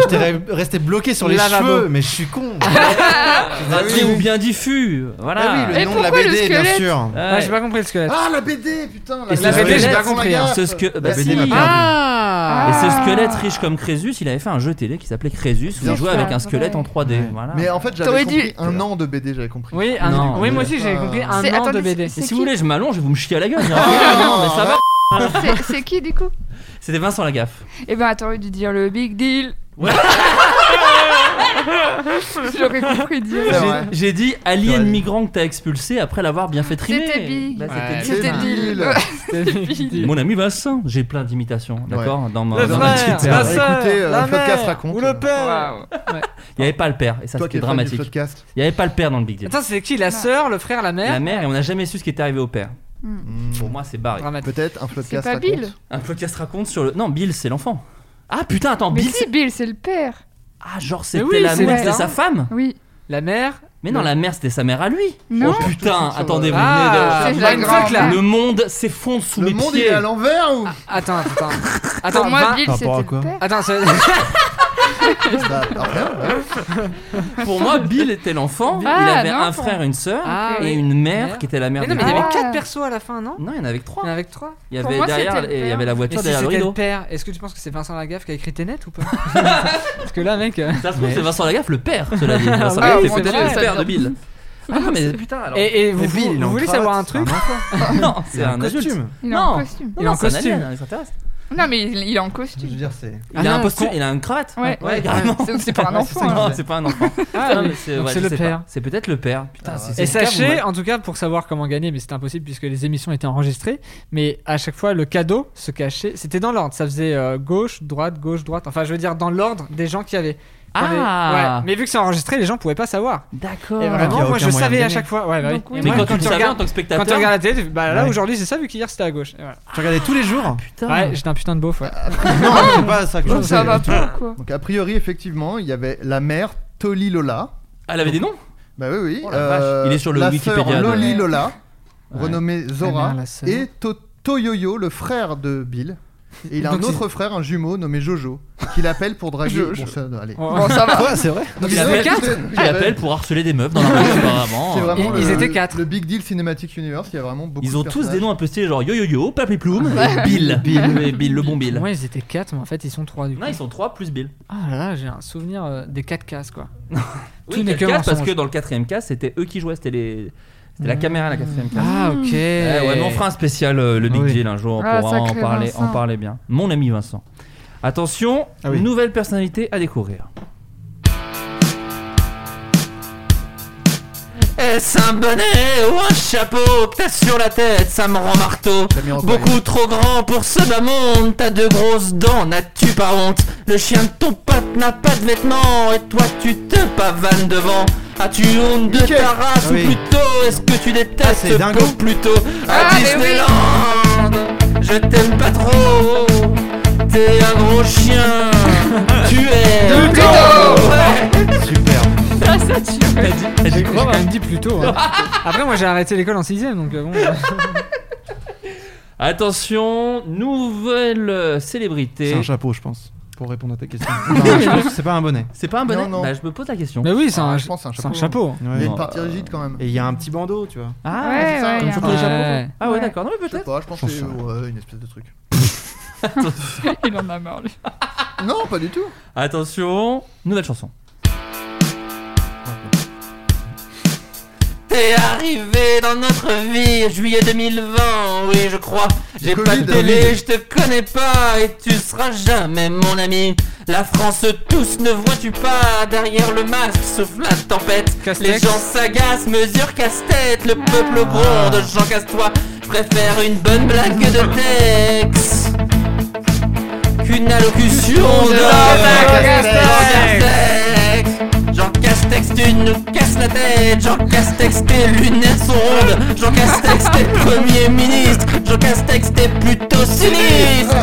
S10: J'étais re- resté bloqué sur les
S5: Lavabo.
S10: cheveux, mais je suis con.
S4: Ah, bah
S3: Raté ou bien diffus. Voilà. Eh,
S10: Ah oui, le
S2: Et
S10: nom de la
S2: pourquoi le
S10: BD, bien
S2: squelette
S10: sûr.
S3: Ouais.
S5: Ah, j'ai pas compris le squelette.
S4: Ah, la BD, putain
S3: Et
S4: La,
S3: ce
S5: La BD, j'ai
S3: squelette-
S5: pas compris. hein.
S3: ce sque- bah
S10: La BD
S3: si.
S10: m'a perdu.
S5: Ah
S3: Et ce squelette riche comme Crésus, il avait fait un jeu télé qui s'appelait Crésus où
S4: Bien
S3: il jouait
S2: sûr.
S3: avec un squelette en 3D. Voilà.
S4: Mais en fait,
S2: Ah,
S4: j'avais
S2: T'aurais
S4: compris
S2: dû-
S4: un an de BD, j'avais compris.
S5: Oui, un-
S3: Non,
S5: oui,
S4: mais-
S5: moi aussi j'avais compris un
S2: C'est-
S5: an de
S2: attendez,
S5: BD.
S2: c'est-
S3: Et si
S2: qui
S3: vous voulez, je m'allonge et vous me chiez à la gueule. non, mais ça va.
S2: C'est- C'est qui du coup
S3: C'était Vincent Lagaffe.
S2: Eh ben, t'aurais dû dire le big deal.
S3: Ouais.
S2: J'aurais compris
S4: C'est
S2: dire.
S4: vrai.
S3: J'ai- J'ai dit
S4: C'est
S3: alien
S4: vrai.
S3: migrant que t'as expulsé après l'avoir bien fait trimer.
S2: Ah, C'était Big.
S3: Bah, c'était
S5: Ouais.
S3: Big.
S2: C'était
S4: C'est
S2: deal.
S4: deal.
S2: Ouais,
S3: Mon ami Vincent, j'ai plein d'imitations, d'accord dans ma-
S5: Le
S3: dans ma
S5: frère,
S3: petite-
S5: la
S4: Écoutez,
S5: sœur,
S4: euh,
S5: la
S4: Podcast
S5: mère,
S4: raconte.
S5: ou le père.
S2: Waouh.
S3: Il n'y avait pas le père, et ça
S4: Toi qui
S3: c'était
S4: es fan du
S3: dramatique.
S4: podcast.
S3: Il n'y avait pas le père dans le Big Deal.
S5: Attends, c'est qui La sœur, le frère, la
S3: La
S5: mère
S3: mère, et on n'a jamais su ce qui était arrivé au père. Pour moi, c'est barré.
S5: Dramatique.
S4: Peut-être un
S2: C'est
S4: podcast
S2: pas
S4: raconte.
S2: Bill.
S3: Un podcast raconte sur le. Non, Bill, c'est l'enfant. Ah putain, attends,
S2: Mais
S3: Bill.
S2: si,
S3: c'est-
S2: Bill, c'est le père.
S3: Ah, genre, c'était
S5: oui,
S3: la
S5: c'est
S3: mère,
S2: vrai.
S3: c'était sa femme
S2: Oui.
S5: La mère
S3: Mais non, la mère, c'était sa mère à lui.
S2: Non.
S3: Oh putain,
S4: Tout ça,
S3: attendez, vous
S5: Ah,
S3: venez
S2: c'est
S3: de.
S2: la
S5: mindfuck, là.
S2: grand-mère.
S3: Le monde s'effondre sous
S4: Le
S3: mes
S4: monde il
S3: pieds.
S4: est à l'envers ou
S5: Attends, attends.
S2: Pour
S5: Attends,
S2: moi,
S5: vingt-
S2: Bill,
S10: Par
S2: c'était
S10: rapport à
S2: le
S10: quoi
S2: père.
S5: Attends, c'est-
S4: Bah, hein.
S3: Pour moi, Bill était l'enfant.
S5: Ah,
S3: il avait
S5: non,
S3: un
S5: pour-
S3: frère, une sœur
S5: Ah,
S3: et
S5: oui.
S3: une mère qui était la mère.
S5: Mais non,
S3: du
S5: mais il y
S3: groupe.
S5: avait 4 persos à la fin, non
S3: Non, il y en avait que trois.
S5: Ah. Il y en avait que 3.
S3: Il y avait derrière, et il y avait la voiture derrière le rideau.
S5: père, est-ce que tu penses que c'est Vincent Lagaffe qui a écrit Tenet ou pas Parce que là, mec. euh,
S3: Ça se trouve, c'est Vincent Lagaffe, le père, cela dit. Vincent
S5: Ah,
S3: Lagaffe
S5: oui,
S3: est
S5: c'est
S3: peut-être
S5: vrai.
S3: le père de Bill. Ah non, mais putain, alors.
S5: Et, et vous, vous-
S3: il est
S5: vous
S3: en
S5: voulez
S3: cravate,
S5: savoir un truc
S3: Non, c'est un adulte.
S5: costume.
S2: Il est
S3: Non.
S2: en costume.
S3: Il est en costume.
S2: Non, mais il, il est en costume. Je veux
S10: dire, c'est.
S3: Il a un costume, il a une cravate.
S2: Ouais. Ouais,
S3: carrément.
S2: c'est- c'est pas un enfant,
S3: Non,
S2: alors.
S3: c'est pas un enfant.
S5: Ah,
S3: Non, mais
S5: oui.
S3: ouais,
S5: Donc c'est
S3: je
S5: le
S3: sais pas.
S5: père.
S3: C'est peut-être le père. Putain, c'est- c'est
S5: Et
S3: une cave, ou
S5: sachez,
S3: mal.
S5: en tout cas, pour savoir comment gagner, mais c'était impossible puisque les émissions étaient enregistrées, mais à chaque fois, le cadeau se cachait. C'était dans l'ordre. Ça faisait euh, gauche, droite, gauche, droite. Enfin, je veux dire, dans l'ordre des gens qui avaient. Quand les-
S3: Ah.
S5: Ouais. Mais vu que c'est enregistré, les gens pouvaient pas savoir.
S3: D'accord.
S5: Et
S3: Donc, il y
S5: vraiment,
S3: a
S5: moi je
S3: aucun moyen
S5: savais
S3: de
S5: à
S3: gagner.
S5: chaque fois. Ouais, bah Ah. oui.
S3: Donc, oui, Mais moi, quand tu le savais en tant que spectateur-
S5: Quand tu regardes la télé, tu- bah là
S3: Ouais.
S5: aujourd'hui c'est ça vu qu'hier c'était à gauche. Et voilà.
S10: Tu regardais tous les
S4: Ah,
S10: jours
S5: Ouais, j'étais un putain de beauf. Ouais.
S3: Ah,
S10: Non, c'est pas ça que je pensais.
S4: Donc a priori effectivement, il y avait la mère Toli Lola.
S3: Ah, Elle avait des noms
S4: Bah oui oui.
S3: Oh la vache. Il est sur le
S4: la
S3: Wikipédia
S4: sœur
S3: de-
S4: Loli Lola,
S3: Ouais.
S4: renommée
S3: La
S4: Zora,
S3: mère, la sœur.
S4: et To- Toyoyo, le frère de Bill. Et il a
S3: Donc
S4: un
S3: c'est-
S4: autre frère, un jumeau nommé Jojo, qu'il appelle pour draguer.
S3: Jojo.
S4: Bon, ça, euh, allez.
S5: Bon, ça va. Ouais, c'est
S3: vrai.
S4: Donc,
S3: Il
S4: ils
S3: appelle-
S4: étaient-
S3: il
S5: bah
S3: appelle pour harceler des meufs dans la rue, apparemment.
S4: C'est vraiment
S3: Ils
S4: le-
S3: étaient
S5: quatre.
S4: Le Big Deal Cinematic Universe, il y a vraiment beaucoup.
S3: Ils ont
S4: de
S3: tous
S4: personnages.
S3: des noms un peu stylés, genre Yo Yo Yo, Papy Plume, et Bill.
S4: Bill.
S3: Et Bill, le bon Bill.
S5: oh. Moi ils étaient 4, mais en fait ils sont 3 du coup.
S3: Non, ils sont 3 plus Bill.
S5: Ah là là, j'ai un souvenir euh, des 4 cases quoi.
S3: Oui,
S5: Tout n'est que
S3: quatre, parce
S5: mensonge.
S3: que dans le quatrième cas, c'était eux qui jouaient, c'était les. C'était la
S5: Mmh.
S3: caméra, la quatrième case.
S5: Ah, ok.
S3: Eh
S13: Eh
S3: Ouais, ouais, mais on fera un spécial euh, le Big
S5: Oui.
S3: Deal un jour, on
S5: Ah,
S3: pourra en
S5: sacré
S3: parler,
S5: Vincent.
S3: en parler bien. Mon ami Vincent. Attention, nouvelle personnalité à découvrir.
S13: Est-ce un bonnet ou un chapeau que t'as sur la tête Ça me rend marteau. Beaucoup trop grand pour ce bas monde. T'as de grosses dents, n'as-tu pas honte Le chien de ton pote n'a pas de vêtements et toi tu te pavanes devant. As-tu honte de ta race
S10: Oui.
S13: ou plutôt est-ce que tu détestes
S10: c'est dingo.
S13: ou plutôt
S5: Ah,
S13: à Disneyland Je t'aime pas trop. T'es un gros chien. tu es un gros- Ouais.
S10: Super.
S5: Ah ça tu J'ai quand même dit plus tôt. hein. Après moi j'ai arrêté l'école en 6ème donc euh, bon.
S3: Attention, nouvelle euh, célébrité.
S10: C'est un chapeau, je pense, pour répondre à ta question. Non, je pense que c'est pas un bonnet.
S3: C'est pas un bonnet
S4: Non, non.
S3: Bah, Je me pose la question.
S5: Mais oui, c'est un,
S4: Ah, Je pense un
S5: c'est
S4: chapeau. hein. Il
S5: un chapeau.
S4: y a une partie rigide quand même.
S10: Et il y a un petit bandeau, tu vois.
S3: Ah,
S4: Ouais,
S3: c'est ça,
S4: ouais,
S3: comme
S4: y a
S3: sur
S4: un-
S3: tous les chapeaux.
S10: Ouais.
S3: Ah ouais, d'accord, non mais
S4: Je sais
S3: peut-être.
S4: pas, je pense
S10: J'en
S4: que
S10: sais
S4: c'est
S10: rien.
S4: ouais, une espèce de truc.
S2: Il en a marre, lui.
S4: Non, pas du tout.
S3: Attention, nouvelle chanson.
S13: T'es arrivé dans notre vie, juillet 2020, oui je crois. J'ai pas de Covid,
S4: Covid.
S13: télé, je te connais pas et tu seras jamais mon ami. La France tous ne vois-tu pas derrière le masque sauf la tempête. Les gens s'agacent, mesure casse-tête, le peuple
S3: Ah.
S13: gronde, Jean casse-toi. Je préfère une bonne blague de texte qu'une allocution de Jean Castex. Jean Castex, tu nous casses la tête. Jean Castex, tes lunettes sont rondes. Jean Castex, t'es premier ministre. Jean Castex, t'es plutôt sinistre.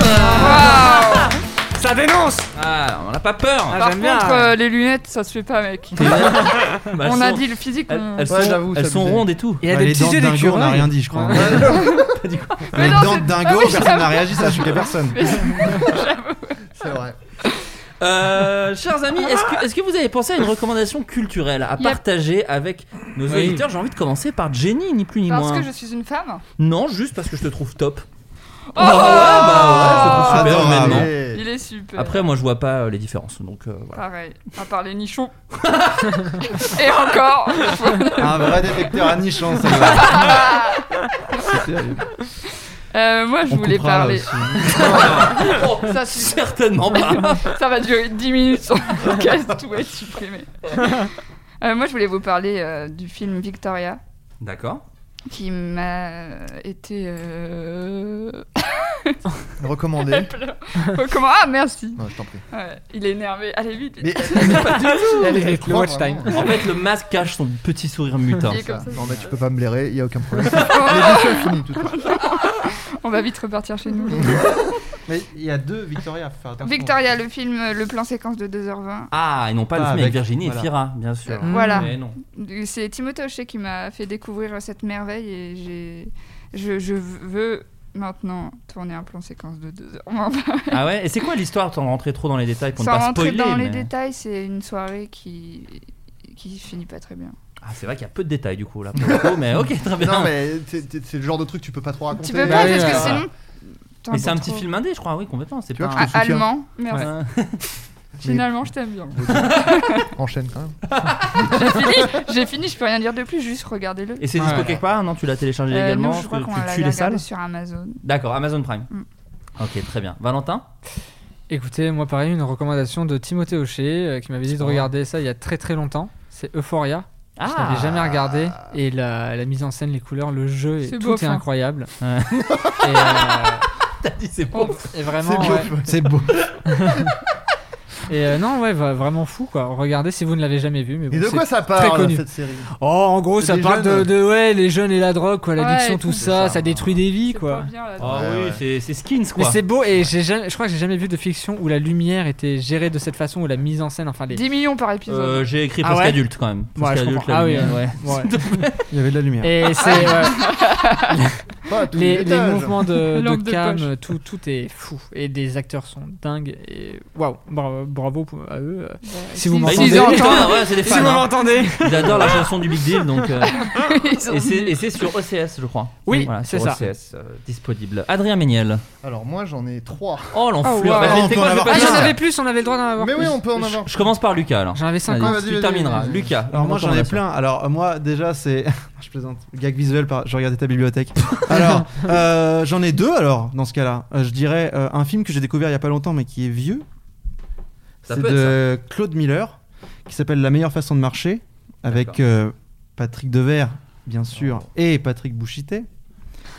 S5: Ça dénonce
S3: Ah, on n'a pas peur.
S2: Par
S3: Ah.
S2: contre, euh, les lunettes, ça se fait pas, mec.
S3: Bah, elles
S2: on a
S3: sont-
S2: dit le physique.
S3: Elles,
S2: on-
S3: elles
S4: Ouais,
S3: sont,
S4: j'avoue,
S3: elles
S4: ça
S3: sont
S4: faisait-
S3: rondes et tout.
S5: Il y a
S10: Bah,
S5: des
S10: les dents
S5: petits yeux
S10: de dingo, on n'a
S5: d'écureuil.
S10: rien dit, je crois.
S2: Mais
S10: Les
S2: non,
S10: dents
S2: c'est-
S10: de dingo,
S2: Ah oui,
S10: personne
S2: j'avoue.
S10: n'a réagi, ça a choqué personne.
S4: C'est vrai.
S2: Oh.
S3: Euh, chers amis, est-ce que, est-ce que vous avez pensé à une recommandation culturelle à
S2: Yep.
S3: partager avec nos
S5: Oui.
S3: auditeurs J'ai envie de commencer par Jenny, ni plus ni
S2: Parce
S3: moins.
S2: que je suis une femme.
S3: Non, juste parce que je te trouve top.
S2: Oh,
S3: Ah ouais, bah ouais, je te trouve
S4: ah
S3: super
S10: Adorable.
S3: humainement.
S2: Il est super.
S3: Après, moi, je vois pas euh, les différences, donc euh, voilà.
S2: Pareil, à part les nichons. Et encore.
S10: Un vrai détecteur à
S4: hein,
S10: nichon, ça C'est terrible.
S2: Euh, moi, je
S10: On
S2: voulais
S10: coupera,
S2: parler.
S3: Oh,
S2: Ça, suffit.
S3: certainement pas.
S2: Ça va durer 10 minutes sur le podcast, tout va être supprimé. Euh, moi, je voulais vous parler euh, du film Victoria,
S3: D'accord.
S2: qui m'a été euh,
S4: Recommandé.
S2: recommandé. Ah, merci.
S4: Non, je t'en prie.
S2: Ouais, il est énervé. Allez vite.
S4: Mais-
S3: Pas du tout.
S5: Elle est le
S4: crois
S5: watch time.
S3: En fait, le masque cache son petit sourire mutin.
S2: Il est comme ça.
S4: Non, mais tu peux pas me blairer, y a aucun problème. L'émission est finie tout de suite.
S2: On va vite repartir chez nous.
S10: Mais il y a deux Victoria, faut faire attention.
S2: Victoria, le film, euh, le plan séquence de 2h20.
S3: Ah, et non pas le
S10: Pas
S3: film avec,
S10: avec-
S3: Virginie
S10: voilà.
S3: et Fira, bien sûr.
S2: Voilà.
S3: Mais non.
S2: C'est Timothée Hochet qui m'a fait découvrir cette merveille et j'ai, je, je veux maintenant tourner un plan séquence de deux heures. On va-
S3: Ah ouais Et c'est quoi l'histoire T'en rentrais trop dans les détails pour ne
S2: Sans
S3: pas
S2: rentrer
S3: spoiler.
S2: dans les
S3: mais-
S2: détails, c'est une soirée qui qui finit pas très bien.
S3: Ah, c'est vrai qu'il y a peu de détails du coup là. pour le coup, mais ok, très bien.
S4: Non, mais t'es- t'es- c'est le genre de truc que tu peux pas trop raconter. Bah
S2: Tu peux pas parce que sinon. t'en
S3: Mais c'est un
S2: peux
S3: petit
S2: trop. Ah,
S3: film indé, je crois, oui, complètement. C'est
S4: Tu vois
S3: pas
S4: que je te
S3: un- euh,
S4: soutiens.
S2: Allemand, merci. Finalement, je t'aime bien.
S4: Enchaîne quand même.
S2: J'ai fini, j'ai fini, je peux rien dire de plus, juste regardez-le.
S3: Et c'est dispo quelque part hein, Non, tu l'as téléchargé
S2: Euh,
S3: également
S2: non, je crois
S3: tu-
S2: qu'on
S3: tu
S2: l'a
S3: tues les
S2: regardé
S3: salles
S2: sur Amazon.
S3: D'accord, Amazon Prime.
S2: Mm.
S3: Ok, très bien. Valentin
S5: Écoutez, moi pareil, une recommandation de Timothée Hochet euh, qui m'avait dit de
S3: Oh.
S5: regarder ça il y a très très longtemps. C'est Euphoria. Je
S3: Ah.
S5: l'avais jamais regardé et la, la mise en scène, les couleurs, le jeu, et
S3: C'est
S5: tout
S3: beau,
S5: est
S3: hein.
S5: incroyable.
S3: Ouais.
S5: Et, euh,
S3: T'as dit c'est
S2: Oh.
S3: beau.
S5: Et vraiment,
S3: Oh. C'est beau.
S5: Ah ouais.
S3: C'est beau.
S5: et euh, non, ouais, va- vraiment fou quoi. Regardez si vous ne l'avez jamais vu. Mais
S4: Et
S5: bon,
S4: de quoi
S5: c'est
S4: ça
S5: très
S4: parle
S5: connu.
S4: cette série
S5: Oh, en gros,
S4: C'est
S5: ça
S4: des
S5: parle de,
S4: jeunes.
S5: de- ouais, les jeunes et la drogue, quoi,
S4: Ouais,
S5: l'addiction,
S4: et
S5: tout
S4: tout.
S5: ça, ça, détruit des vies, quoi.
S3: Ah
S5: Ouais,
S3: oui,
S5: ouais.
S3: c'est- c'est skins quoi.
S5: Mais c'est beau et j'ai jamais- je crois que j'ai jamais vu de fiction où la lumière était gérée de cette façon, où la mise en scène, enfin les.
S2: 10 millions par épisode.
S3: Euh, j'ai écrit presque adulte, quand même.
S5: Ouais,
S3: Presque
S5: je
S3: adulte,
S5: comprends.
S3: la
S5: ah oui,
S3: lumière,
S5: ouais.
S3: ouais.
S5: Ouais.
S3: S'il te plaît. Il y avait de la lumière.
S5: Et c'est ouais.
S3: Pas à tous les
S5: les, les
S3: étages.
S5: mouvements de,
S3: Lampe
S5: de
S3: de
S5: cam,
S3: poche.
S5: tout, tout est fou et les acteurs sont dingues et waouh, bravo, bravo pour- à eux. euh, si vous
S3: Bah,
S5: m'entendez,
S3: ils les entendent, ouais, c'est des
S5: si
S3: fans,
S5: vous
S3: hein.
S5: m'entendez,
S3: Ils adorent la chanson du Big Deal, donc. euh,
S4: Ils ont
S3: et c'est-
S4: dit.
S3: et c'est sur OCS, je crois.
S4: Oui,
S3: Voilà,
S4: c'est
S3: sur
S4: ça.
S3: OCS, euh, disponible. Adrien Méniel.
S4: Alors moi j'en ai trois.
S3: Oh l'enfleur. Bah, c'était quoi, je vais pas
S5: Ah,
S3: dire.
S5: j'en avais plus, on avait le droit d'en avoir.
S4: Mais oui, on peut en
S5: Je-
S4: avoir.
S3: Je commence par Lucas alors.
S5: J'en avais cinq.
S3: Vas-y,
S5: Ah, vas-y,
S3: Tu
S5: vas-y,
S3: termineras.
S5: vas-y.
S3: Lucas.
S10: Alors moi j'en ai
S3: recommandation.
S10: plein. Alors euh, moi déjà c'est je plaisante. Gag visuel par je regardais ta bibliothèque. Alors euh, j'en ai deux alors dans ce cas-là. Euh, je dirais euh, un film que j'ai découvert il y a pas longtemps mais qui est vieux.
S3: Ça
S10: C'est
S3: peut
S10: de Claude Miller qui s'appelle La meilleure façon de marcher avec euh, Patrick Devers bien
S4: Oh.
S10: sûr et Patrick Bouchité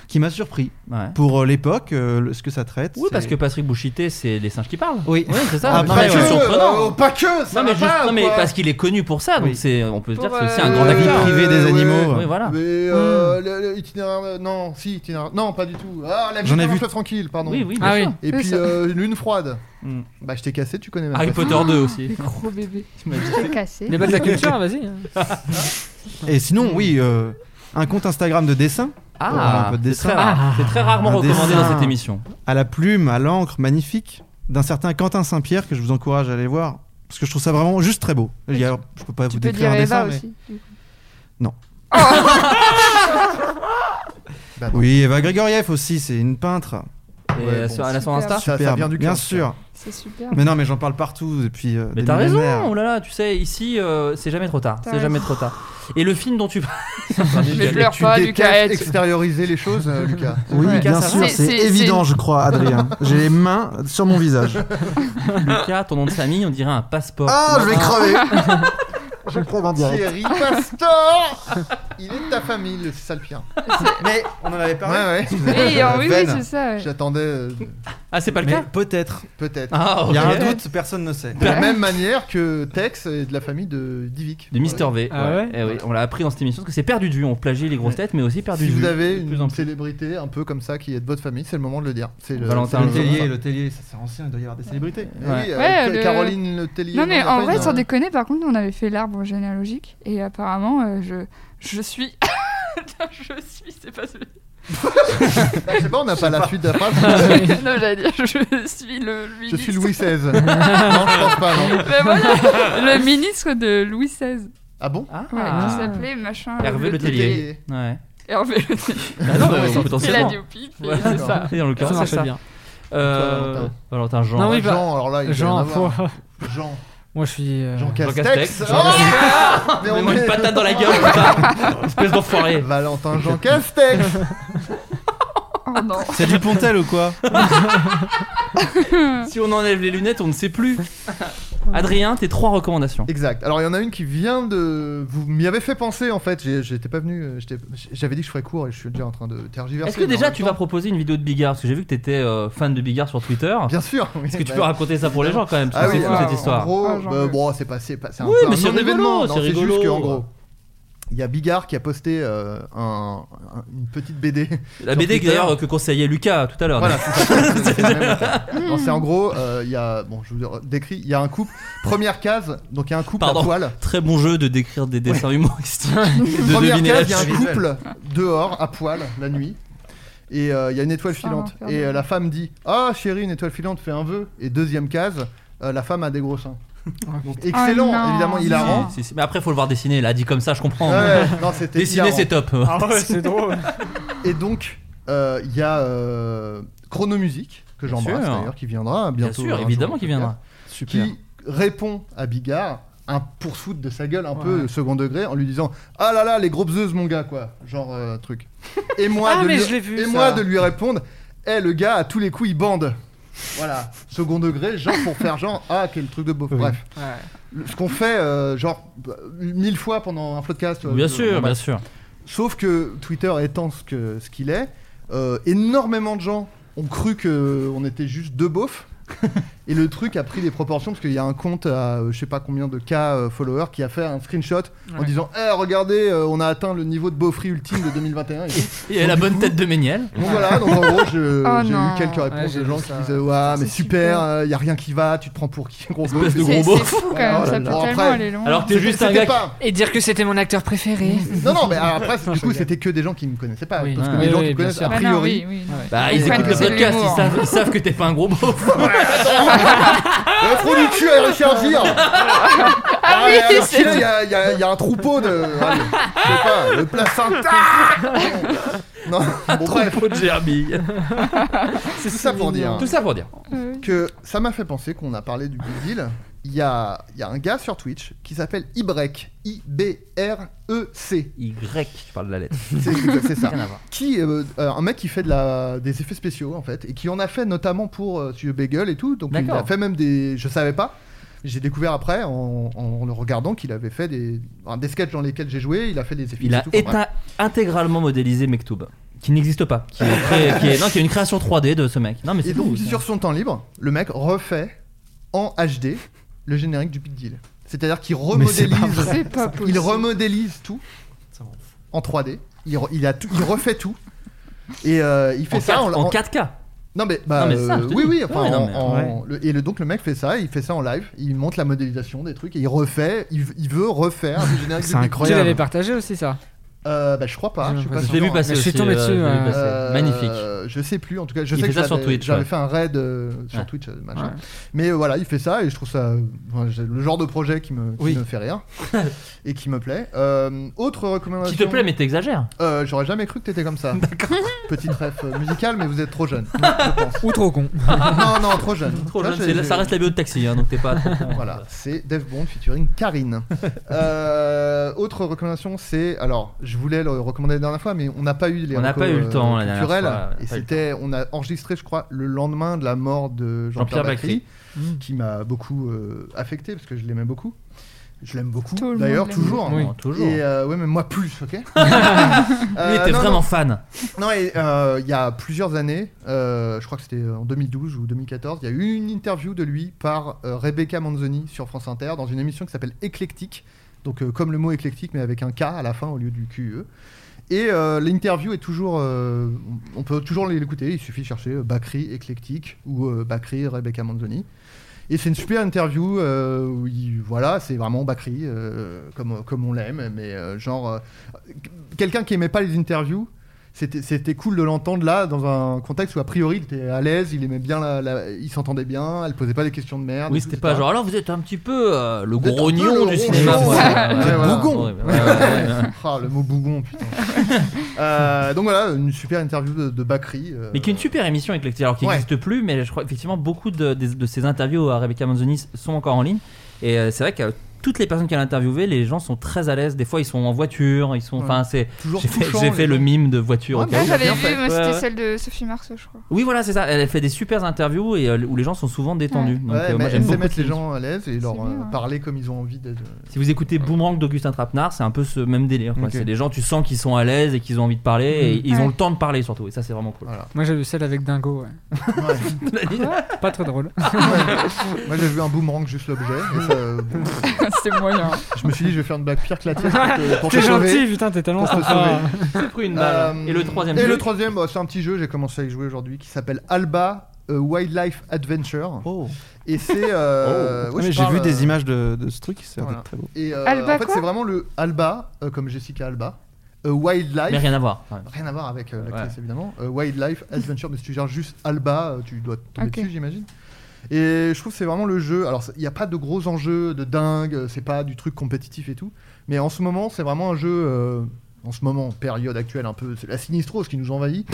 S10: qui m'a surpris
S3: Ouais.
S10: pour euh, l'époque euh, le- ce que ça traite.
S3: Oui, parce
S10: c'est-
S3: que Patrick Bouchité, c'est les singes qui parlent.
S10: Oui,
S3: Ouais, c'est ça.
S10: Après,
S3: Non, mais
S10: que,
S3: c'est surprenant.
S4: euh, pas que, ça
S3: non, mais,
S4: va pas,
S3: non, mais
S4: quoi.
S3: parce qu'il est connu pour ça, donc
S10: Oui.
S3: c'est, on peut se dire
S4: Pour,
S3: que c'est un
S4: euh,
S3: grand
S4: la vie
S3: acteur. Hmm.
S4: privée
S10: des
S3: Ouais,
S10: animaux.
S3: ouais, voilà.
S4: Mais euh, le- le itinéraire, euh, non, si itinéraire, non pas du tout. Ah la vie
S10: J'en ai
S4: d'un
S10: vu.
S4: fleuve tranquille, pardon.
S3: Oui, oui, bien
S4: Ah
S3: sûr.
S4: Et
S3: Oui,
S4: puis
S3: ça.
S4: euh, lune froide.
S10: Hmm.
S4: Bah je t'ai cassé, tu connais même.
S3: Harry
S4: pas.
S3: Potter 2 aussi.
S2: Gros bébé.
S3: m'as dit-
S2: J'ai cassé.
S5: Les bases de la culture, vas-y.
S10: Et sinon, oui, euh, un compte Instagram de dessin.
S3: Ah,
S10: Pour avoir un peu de
S3: c'est
S10: dessin.
S3: très rare. Ah. C'est très rarement
S10: Un
S3: recommandé
S10: dessin
S3: dans cette émission.
S10: À la plume, à l'encre, magnifique, d'un certain Quentin Saint-Pierre que je vous encourage à aller voir parce que je trouve ça vraiment juste très beau. Il y a- je peux pas vous
S2: Tu peux
S10: décrire
S2: dire
S10: un dessin,
S2: Eva
S10: mais-
S2: aussi. du coup.
S10: non.
S4: Bah,
S10: Oui, Eva Grigoriev aussi, c'est une peintre.
S3: Et elle a son- elle a son Insta
S4: Ça- ça
S10: Superbe,
S4: vient du
S10: bien
S4: cœur,
S10: sûr.
S2: C'est super.
S10: Mais non, mais j'en parle partout depuis. euh,
S3: Mais
S10: des
S3: t'as raison,
S10: millénaires.
S3: oh là là, tu sais, ici, euh, c'est jamais trop tard.
S4: T'as
S3: C'est jamais
S4: raison.
S3: trop tard. Et le film dont tu parles.
S4: Mais
S3: Génial.
S4: tu détestes extérioriser les choses, euh, Lucas.
S10: Oui,
S3: Ouais.
S10: bien
S3: Lucas, ça
S10: sûr,
S3: va
S10: c'est
S3: C'est- c'est-
S10: évident,
S3: c'est-
S10: je crois, Adrien. J'ai les mains sur mon visage.
S3: Lucas, ton nom de famille, on dirait un passeport.
S10: Ah, je vais crever.
S4: Je
S10: crève en direct.
S4: Thierry Pastor Il est de ta famille, le- c'est ça le pire.
S10: Mais on en avait
S4: Ouais, ouais.
S2: Et, euh, oui, oui,
S10: Veine.
S2: c'est ça. ouais.
S4: J'attendais. euh,
S3: Ah, c'est pas le
S10: Mais
S3: cas
S10: Peut-être.
S4: Peut-être.
S3: Ah,
S10: Il y a
S3: ok.
S10: un doute, personne ne sait.
S4: De la même manière que Tex est de la famille de Divic.
S3: De Mister V.
S5: Ah ouais
S3: Eh oui, on l'a appris dans cette émission parce que c'est perdu de vue. On plagie les grosses têtes, mais aussi perdu
S4: Si
S3: de vue.
S4: vous avez
S3: De
S4: une
S3: plus en plus.
S4: célébrité un peu comme ça qui est de votre famille, c'est le moment de le dire. C'est le,
S3: Valentin
S4: c'est
S10: Le
S4: le-
S10: Tellier, le Tellier, ça c'est ancien, il doit y avoir des célébrités.
S4: Eh
S3: Ouais.
S4: oui, euh,
S2: Ouais,
S4: Ca-
S2: le-
S4: Caroline Le Tellier.
S2: Non mais
S4: il y a
S2: en
S4: pas
S2: vrai,
S4: une-
S2: sans déconner, par contre, on avait fait l'arbre généalogique et apparemment, euh, je je suis. Attends, je suis, c'est pas celui.
S4: Bah, je sais pas, on n'a pas la suite d'après.
S2: non, j'allais dire, je suis le.
S4: je
S2: ministre.
S4: suis Louis XVI. non, je pense pas, non.
S2: Mais voilà, le ministre de Louis XVI.
S4: Ah bon
S3: Ah.
S2: Ouais, qui s'appelait machin. euh,
S3: Hervé Le Tellier. Ouais.
S2: Hervé Le Tellier.
S3: Ah non, mais
S2: Il a
S3: potentiellement.
S2: dit au pif, et
S3: Ouais,
S2: c'est
S3: d'accord.
S2: ça.
S3: Et dans le cas,
S5: Ça
S3: c'est
S5: marche
S3: ça.
S5: bien.
S3: Euh,
S4: Toi,
S3: Valentin Jean.
S5: Non, oui, bah-
S4: Jean, alors là, il
S5: Jean,
S4: doit y en avoir.
S5: faut-
S4: Jean.
S5: Moi je suis. euh,
S4: Jean Castex.
S3: Castex. Jean
S4: Oh
S3: Castex.
S4: Mais on
S3: Mets-moi
S4: est-
S3: une patate dans la gueule, putain. Espèce d'enfoiré.
S4: Valentin Jean Castex.
S2: Oh non.
S10: C'est du Pontel ou quoi
S3: Si on enlève les lunettes, on ne sait plus. Adrien, tes trois recommandations.
S4: Exact. Alors il y en a une qui vient de. Vous m'y avez fait penser en fait. J'ai- J'étais pas venu. euh, j'étais- J'avais dit que je ferais court et je suis déjà en train de tergiverser.
S3: Est-ce que
S4: mais en
S3: déjà
S4: même
S3: tu
S4: temps-
S3: vas proposer une vidéo de Bigard Parce que j'ai vu que t'étais euh, fan de Bigard sur Twitter.
S4: Bien sûr. oui,
S3: Est-ce que tu
S4: bah,
S3: peux raconter ça pour les gens quand même Parce
S4: Ah
S3: que
S4: oui,
S3: c'est fou,
S4: alors,
S3: cette histoire.
S4: En gros,
S2: Ah, j'en
S4: bah,
S2: veux.
S4: bon, c'est pas, c'est pas, c'est un
S3: Oui,
S4: peu
S3: mais
S4: un
S3: c'est rigolo,
S4: non-événement.
S3: c'est
S4: Non, C'est
S3: rigolo.
S4: juste qu'en gros, il y a Bigard qui a posté euh, un- un- une petite BD.
S3: La
S4: sur
S3: BD que,
S4: Twitter.
S3: d'ailleurs que conseillait Lucas tout à l'heure.
S4: Voilà, c'est ça. C'est- c'est la même affaire. Non, c'est en gros, euh, il y a, bon, je vous décris, il y a un couple. Première case, donc il y a un couple
S3: Pardon.
S4: à poil.
S3: Très bon jeu de décrire des dessins humoristiques. de
S4: Première
S3: deviner la
S4: case, il y a un
S3: suite.
S4: couple dehors à poil la nuit. Et euh, il y a une étoile
S10: un
S4: filante.
S10: enfer
S4: et
S10: de-
S4: euh, la femme dit Ah, chérie, une étoile filante, fais un vœu. Et deuxième case, euh, la femme a des gros seins. Donc, excellent,
S3: non.
S4: évidemment, il a
S3: Si, si, si. Mais après, faut le voir dessiner. Là, dit comme ça, je comprends.
S4: Ouais, non, c'était
S3: Dessiner,
S4: hilarant. Ah
S3: c'est top.
S5: Ah drôle.
S4: Et donc, euh, il y a euh, Chronomusique, que
S3: Bien
S4: j'embrasse
S3: sûr.
S4: d'ailleurs, qui viendra
S3: Bien
S4: bientôt. hein,
S3: sûr,
S4: un
S3: évidemment
S4: jour,
S3: qu'il viendra.
S4: Super. Qui répond à Bigard un pourfoute de sa gueule un peu
S10: Ouais.
S4: second degré en lui disant ah là là les gros bzeuses mon gars quoi genre euh, truc et moi
S10: Ah,
S4: de
S10: mais
S4: lui,
S10: je l'ai vu,
S4: et
S10: ça.
S4: moi de lui répondre eh le gars à tous les coups il bande voilà second degré genre pour faire genre ah quel truc de beau bref Le- ce qu'on fait euh, genre bah, mille fois pendant un podcast. euh,
S3: Bien
S4: de-
S3: sûr,
S4: bon,
S3: bien
S4: bah,
S3: sûr.
S4: Sauf que Twitter étant ce que ce qu'il est, euh, énormément de gens ont cru que euh, on était juste deux beaufs. Et le truc a pris des proportions parce qu'il y a un compte à euh, je sais pas combien de cas euh, followers qui a fait un screenshot en
S3: Ouais.
S4: disant Eh regardez, euh, on a atteint le niveau de beaufry ultime de 2021. Et,
S3: Il a la bonne tête de Méniel.
S4: donc voilà, donc en gros, je-
S3: Oh
S4: j'ai
S3: non.
S4: eu quelques réponses
S3: Ouais, j'ai
S4: de gens
S3: vu
S4: qui
S3: ça.
S4: disaient Ouais, mais super, il y a rien qui va, tu te prends pour qui gros beauf
S3: Espèce de
S4: et
S3: gros
S4: tout.
S3: beauf. C'est fou,
S5: quand même,
S4: Oh là
S5: ça
S4: là.
S5: peut
S4: Bon,
S5: tellement
S4: après,
S5: aller loin.
S3: Alors que t'es juste un
S4: c'était
S3: gars.
S4: pas-
S5: Et dire que c'était mon acteur préféré.
S4: Non, non, mais après, du coup, c'était que des gens qui me connaissaient pas. Parce que
S5: Oui,
S4: les gens
S5: oui,
S4: qui me
S5: bien
S4: connaissent,
S5: sûr.
S4: a
S5: Bah non,
S4: priori.
S5: oui, oui.
S3: Bah, ils
S4: Ouais.
S3: écoutent le
S4: C'est de
S3: podcast, ils
S4: l'humour.
S3: savent, ils savent que t'es pas un gros beauf.
S4: Le trou du cul à Richard Gere Ah,
S3: oui,
S4: alors,
S3: c'est
S4: tiens, il y, a- il y a- il y a un troupeau de. ah, le- je sais pas, le placenta
S3: Ah,
S4: Non, bon, bref.
S3: Trop de gerbilles.
S4: C'est tout ça pour dire.
S3: Tout ça pour dire.
S4: Que ça m'a fait penser qu'on a parlé du Big Deal. Il y a, il y a un gars sur Twitch qui s'appelle Ibrek. I-B-R-E-C.
S3: Y, tu parles de la lettre.
S4: E C'est c'est ça.
S3: Rien à voir.
S4: Qui, euh, euh, un mec qui fait de la, des effets spéciaux en fait, et qui en a fait notamment pour euh, Studio Bagel et tout. Donc il
S3: D'accord.
S4: a fait même des. Je savais pas. J'ai découvert après en, en le regardant qu'il avait fait des, enfin, des sketchs dans lesquels j'ai joué. Il a fait des effets.
S3: Il a
S4: et tout, enfin,
S3: éteint- intégralement modélisé Mektoub, qui n'existe pas, qui est, créé- qui est- non, qui est une création 3D de ce mec. Non, mais
S4: bref.
S3: c'est
S4: Et donc
S3: fou, ça.
S4: sur son temps libre, le mec refait en HD le générique du Big Deal. C'est-à-dire qu'il
S10: c'est
S4: remodélise.
S10: pas vrai, C'est
S2: pas
S4: il
S2: possible.
S4: remodélise tout en 3D. Il, re- il a tout, il refait tout. Et euh, il fait
S3: En
S4: ça
S3: quatre- en
S4: 4K. Non mais, bah,
S3: Non, mais c'est ça,
S4: euh,
S3: je te
S4: oui
S3: dis.
S4: oui enfin,
S3: Ouais, non,
S4: en-
S3: mais-
S4: en-
S3: ouais.
S4: le- et le- donc le mec fait ça il fait ça en live il monte la modélisation des trucs et il refait il, il veut refaire le générique
S5: C'est
S4: du Big
S5: incroyable.
S4: Deal.
S5: Tu l'avais partagé aussi ça
S4: Euh, bah, je crois pas je suis pas
S5: Je l'ai
S4: sûr,
S5: vu
S4: hein.
S5: passer Je suis aussi, tombé euh, dessus, je l'ai vu ouais. passer.
S3: Ah, Magnifique.
S4: je sais plus en tout cas je
S3: Il
S4: sais
S3: fait
S4: que
S3: ça sur
S4: j'avais-
S3: Twitch,
S4: j'avais
S3: ouais.
S4: fait un raid euh, sur
S3: Ouais.
S4: Twitch euh, machin.
S3: Ouais.
S4: mais euh, voilà il fait ça et je trouve ça euh, enfin, j'ai le genre de projet qui me, qui
S3: Oui.
S4: me fait rire et qui me plaît Euh, autre recommandation
S3: Qui te plaît, mais t'exagères.
S4: euh, J'aurais jamais cru que t'étais comme ça. Petite ref euh, musicale, mais vous êtes trop jeune. je pense.
S5: Ou trop con.
S4: non, non, trop jeune.
S3: Trop
S4: Là,
S3: jeune,
S4: j'ai-
S3: c'est-
S4: j'ai-
S3: ça reste la bio de taxi, hein, donc t'es pas. trop con.
S4: Voilà, c'est Dev Bond featuring Karine. Euh, autre recommandation, c'est. Alors, je voulais le recommander la dernière fois, mais on n'a pas eu les
S3: On n'a
S4: recos,
S3: pas eu le
S4: euh,
S3: temps la dernière
S4: culturels.
S3: fois, on n'a pas eu le
S4: Et c'était. On a enregistré, je crois, le lendemain de la mort de
S3: Jean-Pierre
S4: Jean-Pierre Bacri,
S3: Bacri.
S4: qui m'a beaucoup euh, affecté parce que je l'aimais beaucoup. Je l'aime beaucoup.
S3: Tout le monde
S4: D'ailleurs,
S3: l'aime.
S4: toujours.
S3: Oui. Non, toujours.
S4: Et euh, ouais, mais moi plus, ok
S3: Lui était vraiment fan.
S4: Euh, Non, Ah, et euh, il y a plusieurs années, euh, je crois que c'était en 2012 ou 2014, il y a eu une interview de lui par euh, Rebecca Manzoni sur France Inter dans une émission qui s'appelle Éclectique. Donc, euh, comme le mot éclectique, mais avec un K à la fin au lieu du QE. Et euh, l'interview est toujours. euh, on peut toujours l'écouter, il suffit de chercher euh, Bakri éclectique ou euh, Bakri Rebecca Manzoni. Et c'est une super interview euh, où il- voilà, c'est vraiment Bakri euh, comme, comme on l'aime, mais euh, genre euh, quelqu'un qui aimait pas les interviews, c'était c'était cool de l'entendre là dans un contexte où a priori il était à l'aise, il aimait bien la- la- il s'entendait bien, elle posait pas des questions de merde.
S3: Oui,
S4: et tout,
S3: c'était
S4: etc.
S3: pas genre alors vous êtes un petit peu euh, le
S4: Vous êtes un peu
S3: grognon
S4: le
S3: du cinéma.
S4: ronchon,
S3: voilà.
S4: ouais.
S3: Vous êtes
S4: Ouais, voilà.
S3: bougon.
S4: Ouais,
S3: Ouais, ouais, ouais, ouais.
S4: Euh, Ah, le mot bougon, putain. Euh, donc voilà, une super interview de, de Bakri. euh,
S3: Mais qui est une super émission éclectique, alors qui
S4: Ouais.
S3: n'existe plus, mais je crois effectivement beaucoup de, des- de ces interviews à Rebecca Manzoni sont encore en ligne. Et euh, c'est vrai que euh, toutes les personnes qu'elle a interviewées, les gens sont très à l'aise. Des fois, ils sont en voiture, ils sont. Enfin, c'est.
S4: Toujours
S3: J'ai fait,
S4: touchant,
S3: j'ai
S4: les
S3: fait le
S4: gens.
S3: mime de voiture.
S4: Ouais,
S3: au cas
S4: bah,
S3: où.
S2: Ah, J'avais vu, moi,
S3: Ouais,
S2: c'était
S3: ouais.
S2: celle de Sophie Marceau, je crois.
S3: Oui, voilà, c'est ça. Elle fait des super interviews et euh, où les gens sont souvent détendus. Donc,
S4: ouais,
S3: euh,
S4: mais
S3: moi, j'aime
S4: elle sait
S3: beaucoup
S4: mettre
S3: ces
S4: les gens à l'aise et leur
S2: bien,
S4: euh,
S3: hein.
S2: ouais.
S4: parler comme ils ont envie d'être.
S3: Si vous écoutez Boomerang d'Augustin Trapenard, c'est un peu ce même délire. quoi.
S4: Ok.
S3: C'est des gens, tu sens qu'ils sont à l'aise et qu'ils ont envie de parler et
S5: Mhm.
S3: ils
S5: Ouais.
S3: ont le temps de parler surtout. Et ça, c'est vraiment cool.
S5: Moi j'ai vu celle avec Dingo. Ouais. Pas très drôle.
S4: Ouais. Moi j'ai vu un boomerang juste l'objet. et ça, euh,
S5: C'était moyen.
S4: Je me suis dit je vais faire une blague pire que la tienne pour te- pour te
S5: T'es
S4: sauver.
S5: gentil, putain, t'es tellement
S4: Pour
S3: Ah,
S4: te
S5: sympa.
S4: sauver.
S3: J'ai pris une balle.
S4: Euh,
S3: bah et le troisième
S4: Et
S3: jeu,
S4: le troisième, bah, c'est un petit jeu, j'ai commencé à y jouer aujourd'hui, qui s'appelle Alba euh, Wildlife Adventure.
S3: Oh.
S4: Et c'est. euh,
S10: Oh.
S4: ouais,
S10: Mais
S4: je
S10: j'ai
S4: parle,
S10: vu des
S4: euh,
S10: images de, de ce truc, c'est un
S4: voilà.
S10: truc très beau.
S4: Et euh,
S2: Alba
S4: en fait,
S2: quoi
S4: c'est vraiment le Alba, euh, comme Jessica Alba. euh, Wildlife.
S3: Mais rien à voir. Ouais.
S4: Rien à voir avec euh, l'actrice,
S3: Ouais.
S4: évidemment. Euh, Wildlife, Adventure, mais si tu gères juste Alba, euh, tu dois tomber
S2: Ok.
S4: dessus, j'imagine. Et je trouve que c'est vraiment le jeu. Alors, il n'y a pas de gros enjeux de dingue, euh, c'est pas du truc compétitif et tout. Mais en ce moment, c'est vraiment un jeu. euh, en ce moment, période actuelle, un peu. C'est la sinistrose qui nous envahit.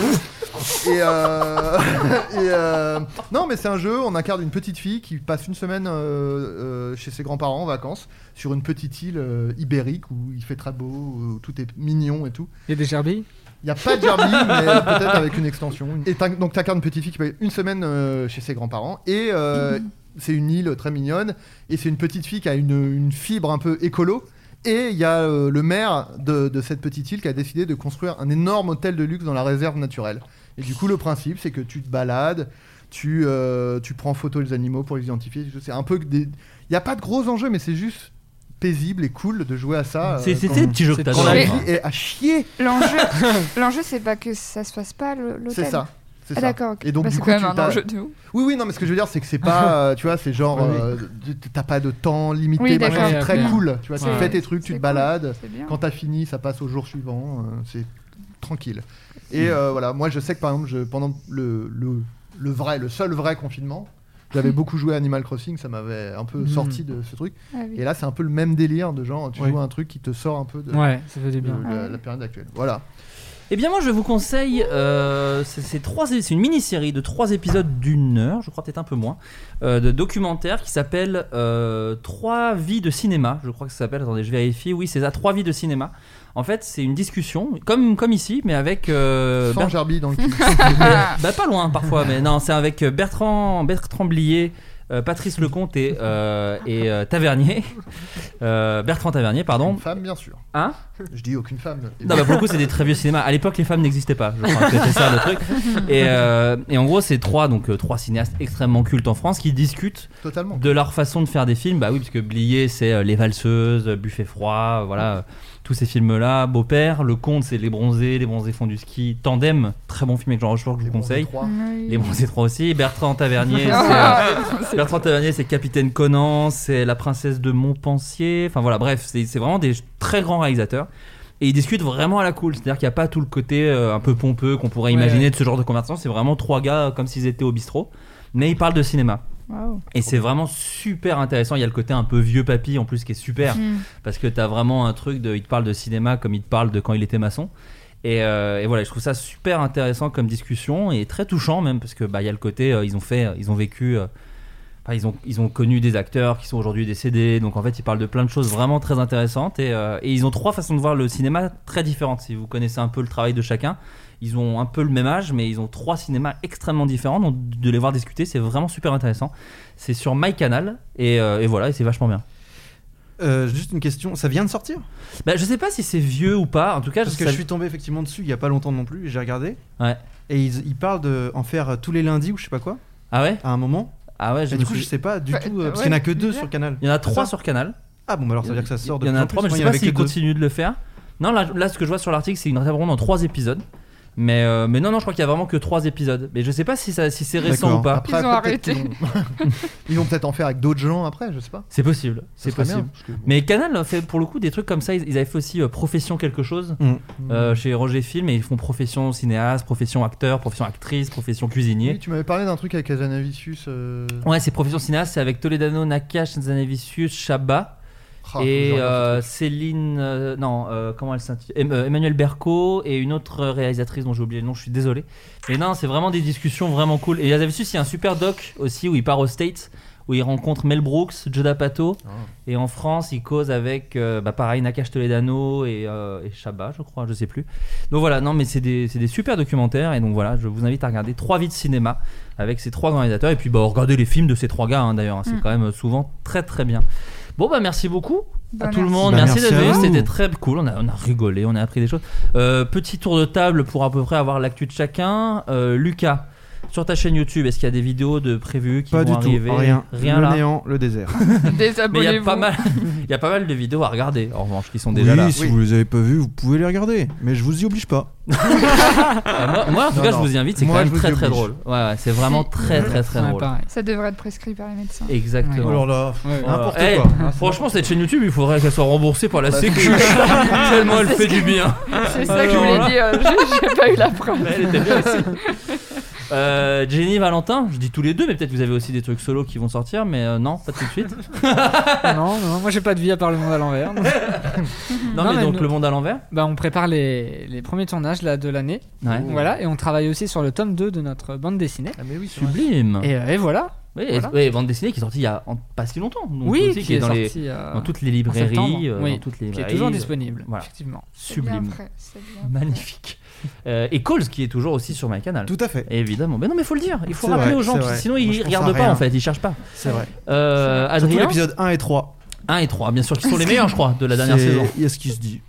S4: et. euh, et, euh, non, mais c'est un jeu. On incarne une petite fille qui passe une semaine euh, euh, chez ses grands-parents en vacances sur une petite île euh, ibérique où il fait très beau, où tout est mignon et tout.
S5: Il y a des gerbilles
S4: Il n'y a pas de Jarby, mais peut-être avec une extension. Et t'in- donc t'incarnes une petite fille qui passe une semaine euh, chez ses grands-parents et euh, c'est une île très mignonne et c'est une petite fille qui a une, une fibre un peu écolo. Et il y a euh, le maire de, de cette petite île qui a décidé de construire un énorme hôtel de luxe dans la réserve naturelle. Et du coup, le principe, c'est que tu te balades, tu, euh, tu prends photo des animaux pour les identifier. C'est un peu. que des- Il n'y a pas de gros enjeux, mais c'est juste paisible et cool de jouer à ça. euh,
S3: C'est- c'était le petit jeu que
S4: t'as
S3: t'as adoré, hein.
S4: Et à chier
S2: L'enjeu, l'enjeu, c'est pas que ça se fasse pas le- l'hôtel.
S4: c'est ça. C'est
S2: Ah,
S4: ça.
S2: d'accord. ok.
S4: Et donc,
S2: Bah,
S4: du
S2: c'est
S4: coup,
S2: quand même
S4: tu
S2: un
S4: t'as-
S2: enjeu de ouf.
S4: Oui, oui, non, mais ce que je veux dire, c'est que c'est pas. euh, tu vois, c'est genre.
S2: Oui, oui.
S4: euh, tu- T'as pas de temps limité,
S2: Oui,
S4: machin,
S2: d'accord.
S4: c'est très
S2: Ouais,
S4: cool.
S2: ouais.
S4: Tu vois, tu
S2: Ouais.
S4: fais tes trucs, tu
S2: C'est
S4: te
S2: cool,
S4: balades.
S2: c'est bien.
S4: Quand t'as fini, ça passe au jour suivant. euh, c'est tranquille. Et euh, voilà, moi, je sais que par exemple, je, pendant le, le, le vrai, le seul vrai confinement, j'avais
S2: Mm.
S4: beaucoup joué à Animal Crossing, ça m'avait un peu
S5: Mm.
S4: sorti de ce truc.
S5: Ah oui.
S4: Et là, c'est un peu le même délire de genre, tu
S5: Oui.
S4: joues à un truc qui te sort un peu de,
S5: Ouais, ça fait
S4: de
S5: du bien.
S4: la-
S2: Ah
S5: Ouais.
S4: la période actuelle. Voilà.
S3: Eh bien moi je vous conseille, euh, c'est c'est trois- c'est une mini-série de trois épisodes d'une heure, je crois peut-être un peu moins, euh, de documentaire qui s'appelle euh, Trois vies de cinéma, je crois que ça s'appelle, attendez je vérifie, oui c'est ça, Trois vies de cinéma. En fait c'est une discussion, comme, comme ici, mais avec... euh,
S4: Sans
S3: Bert-
S4: Jarby dans le cul.
S3: bah, bah, pas loin parfois, mais non, c'est avec euh, Bertrand, Bertrand Blier, euh, Patrice Lecomte et, euh, et, euh, Tavernier. Euh, Bertrand Tavernier, pardon.
S4: Une femme, bien sûr.
S3: Hein
S4: Je dis aucune femme.
S3: Non, bah pour le coup, c'est des très vieux cinémas. À l'époque, les femmes n'existaient pas. Je crois que c'était ça le truc. Et, euh, et en gros, c'est trois, donc, euh, trois cinéastes extrêmement cultes en France qui discutent
S4: Totalement.
S3: de leur façon de faire des films. Bah oui, parce que Blier, c'est euh, Les Valseuses, euh, Buffet Froid, euh, voilà, euh, tous ces films-là. Beau-père, Le Comte, c'est Les Bronzés, Les Bronzés font du ski. Tandem, très bon film avec Jean Rochefort que je vous conseille.
S2: Ah
S4: Trois.
S3: Les Bronzés 3 aussi. Bertrand Tavernier, c'est,
S4: Ah,
S3: euh, Bertrand Tavernier, c'est Capitaine Conan, c'est La Princesse de Montpensier. Enfin voilà, bref, c'est, c'est vraiment des très grands réalisateurs. Et ils discutent vraiment à la cool, c'est-à-dire qu'il n'y a pas tout le côté euh, un peu pompeux qu'on pourrait
S5: Ouais,
S3: imaginer
S5: ouais.
S3: de ce genre de conversation. C'est vraiment trois gars euh, comme s'ils étaient au bistrot, mais ils parlent de cinéma.
S5: Waouh.
S3: Et c'est vraiment super intéressant. Il y a le côté un peu vieux papy en plus qui est super
S2: Hmm.
S5: Mm.
S3: parce que t'as vraiment un truc de. Il te parle de cinéma comme il te parle de quand il était maçon. Et, euh, et voilà, je trouve ça super intéressant comme discussion et très touchant même parce que bah il y a le côté euh, ils ont fait, ils ont vécu. euh, enfin, ils, ont, ils ont connu des acteurs qui sont aujourd'hui décédés, donc en fait ils parlent de plein de choses vraiment très intéressantes et, euh, et ils ont trois façons de voir le cinéma très différentes. Si vous connaissez un peu le travail de chacun, ils ont un peu le même âge, mais ils ont trois cinémas extrêmement différents, donc de les voir discuter c'est vraiment super intéressant. C'est sur MyCanal et, euh, et voilà, et c'est vachement bien.
S10: Euh, juste une question, ça vient de sortir
S3: Bah, je sais pas si c'est vieux ou pas, en tout cas,
S10: Parce
S3: je-
S10: que
S3: ça-
S10: je suis tombé effectivement dessus il y a pas longtemps non plus, et j'ai regardé.
S3: Ouais.
S10: Et ils, ils parlent de en faire tous les lundis ou je sais pas quoi.
S3: Ah ouais
S10: À un moment.
S3: Ah ouais,
S10: je
S3: je
S10: Et
S3: me
S10: du coup,
S3: suis-
S10: je sais pas du
S3: Bah,
S10: tout, euh,
S3: euh,
S10: parce
S3: ouais,
S10: qu'il y en a que
S3: bizarre.
S10: deux sur Canal.
S3: Il y en a
S10: C'est
S3: trois
S10: ça
S3: sur Canal.
S10: Ah bon, bah alors ça veut dire que ça sort de
S3: Il y en
S10: plus
S3: a
S10: en
S3: trois, mais
S10: plus.
S3: je sais
S10: Moi,
S3: pas
S10: il y en avait
S3: s'ils
S10: que deux.
S3: continuent de le faire. Non, là, là, ce que je vois sur l'article, c'est qu'ils vraiment dans trois épisodes. Mais, euh, mais non, non, je crois qu'il y a vraiment que trois épisodes. Mais je sais pas si, ça- si c'est récent
S4: D'accord.
S3: ou pas.
S4: Après, peut-être qu'ils vont- Ils vont peut-être en faire avec d'autres gens après, je sais pas.
S3: C'est possible,
S4: Ça
S3: c'est
S4: serait
S3: possible.
S4: bien, parce que bon.
S3: Mais Canal fait pour le coup des trucs comme ça. Ils, ils avaient fait aussi euh, Profession quelque chose
S10: Mm.
S3: euh, chez Roger Film et ils font Profession cinéaste, Profession acteur, Profession actrice, Profession cuisinier.
S4: Oui, tu m'avais parlé d'un truc avec Azanavicius. euh,
S3: Ouais, c'est Profession cinéaste, c'est avec Toledano, Nakash, Zanavicius, Shabba. et
S4: Ah, faut que je regarde
S3: euh, Céline, euh, non, euh, comment elle s'intitule Em- euh, Emmanuel Berco et une autre réalisatrice dont j'ai oublié le nom, je suis désolé. Mais non, c'est vraiment des discussions vraiment cool. Et Azavicius, il y a un super doc aussi où il part aux States, où il rencontre Mel Brooks, Joda Pato. Et en France, il cause avec, euh, bah, pareil, Nakash Toledano et, euh, et Shabba, je crois, je sais plus. Donc voilà, non, mais c'est des, c'est des super documentaires. Et donc voilà, je vous invite à regarder trois vies de cinéma avec ces trois grands réalisateurs. Et puis, bah, regardez les films de ces trois gars, hein, d'ailleurs. hein. c'est
S5: Mm.
S3: quand même souvent très très bien. Bon, bah, merci beaucoup
S5: Bah,
S3: à tout le
S5: merci.
S3: monde.
S5: Bah,
S3: merci
S5: merci
S3: d'être
S5: à
S3: venu.
S5: vous.
S3: C'était très cool. On a, on a rigolé, on a appris des choses. Euh, petit tour de table pour à peu près avoir l'actu de chacun. Euh, Lucas. Sur ta chaîne YouTube, est-ce qu'il y a des vidéos de prévues qui
S10: Pas
S3: vont
S10: du tout,
S3: arriver
S10: rien.
S3: Rien
S10: Le
S3: là.
S10: néant, le désert.
S3: Mais il y a
S2: Désabonnez-vous.
S3: pas mal, il y a pas mal de vidéos à regarder. En revanche, qui sont déjà
S10: oui,
S3: là.
S10: si vous les avez pas vus, vous pouvez les regarder, mais je vous y oblige pas.
S3: Ah, moi, moi, en tout
S10: Non,
S3: cas,
S10: non.
S3: je vous y invite. C'est quand
S10: Moi, je
S3: même
S10: vous y
S3: très très
S10: oblige.
S3: drôle. Ouais, ouais, c'est vraiment très très très drôle.
S2: Ça devrait être prescrit par les médecins.
S3: Exactement.
S10: Oh là là,
S3: Ouais.
S10: n'importe
S3: Eh,
S10: quoi.
S3: Franchement, cette chaîne YouTube, il faudrait qu'elle soit remboursée par la
S10: Bah,
S3: Sécu.
S10: c'est-
S3: Tellement elle
S10: C'est
S3: fait
S10: ce
S3: du
S10: que-
S3: bien.
S2: C'est ça que je voulais
S3: Alors là-
S2: dire. J'ai j'ai pas eu la preuve.
S3: Mais elle était bien aussi. Euh, Jenny, Valentin, je dis tous les deux, mais peut-être vous avez aussi des trucs solo qui vont sortir, mais euh, non, pas tout de suite.
S5: non, non, moi j'ai pas de vie à part le monde à l'envers. non,
S3: mais donc, le monde à l'envers
S5: bah, On prépare les, les premiers tournages là, de l'année.
S3: Ouais.
S5: Voilà, et on travaille aussi sur le tome 2 de notre bande dessinée. Ah, mais oui,
S3: Sublime.
S5: Et, euh, et voilà.
S3: Oui,
S5: Voilà.
S3: et- oui, bande dessinée qui est sortie il y a en- pas si longtemps. donc
S5: Oui,
S3: aussi,
S5: qui est
S3: dans, les-
S5: sortie, euh,
S3: dans toutes les
S5: en septembre.
S3: librairies, euh,
S5: Oui,
S3: dans toutes les
S5: qui est
S3: librairies,
S5: toujours
S3: euh,
S5: disponible,
S3: voilà.
S5: effectivement.
S2: C'est bien
S3: Sublime.
S2: frais, c'est bien frais.
S3: Magnifique. Euh, et Coles qui est toujours aussi sur ma canal.
S10: Tout à fait.
S3: Évidemment. Mais non, mais faut le dire. Il faut
S10: C'est
S3: rappeler
S10: vrai,
S3: aux gens,
S10: c'est
S3: parce que
S10: vrai.
S3: sinon
S10: Moi,
S3: ils
S10: je pense à
S3: regardent pas
S10: rien.
S3: en fait, ils cherchent pas.
S10: C'est vrai.
S3: Euh,
S10: Surtout
S3: Adrien.
S10: l'épisode 1 et 3.
S3: 1 et 3, bien sûr, qui sont les meilleurs, je crois, de la dernière
S10: C'est-
S3: saison.
S10: Il y a ce qui se dit.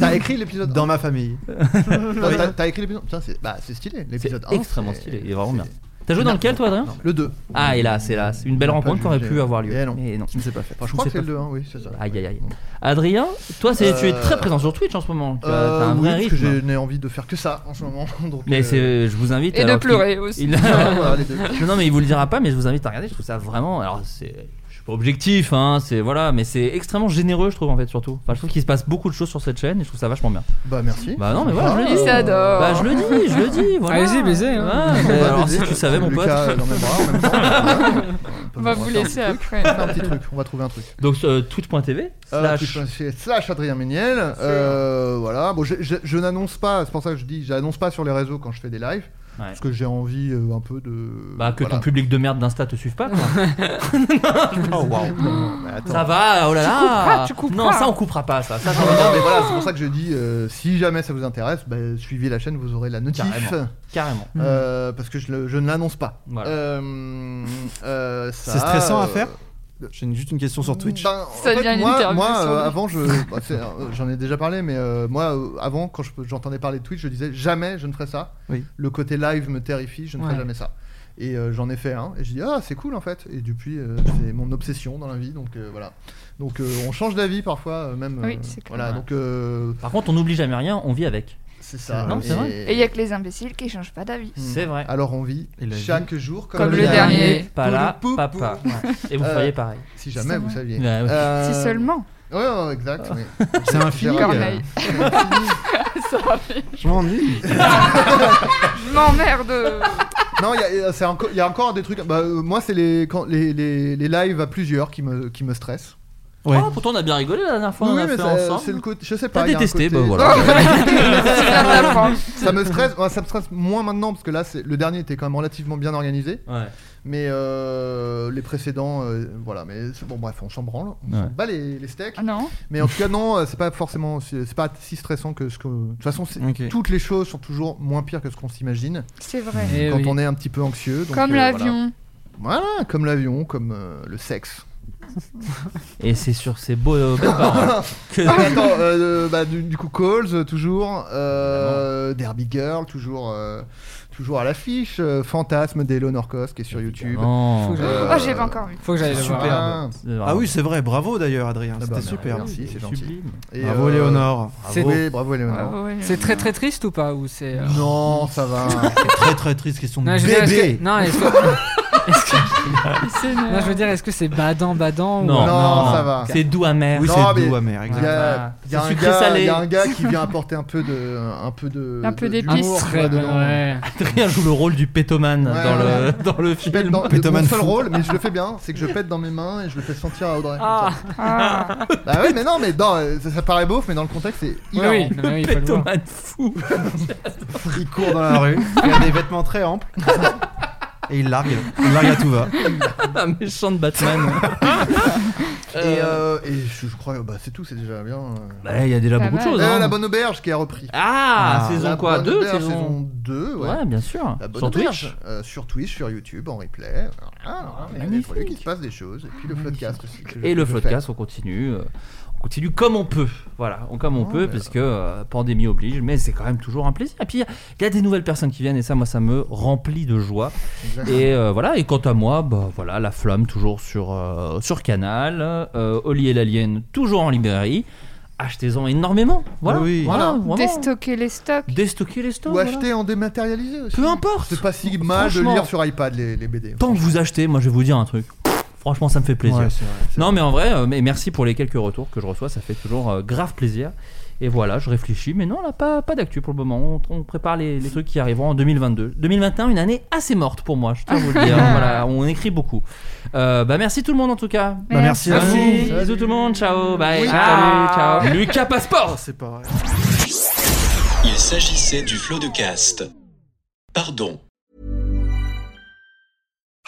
S4: T'as écrit l'épisode
S10: Dans ma famille.
S4: Non, t'as- T'as écrit l'épisode Putain, c'est bah, c'est stylé. L'épisode 1.
S3: Extrêmement stylé, il est vraiment bien. T'as joué dans lequel toi, Adrien
S4: Le 2.
S3: Ah, hélas, hélas. Une belle
S4: On a
S3: rencontre
S4: pas
S3: qui aurait
S4: joué,
S3: pu
S4: j'ai-
S3: avoir lieu.
S4: Eh non,
S3: Mais non.
S4: qui ne s'est pas faite. Enfin, je
S3: Qui
S4: crois
S3: ne
S4: que c'est
S3: s'est
S4: le
S3: pas
S4: 2, hein, oui, c'est ça.
S3: fait. Aïe, aïe, aïe. Adrien, toi, c'est- tu es
S4: Euh,
S3: très présent sur Twitch en ce moment. Tu as-
S4: Euh,
S3: T'as un
S4: oui,
S3: vrai
S4: parce
S3: rythme. hein.
S4: que j'ai n'ai envie de faire que ça en ce moment. donc,
S3: Mais
S4: euh,
S3: c'est, je vous invite.
S2: Et de
S3: alors qu'il-
S2: pleurer aussi.
S3: il-
S4: Voilà, les deux.
S3: non, non, mais il vous le dira pas, mais je vous invite à regarder. Je trouve ça vraiment. Alors, c'est, je suis pas objectif, hein, c'est voilà, mais c'est extrêmement généreux, je trouve en fait surtout. Enfin, je trouve qu'il se passe beaucoup de choses sur cette chaîne et je trouve ça vachement bien.
S4: Bah merci.
S3: Bah non, mais voilà, je le
S2: Il
S3: dis.
S2: s'adore.
S3: Bah je le dis, je le dis. Voilà.
S5: Allez-y, baiser, hein.
S3: Ouais, mais
S4: On va
S3: alors
S4: baiser.
S3: si tu savais, mon pote.
S4: Bah, Lucas, euh, dans mes bras, en même temps.
S2: On
S3: Oh,
S2: va vous
S4: faire un
S2: laisser
S4: petit truc.
S2: après.
S4: On va faire un petit truc, on va trouver un truc.
S3: Donc euh, twitch.tv
S4: Euh,
S3: slash.
S4: twitch.tv slash Adrien Méniel. Euh, voilà, bon, je, je- je n'annonce pas, c'est pour ça que je dis, j'annonce pas sur les réseaux quand je fais des lives.
S3: Ouais.
S4: Parce que j'ai envie euh, un peu de.
S3: Bah que
S4: voilà.
S3: ton public de merde d'Insta te suive pas. quoi. oh waouh.
S4: Mais attends.
S3: Ça va, oh là là.
S2: Tu couperas, tu couperas.
S3: Non, ça on coupera pas ça. ça j'en ai
S4: Non,
S3: marre.
S4: mais voilà, c'est pour ça que je dis, euh, si jamais ça vous intéresse, bah, suivez la chaîne, vous aurez la notif.
S3: Carrément. Mmh. Carrément.
S4: Euh, parce que je, le- je ne l'annonce pas.
S3: Voilà.
S4: Euh, euh, ça,
S10: C'est stressant à
S4: euh,
S10: faire J'ai une- juste une question sur Twitch.
S4: Ben, en
S2: Ça
S4: fait,
S2: devient une
S4: moi,
S2: interview
S4: moi,
S2: sur
S4: euh,
S2: lui.
S4: avant, je, bah, c'est- euh, j'en ai déjà parlé, mais euh, moi, euh, avant, quand je- j'entendais parler de Twitch, je disais jamais je ne ferai ça.
S10: Oui.
S4: Le côté live me terrifie, je ne ferai
S5: Ouais.
S4: jamais ça. Et euh, j'en ai fait un, et je dis ah c'est cool en fait. Et depuis, euh, c'est mon obsession dans la vie, donc euh, voilà. Donc euh, on change d'avis parfois, euh, même.
S2: Oui,
S4: euh,
S2: c'est clair.
S4: Voilà, donc euh,
S3: Par contre, on n'oublie jamais rien, on vit avec.
S4: c'est ça.
S3: Non, c'est vrai.
S2: Et il y a que les imbéciles qui changent pas d'avis.
S3: C'est vrai.
S4: Alors on vit
S10: Et la vie-
S4: chaque jour comme,
S2: Comme
S4: le
S2: le dernier.
S3: Pas là,
S4: Pou, pou, pou.
S3: papa. Et vous
S4: Euh,
S3: feriez pareil.
S4: Si jamais vous saviez.
S3: Ouais, Bah, ouais.
S4: Euh,
S2: Si seulement.
S4: Ouais, ouais, exact. oui.
S10: C'est infini.
S4: Gérard,
S10: euh,
S2: Corneille. Ça fait-
S10: Je m'ennuie.
S2: Je m'emmerde.
S4: Non, il y, a- c'est encore- il y a encore des trucs. Bah, euh, moi, c'est les, quand- les, les, les lives à plusieurs qui me, qui me stressent.
S10: Ouais.
S3: Oh, pourtant on a bien rigolé la dernière fois, on a fait
S4: ça-
S3: ensemble.
S4: c'est le côté. Je sais
S3: T'as
S4: pas. il y a un
S3: détesté,
S4: côté-
S3: bah voilà.
S4: Non,
S2: Tu viens de l'apprendre.
S4: ça me stresse. ouais, ça me stresse moins maintenant parce que là, c'est, le dernier était quand même relativement bien organisé.
S3: Ouais.
S4: Mais euh, les précédents, euh, voilà. Mais c'est- bon, bref, on s'en branle. On
S3: Ouais.
S4: s'en bat les, les steaks.
S2: Ah Non.
S4: Mais en tout cas, non, euh, c'est pas forcément, c'est c'est pas si stressant que ce que. De toute façon, c'est-
S10: Ok.
S4: toutes les choses sont toujours moins pires que ce qu'on s'imagine
S2: C'est vrai.
S5: Et
S4: quand
S5: Eh oui.
S4: on est un petit peu anxieux. donc,
S2: Comme
S4: euh,
S2: l'avion.
S4: Voilà. Voilà, comme l'avion, comme euh, le sexe.
S3: Et c'est sur ces beaux euh, belles paroles que
S4: Ah, attends, euh, bah, du, du coup, Calls, euh, toujours. euh, Derby Girl, toujours, euh, toujours à l'affiche. euh, Fantasme d'Elonor Cos qui est sur YouTube.
S3: Non.
S2: Oh, j'ai pas encore vu.
S5: Faut que j'aille le voir.
S4: Super.
S10: Ah oui, c'est vrai, bravo d'ailleurs, Adrien.
S4: Ah bah,
S10: C'était
S4: merci,
S10: super.
S4: Merci, c'est gentil.
S3: Sublime.
S4: Et,
S10: Bravo,
S4: euh,
S10: Léonore.
S4: C'est- oui, bravo, Léonore.
S2: Bravo, Hélène.
S5: C'est très très triste ou pas ou c'est euh,
S4: Non, ça va.
S10: Très très triste question de
S5: je veux dire, est-ce que-
S10: bébé.
S5: Non, est-ce que-
S2: Il s'énerve.
S5: non, je veux dire, est-ce que c'est badant, badant
S3: Non,
S5: ou...
S4: Non, ça va.
S3: C'est doux amer.
S10: Oui,
S4: Non,
S10: c'est
S4: mais-
S10: doux, amer.
S4: Il y
S10: exact.
S4: a, il y a
S3: C'est
S4: un
S3: sucré
S4: gars,
S3: salé.
S4: il y a un gars qui vient apporter un peu de, un peu de,
S2: Un peu
S4: de-
S2: d'épices.
S4: d'humour, tu vois,
S5: Ouais,
S4: dedans.
S5: ouais.
S3: Adrien joue le rôle du pétoman
S4: Ouais,
S3: dans,
S4: ouais.
S3: Le, dans le
S4: Je pète
S3: film.
S4: dans, le,
S10: Pétoman
S4: mon seul
S10: fou.
S4: rôle, mais je le fais bien, c'est que je pète dans mes mains et je le fais sentir à Audrey. comme
S5: Ah,
S2: Ah.
S4: ça. Bah ouais, mais non, mais dans, euh, ça, ça paraît beauf, mais dans le contexte, c'est
S5: oui,
S4: hilarant.
S5: oui, non, mais oui, il faut le voir.
S3: Pétoman fou.
S10: Il court dans la rue, il a des vêtements très amples. Et il largue. Il largue à tout va.
S3: Un méchant de Batman.
S4: Et, euh, et je, je crois, bah c'est tout, c'est déjà bien. euh.
S3: Bah, il y a déjà
S2: Ça
S3: beaucoup de
S2: va.
S3: choses.
S4: Euh,
S3: hein.
S4: la bonne auberge qui a repris.
S3: Ah,
S10: Ah,
S3: saison
S4: La
S3: quoi
S4: Bonne
S3: 2
S4: Auberge,
S3: saison...
S4: saison 2, ouais.
S3: Ouais, bien sûr.
S4: La bonne
S3: Sur
S4: auberge,
S3: Twitch.
S4: euh, sur Twitch, sur YouTube, en replay. Voilà, voilà, il y a des
S3: Magnifique.
S4: trucs, il se passe des choses. Et puis le podcast aussi. que je-
S3: Et le
S4: que je fais.
S3: podcast, on continue. euh, continue comme on peut. Voilà, on, comme on
S4: Ah,
S3: peut, puisque euh, pandémie oblige, mais c'est quand même toujours un plaisir. Et puis, il y a- il y, a des nouvelles personnes qui viennent, et ça, moi, ça me remplit de joie.
S14: Exact.
S3: Et euh, voilà, et quant à moi, bah, voilà, La Flamme, toujours sur, euh, sur Canal, euh, Oli et l'Alien, toujours en librairie. Achetez-en énormément. Voilà,
S4: Ah Oui.
S3: voilà,
S4: Voilà.
S3: Ah, vraiment.
S15: Déstocker les stocks.
S3: Déstocker les stocks.
S4: Ou acheter en dématérialisé aussi.
S3: Peu importe.
S4: C'est pas si mal de
S3: Franchement.
S4: lire sur iPad les, les BD.
S3: Tant que vous achetez, moi je vais vous dire un truc. Franchement, ça me fait plaisir.
S4: Ouais, c'est vrai,
S3: non, mais en vrai, euh, mais merci pour les quelques retours que je reçois. Ça fait toujours euh, grave plaisir. Et voilà, je réfléchis. Mais non, là, pas, pas d'actu pour le moment. On, on prépare les, les trucs qui arriveront en 2022. 2021, une année assez morte pour moi, je tiens à vous le dire. voilà, on écrit beaucoup. Euh, bah, merci tout le monde en tout cas.
S5: Bah, merci à Merci. vous.
S3: Bisous tout le monde. Ciao. Bye.
S5: Oui.
S3: Salut.
S5: Ciao.
S3: Ciao. Lucas Passeport. C'est pas vrai.
S16: Il s'agissait du flot de cast. Pardon.